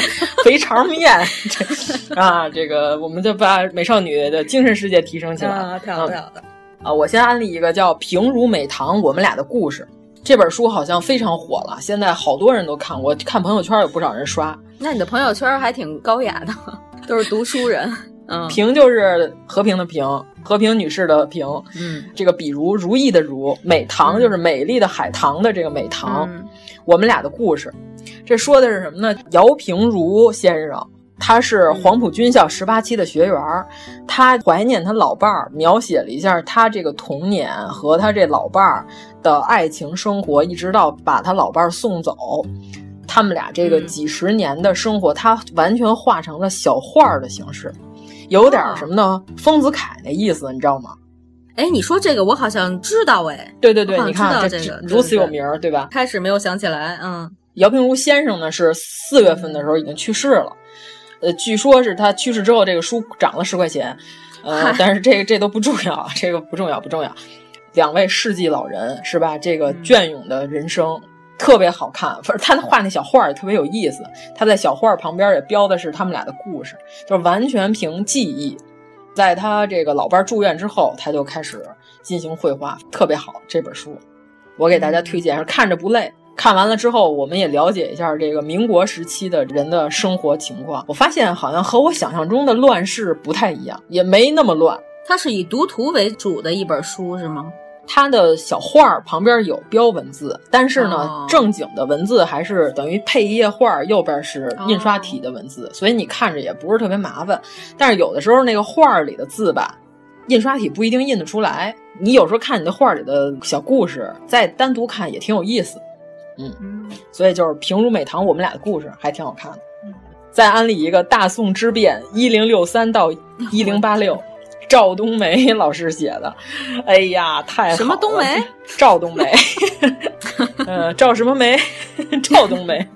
M: 肥肠面这啊，这个我们就把美少女的精神世界提升起来。
N: 啊，太好了太好了。
M: 啊，我先安利一个叫《平如美堂：我们俩的故事》这本书，好像非常火了，现在好多人都看，我看朋友圈有不少人刷。
N: 那你的朋友圈还挺高雅的， *laughs* 都是读书
M: *laughs*
N: 人。嗯，
M: 平就是和平的平，和平女士的平，
N: 嗯，
M: 这个比如如意的如，美棠就是美丽的海棠的这个美棠。
N: 嗯
M: 我们俩的故事，这说的是什么呢？姚平如先生。他是黄埔军校十八期的学员儿，他怀念他老伴儿，描写了一下他这个童年和他这老伴儿的爱情生活，一直到把他老伴儿送走，他们俩这个
N: 嗯
M: 几十年的生活，他完全画成了小画儿的形式，有点儿什么呢？丰子恺那意思，你知道吗？
N: 哎，你说这个我好像知道哎。
M: 对对对
N: 我，好
M: 你
N: 像知
M: 看啊
N: 道
M: 这
N: 这个
M: 这如此
N: 对
M: 有
N: 对
M: 名儿，对吧？
N: 开始没有想起来，嗯，
M: 姚平如先生呢是四月份的时候已经去世了，呃，据说是他去世之后，这个书涨了十块钱，呃
N: 嗨，
M: 但是这个这都不重要，这个不重要不重要。两位世纪老人是吧？这个隽永的人生。特别好看，反正他画那小画儿也特别有意思。他在小画儿旁边也标的是他们俩的故事，就是完全凭记忆。在他这个老伴儿住院之后，他就开始进行绘画，特别好。这本书我给大家推荐，看着不累。看完了之后，我们也了解一下这个民国时期的人的生活情况。我发现好像和我想象中的乱世不太一样，也没那么乱。
N: 它是以读图为主的一本书是吗？
M: 他的小画儿旁边有标文字，但是呢，
N: 哦
M: 正经的文字还是等于配一页画儿，右边是印刷体的文字，所以你看着也不是特别麻烦。但是有的时候那个画儿里的字吧，印刷体不一定印得出来。你有时候看你的画儿里的小故事，再单独看也挺有意思。嗯，所以就是平如美堂，我们俩的故事还挺好看的。
N: 嗯
M: 再安利一个《大宋之变》，一零六三到一零八
N: *laughs*
M: 六，赵冬梅老师写的。哎呀，太好了
N: 什么冬梅？
M: 赵
N: *laughs*
M: 冬梅，呃，赵什么梅？ *laughs* 赵冬梅。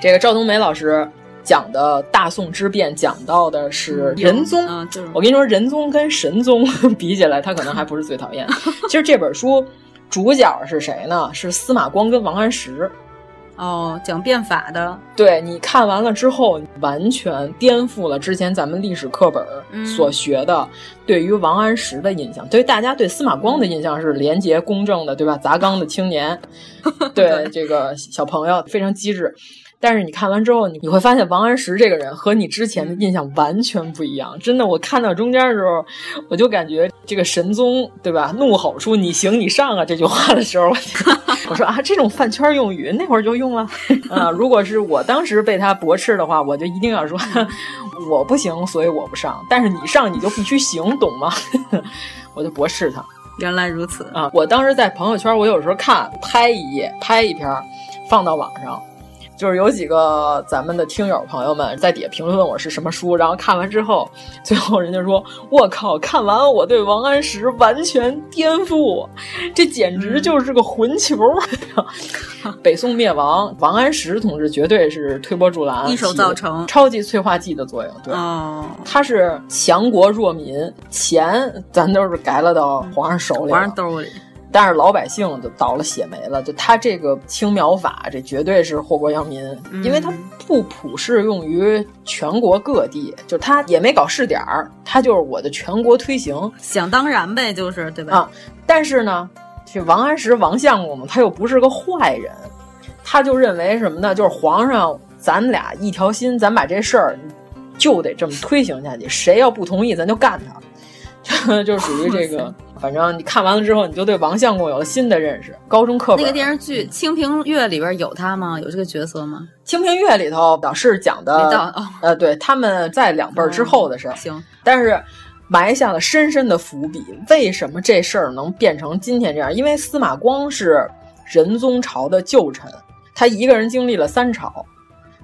M: 这个赵冬梅老师讲的《大宋之变》，讲到的是仁宗。
N: 啊，就是
M: 我跟你说，仁宗跟神宗 *laughs* 比起来，他可能还不是最讨
N: *laughs*
M: 厌。其实这本书主角是谁呢？是司马光跟王安石。
N: 哦，讲变法的，
M: 对你看完了之后，完全颠覆了之前咱们历史课本儿
N: 嗯
M: 所学的对于王安石的印象。对于大家对司马光的印象是廉洁公正的，对吧？砸缸的青年，对这个小朋友非常机智。但是你看完之后，你你会发现王安石这个人和你之前的印象完全不一样。真的，我看到中间的时候，我就感觉这个神宗对吧，怒吼出“你行你上啊”这句话的时候，我就 *laughs* 我说啊，这种饭圈用语那会儿就用了。啊，如果是我当时被他驳斥的话，我就一定要说我不行，所以我不上。但是你上，你就必须行，懂吗？ *laughs* 我就驳斥他。
N: 原来如此。
M: 啊，我当时在朋友圈，我有时候看拍一页，拍一篇儿，放到网上。就是有几个咱们的听友朋友们在底下评论我是什么书，然后看完之后，最后人家说：“我靠，看完我对王安石完全颠覆，这简
N: 嗯
M: 直就是个混球儿！”啊 *laughs* 北宋灭亡，王安石同志绝对是推波助澜，
N: 一手
M: 起
N: 造成
M: 超级催化剂的作用。对，
N: 哦，
M: 他是强国弱民，钱咱都是改了到皇上手里了，
N: 玩兜里，
M: 但是老百姓就倒了血霉了。就他这个青苗法，这绝对是祸国殃民，因为他不普适用于全国各地，就他也没搞试点儿，他就是我的全国推行
N: 想当然呗，就是对吧？
M: 啊。但是呢，这王安石王相公呢，他又不是个坏人，他就认为什么呢？就是皇上，咱们俩一条心，咱把这事儿就得这么推行下去，谁要不同意，咱就干他， *laughs* 就属于这个。反正你看完了之后，你就对王相公有了新的认识。高中课本
N: 那个电视
M: 嗯
N: 剧《清平乐》里边有他吗？有这个角色吗？
M: 《清平乐》里头老是讲的，
N: 没到哦
M: 呃，对，他们在两辈儿之后的事儿、
N: 行，
M: 但是埋下了深深的伏笔。为什么这事儿能变成今天这样？因为司马光是仁宗朝的旧臣，他一个人经历了三朝，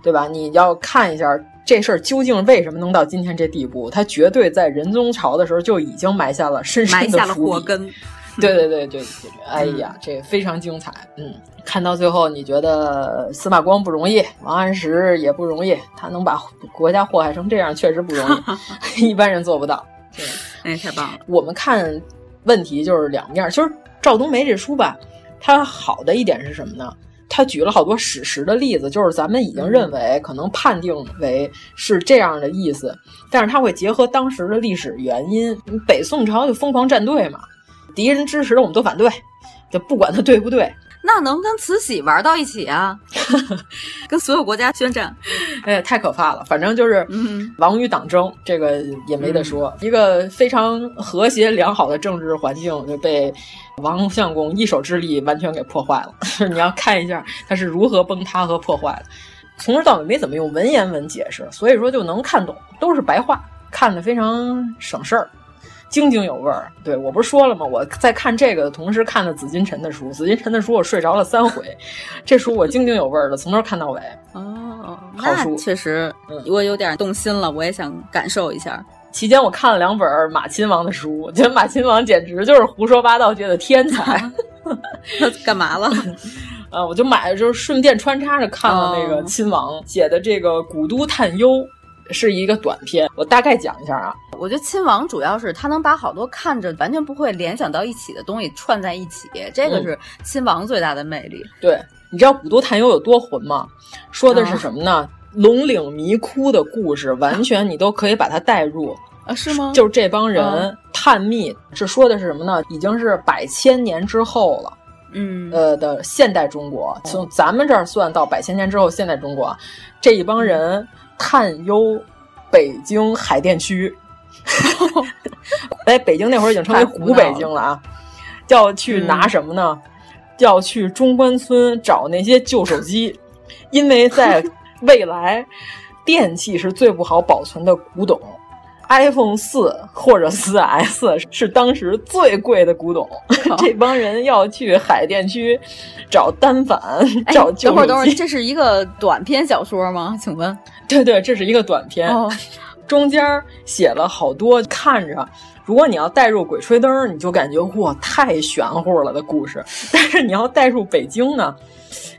M: 对吧？你要看一下这事儿究竟为什么能到今天这地步，他绝对在仁宗朝的时候就已经埋下了深深
N: 埋
M: 的
N: 下了
M: 伏
N: 祸
M: 笔。 *laughs*
N: 根。
M: 对对对对对，哎呀，这非常精彩。嗯，看到最后，你觉得司马光不容易，王安石也不容易，他能把国家祸害成这样，确实不容易，一般人做不到。
N: 哎，太棒了！
M: 我们看问题就是两面儿，就是赵冬梅这书吧，它好的一点是什么呢？它举了好多史实的例子，就是咱们已经认为可能判定为是这样的意思，但是它会结合当时的历史原因。北宋朝就疯狂站队嘛，敌人支持的我们都反对，就不管他对不对，
N: 那能跟慈禧玩到一起
M: *laughs*
N: 啊？跟所有国家宣战，
M: 哎，太可怕了。反正就是王与党争，这个也没得说。一个非常和谐良好的政治环境就被王相公一手之力完全给破坏了。 *laughs* 你要看一下他是如何崩塌和破坏的，从头到尾没怎么用文言文解释，所以说就能看懂，都是白话，看得非常省事儿。津津有味儿。对我不是说了吗？我在看这个的同时看了紫金陈的书，紫金陈的书我睡着了三回，这书我津津有味儿的，从头看到尾。
N: 哦，
M: 好书
N: 那确实，
L: 嗯
N: 我有点动心了，我也想感受一下。 *laughs*
M: 期间我看了两本马亲王的书， *laughs* 我觉得马亲王简直就是胡说八道界的天才。
N: *laughs* 他干嘛了？ *laughs*
M: 呃，我就买了，就是顺便穿插着看了那
N: 哦
M: 个亲王写的这个《古都探幽》，是一个短篇，我大概讲一下啊。
N: 我觉得亲王主要是他能把好多看着完全不会联想到一起的东西串在一起，这个是亲王最大的魅力。
M: 对，你知道古都探幽有多混吗？说
N: 啊
M: 的是什么呢？龙岭迷窟的故事，完全你都可以把它带入
N: 啊？ *laughs* 是吗？
M: 就是这帮人
N: 啊
M: 探秘，是说的是什么呢？已经是百千年之后了。
N: 嗯，
M: 呃的现代中国，从咱们这儿算到百千年之后现代中国，这一帮人探幽北京海淀区，哎，北京那会儿已经成为
N: 太胡
M: 古北
N: 闹
M: 京了啊，要去拿什么呢？要去中关村找那些旧手机，因为在未来，电器是最不好保存的古董。iPhone 四或者四
N: *laughs*
M: S 是当时最贵的古董，这帮人要去海淀区找单反，
N: 哎，
M: 找旧
N: 等会儿等
M: 手
N: 会
M: 机
N: 儿，。这是一个短篇小说吗？请问？
M: 对对，这是一个短片，
N: 哦
M: 中间儿写了好多看着。如果你要带入《鬼吹灯》，你就感觉哇太玄乎了的故事； *laughs* 但是你要带入北京呢，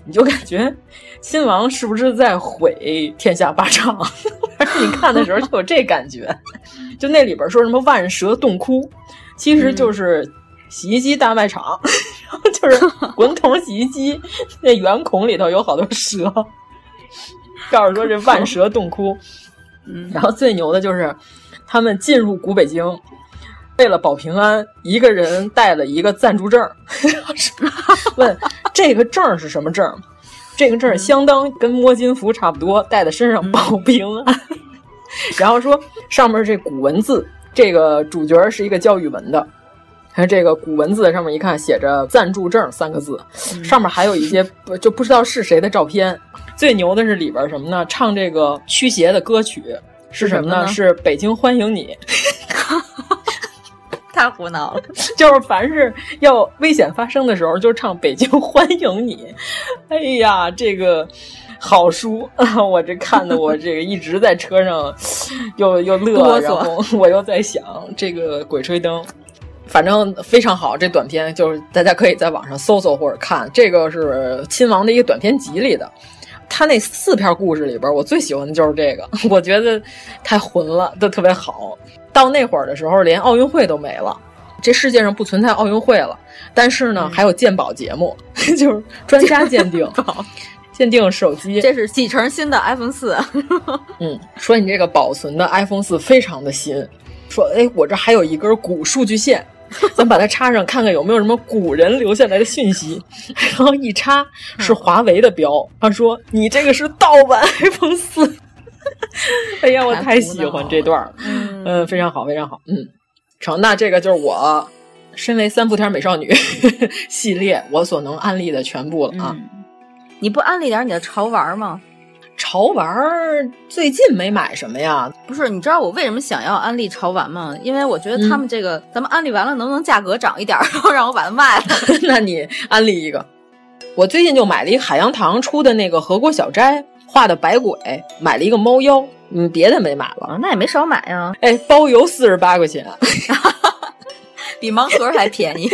M: 你就感觉亲王是不是在毁天下霸唱？ *laughs* 但是你看的时候就有这感觉。 *laughs* 就那里边说什么万蛇洞窟，其实就是洗衣机大卖场， *laughs* 然后就是滚筒洗衣机 *laughs* 那圆孔里头有好多蛇，告诉说这万蛇洞窟。然后最牛的就是他们进入古北京，为了保平安，一个人带了一个暂住证 *laughs* 儿，问这个证儿是什么证儿？这个证儿相当跟摸金符差不多，带在身上保平安。 *laughs* 然后说上面这古文字，这个主角是一个教语文的，看这个古文字上面一看写着“暂住证”三个字，上面还有一些不就不知道是谁的照片。最牛的是里边什么呢？唱这个驱邪的歌曲是什么
N: 是什么
M: 呢？
N: 呢
M: 是《北京欢迎你》，
N: 太胡闹了！ *laughs*
M: *laughs* 就是凡是要危险发生的时候，就唱《北京欢迎你》。哎呀，这个好书 *laughs* 啊！我这看的我这个一直在车上又又乐，
N: 哆嗦
M: 然后我又在想这个《鬼吹灯》。反正非常好，这短片就是大家可以在网上搜搜或者看，这个是亲王的一个短片集里的。他那四篇故事里边，我最喜欢的就是这个， *laughs* 我觉得太混了，都特别好。到那会儿的时候，连奥运会都没了，这世界上不存在奥运会了。但是呢，还有鉴宝节目， *laughs* 就是专家鉴定、鉴定手机。
N: 这是几成新的 iPhone 四？啊
M: 嗯，说你这个保存的 iPhone 四非常的新，说哎，我这还有一根骨数据线，咱把它插上，看看有没有什么古人留下来的讯息。然后一插是华为的标，他说你这个是盗版 iPhone 四。 *laughs* 哎呀，我太喜欢这段了，嗯、呃，非常好，非常好，嗯，成，那这个就是我身为三伏天美少女 *laughs* 系列我所能安利的全部了
L: 嗯
M: 啊。
L: 你不安利点你的潮玩吗？
M: 潮玩儿最近没买什么呀？ *laughs*
L: 不是，你知道我为什么想要安利潮玩吗？因为我觉
N: 嗯
L: 得他们这个，咱们安利完了，能不能价格涨一点儿，然后让我把它卖了？
M: 那你安利一个。我最近就买了一个海洋堂出的那个和国小斋画的百鬼，买了一个猫妖，嗯，别的没买了。
L: 那也没少买啊，
M: 哎，包邮四十八块钱，
L: *laughs* 比盲盒还便 *laughs* 宜。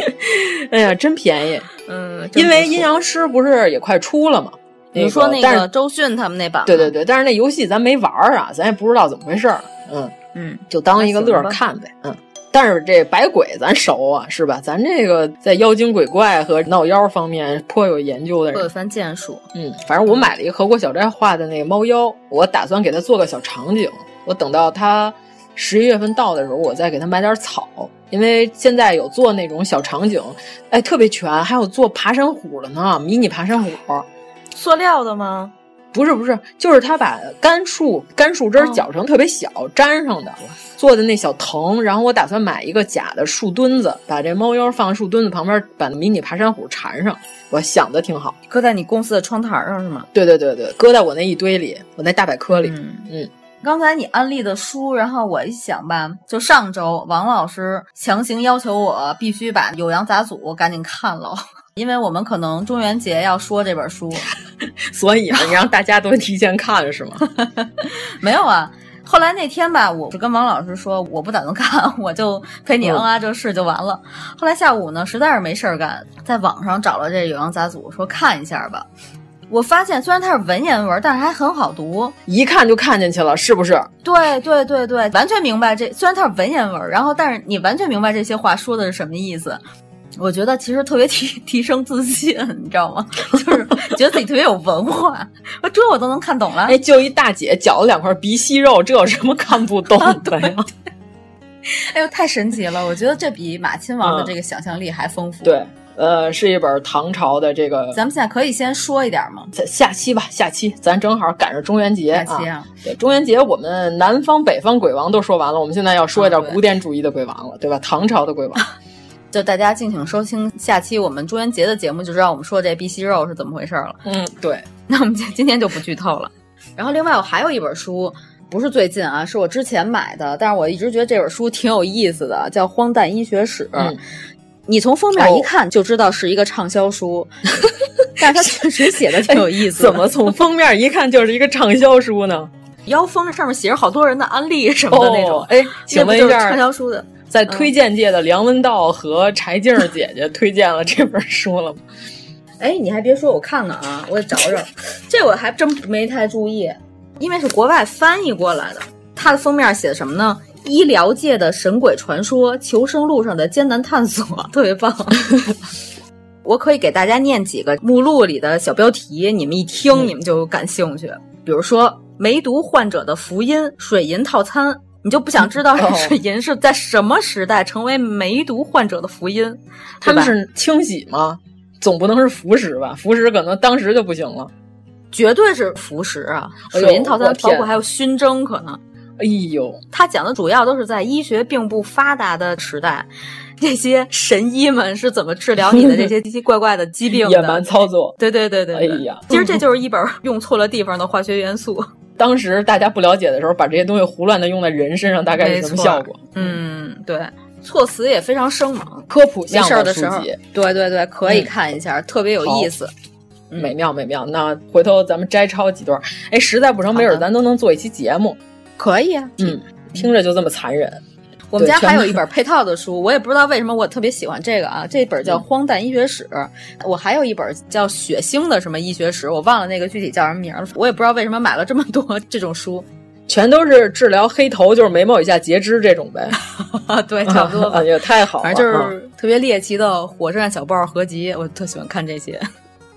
M: 哎呀，真便宜。
L: 嗯，
M: 因为阴阳师不是也快出了吗？
L: 你说那
M: 但是
L: 个周迅他们那版，
M: 对对，对，但是那游戏咱没玩儿啊，咱也不知道怎么回事儿。嗯
L: 嗯，
M: 就当一个乐儿
L: 那行吧
M: 看呗。嗯，但是这百鬼咱熟啊，是吧？咱这个在妖精鬼怪和闹妖方面颇有研究的
L: 会有一
M: 人。
L: 番建树。
M: 嗯，反正我买了一个和国小斋画的那个猫妖，我打算给它做个小场景。我等到它十一月份到的时候，我再给它买点草，因为现在有做那种小场景，哎，特别全，还有做爬山虎的呢，迷你爬山虎。
L: 塑料的吗？
M: 不是不是，就是他把干树干树枝
L: 哦
M: 儿绞成特别小，粘上的，做的那小藤。然后我打算买一个假的树墩子，把这猫妖放树墩子旁边，把迷你爬山虎缠上。我想的挺好，
L: 搁在你公司的窗台上是吗？
M: 对对对对，搁在我那一堆里，我那大百科里。
L: 嗯
M: 嗯
L: 刚才你安利的书，然后我一想吧，就上周王老师强行要求我必须把《酉阳杂俎》赶紧看了， *laughs* 因为我们可能中元节要说这本书。
M: *laughs* 所以呢，你让大家都提前看是吗？ *laughs*
L: *laughs* 没有啊。后来那天吧，我是跟王老师说，我不打算看， *laughs* 我就陪你嗯啊这事就完了。后来下午呢，实在是没事儿干，在网上找了这《酉阳杂俎》，说看一下吧。我发现虽然它是文言文，但是还很好读。
M: 一看就看进去了，是不是？
L: 啊对对对对，完全明白这。虽然它是文言文，然后但是你完全明白这些话说的是什么意思。我觉得其实特别提 *laughs* 提升自信，你知道吗？就是觉得自己特别有文化， *laughs* 我这我都能看懂了。
M: 哎，就一大姐绞了两块鼻息肉，这有什么看不懂的
L: 啊
M: 呀？
L: 哎呦，太神奇了！我觉得这比马亲王的这个想象力还丰富。，
M: *laughs* 对，呃，是一本唐朝的这个
L: 咱们现在可以先说一点吗？
M: 下下期吧，下期咱正好赶上中元节
L: 下期
M: 啊
L: 啊
M: 对，中元节我们南方、北方鬼王都说完了，我们现在要说一点
L: 啊对
M: 古典主义的鬼王了，对吧？唐朝的鬼 *laughs* 王，
L: 就大家敬请收听下期我们中元节的节目，就知道我们说这碧玺肉是怎么回事了。 *laughs*
M: 嗯，对，
L: 那我们今今天就不剧透了。然后另外我还有一本书，不是最近啊，是我之前买的，但是我一直觉得这本书挺有意思的，叫《荒诞医学史》。
M: 嗯
L: 你从封面
M: 哦
L: 一看就知道是一个畅销 *laughs* 书，但是它确实写的挺有意思的。
M: 怎么从封面一看就是一个畅销书呢？
L: 腰封上面写着好多人的安利什么的那种
M: 哦？哎，请问一
L: 那不就是畅
M: 下嗯
L: 销，书的。
M: 在推荐界的梁文道和柴静儿姐姐推荐了这本书了吗？
L: 哎，你还别说，我看看啊，我得找找，这我还真没太注意，因为是国外翻译过来的。它的封面写的什么呢？医疗界的神鬼传说，求生路上的艰难探索，特别
M: *laughs*
L: 棒。我可以给大家念几个目录里的小标题，你们一
M: 嗯
L: 听你们就感兴趣。比如说梅毒患者的福音水银套餐，你就不想知道 *laughs*
M: 哦
L: 水银是在什么时代成为梅毒患者的福音？
M: 他们
L: 对吧
M: 是清洗吗？总不能是服食吧？服食可能当时就不行了。
L: 绝对是服食啊，
M: 哎呦
L: 水银套
M: 我
L: 餐，
M: 天
L: 包括还有熏蒸，可能
M: 哎呦，
L: 他讲的主要都是在医学并不发达的时代，这些神医们是怎么治疗
M: *laughs*
L: 你的这些奇奇怪怪的疾病
M: 野蛮
L: 的。
M: 操作。
L: 对对对对，对
M: 哎呀
L: 其实这就是一本用错了地方的化学元素。
M: 当时大家不了解的时候，把这些东西胡乱的用在人身上，大概是什么效果？
L: 嗯，对，措辞也非常生猛。
M: 科普
L: 没
M: 项
L: 事儿
M: 目
L: 的
M: 书
L: 时候
M: 籍，，
L: 对对对，可以
M: 嗯
L: 看一下，特别有
M: 好
L: 意思。嗯
M: 美妙美妙。那回头咱们摘抄几段，哎，实在不成，没准咱都能做一期节目。
L: 可以啊，
M: 嗯，听着就这么残忍。
L: 我们
M: 对
L: 家还
M: 全
L: 有
M: 都
L: 一本配套的书，我也不知道为什么我特别喜欢这个啊。这本
M: 嗯
L: 叫《荒诞医学史》，我还有一本叫《血腥的什么医学史》，我忘了那个具体叫什么名儿了。我也不知道为什么买了这么多 *laughs* 这种书，
M: 全都是治疗黑头，就是眉毛以下截肢这种呗，
L: 对，差不多吧
M: *laughs* 哎。呀，太好了，
L: 反正就
M: 嗯
L: 是特别猎奇的《火车站小报》合集，我特喜欢看这些。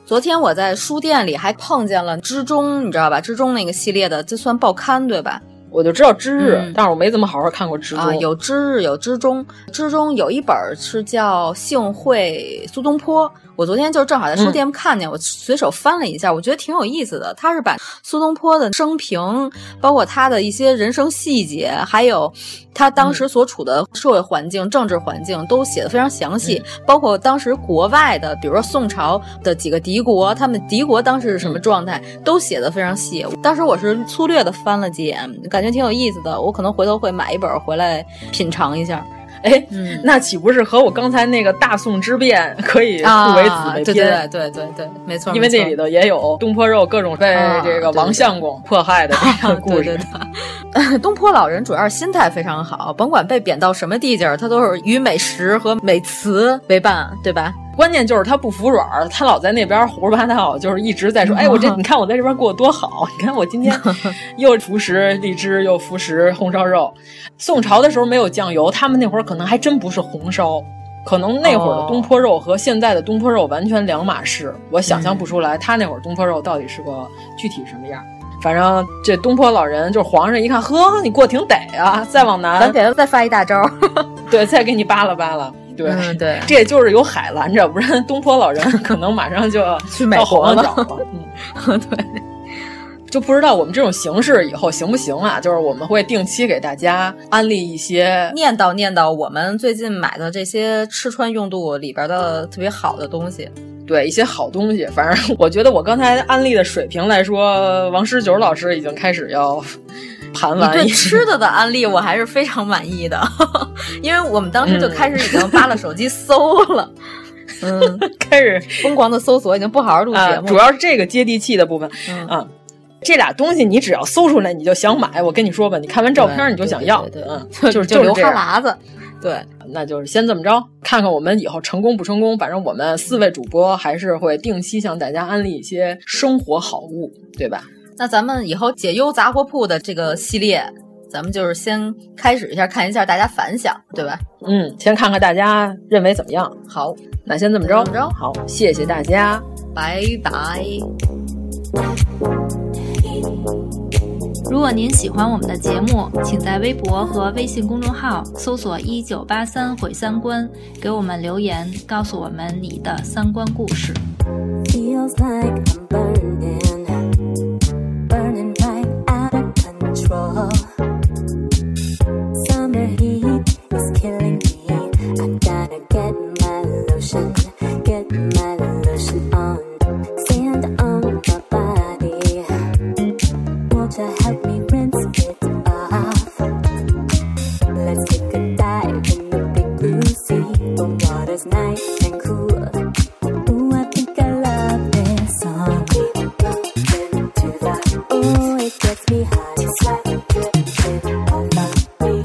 L: 昨天我在书店里还碰见了《之中》，你知道吧？《之中》那个系列的，这算报刊对吧？
M: 我就知道知日，但是我没怎么好好看过知中。
L: 嗯啊，有知日，有知中，知中有一本是叫《幸会苏东坡》，我昨天就正好在书店看见，我随手翻了一下，我觉得挺有意思的。他是把苏东坡的生平，包括他的一些人生细节，还有他当
M: 嗯
L: 时所处的社会环境、政治环境都写的非常详细，
M: 嗯
L: 包括当时国外的，比如说宋朝的几个敌国，他们敌国当时是什
M: 嗯
L: 么状态，都写的非常细。当时我是粗略的翻了几眼，感觉挺有意思的，我可能回头会买一本回来品尝一下。
M: 哎，那岂不是和我刚才那个大宋之变可以互为姊妹
L: 啊对
M: 篇？
L: 对对对对，没错，
M: 因为
L: 没错
M: 这里头也有东坡肉各种被
L: 啊
M: 这个王相公迫害的
L: *laughs*
M: 这个故事。
L: 东坡老人主要是心态非常好，甭管被贬到什么地界儿，他都是与美食和美词为伴，对吧？
M: 关键就是他不服软儿，他老在那边胡说八道，就是一直在说：“哎，我这你看我在这边过得多好，你看我今天又服食荔枝，又服食红烧肉。”宋朝的时候没有酱油，他们那会儿可能还真不是红烧，可能那会儿的东坡肉和现在的东坡肉完全两码事。我想象不出
L: 嗯
M: 来他那会儿东坡肉到底是个具体什么样儿。反正这东坡老人就是皇上一看，呵，你过挺得啊，再往南，
L: 咱给他再发一大招，
M: *laughs* 对，再给你扒拉扒拉。对、
L: 嗯对
M: 这也就是有海拦着，不然东坡老人可能马上就
L: 去美
M: 到火
L: 国
M: 王
L: 了
M: 岛
L: *laughs*
M: 了。嗯，对，就不知道我们这种形式以后行不行啊？就是我们会定期给大家安利一些
L: 念叨念叨我们最近买的这些吃穿用度里边的特别好的东西。
M: 对一些好东西。反正我觉得我刚才安利的水平来说，王十九老师已经开始要盘
L: 嗯你
M: 完
L: 对
M: 一
L: 吃的的案例我还是非常满意的， *laughs* 因为我们当时就开始已经扒拉手机搜了， *laughs* 嗯，
M: 开始
L: 疯狂的搜索，已经不好好录节
M: 啊，
L: 目了。嗯
M: 主要是这个接地气的部分、啊。这俩东西你只要搜出来，你就想买。我跟你说吧，你看完照片你就想要，嗯，就是
L: *laughs* 就是流
M: 这
L: 哈
M: 样
L: 喇子，对，
M: 那就是先这么着，看看我们以后成功不成功。反正我们四位主播还是会定期向大家安利一些生活好物，对吧？
L: 那咱们以后解忧杂货铺的这个系列，咱们就是先开始一下，看一下大家反响，对吧？
M: 嗯，先看看大家认为怎么样。
L: 好，
M: 那先这么着，
L: 这么着
M: 好，谢谢大家。
L: 拜拜。
A: 如果您喜欢我们的节目，请在微博和微信公众号搜索“一九八三毁三观”，给我们留言，告诉我们你的三观故事。
K: Feels like I'm burning, burning right out of control. Summer heat is killing me. I gotta get my lotion, get my lotion on. Sand on my body. Won't you help me rinse it off? Let's take a dive in the big blue sea. The water's nice and cool. Ooh, I think I love this song. Ooh, it gets me hot. It's like dripping off of me.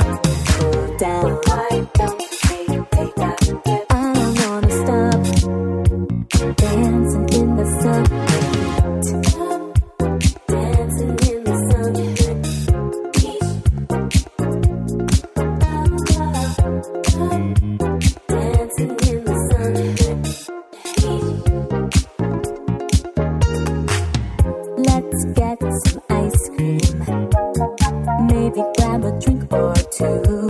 K: Cool down. Why don't they take that? I don't wanna stop dancing in the sun. Dancing in the sun. Dancing in the sun. Let's get some ice cream. Maybe grab a drink or two.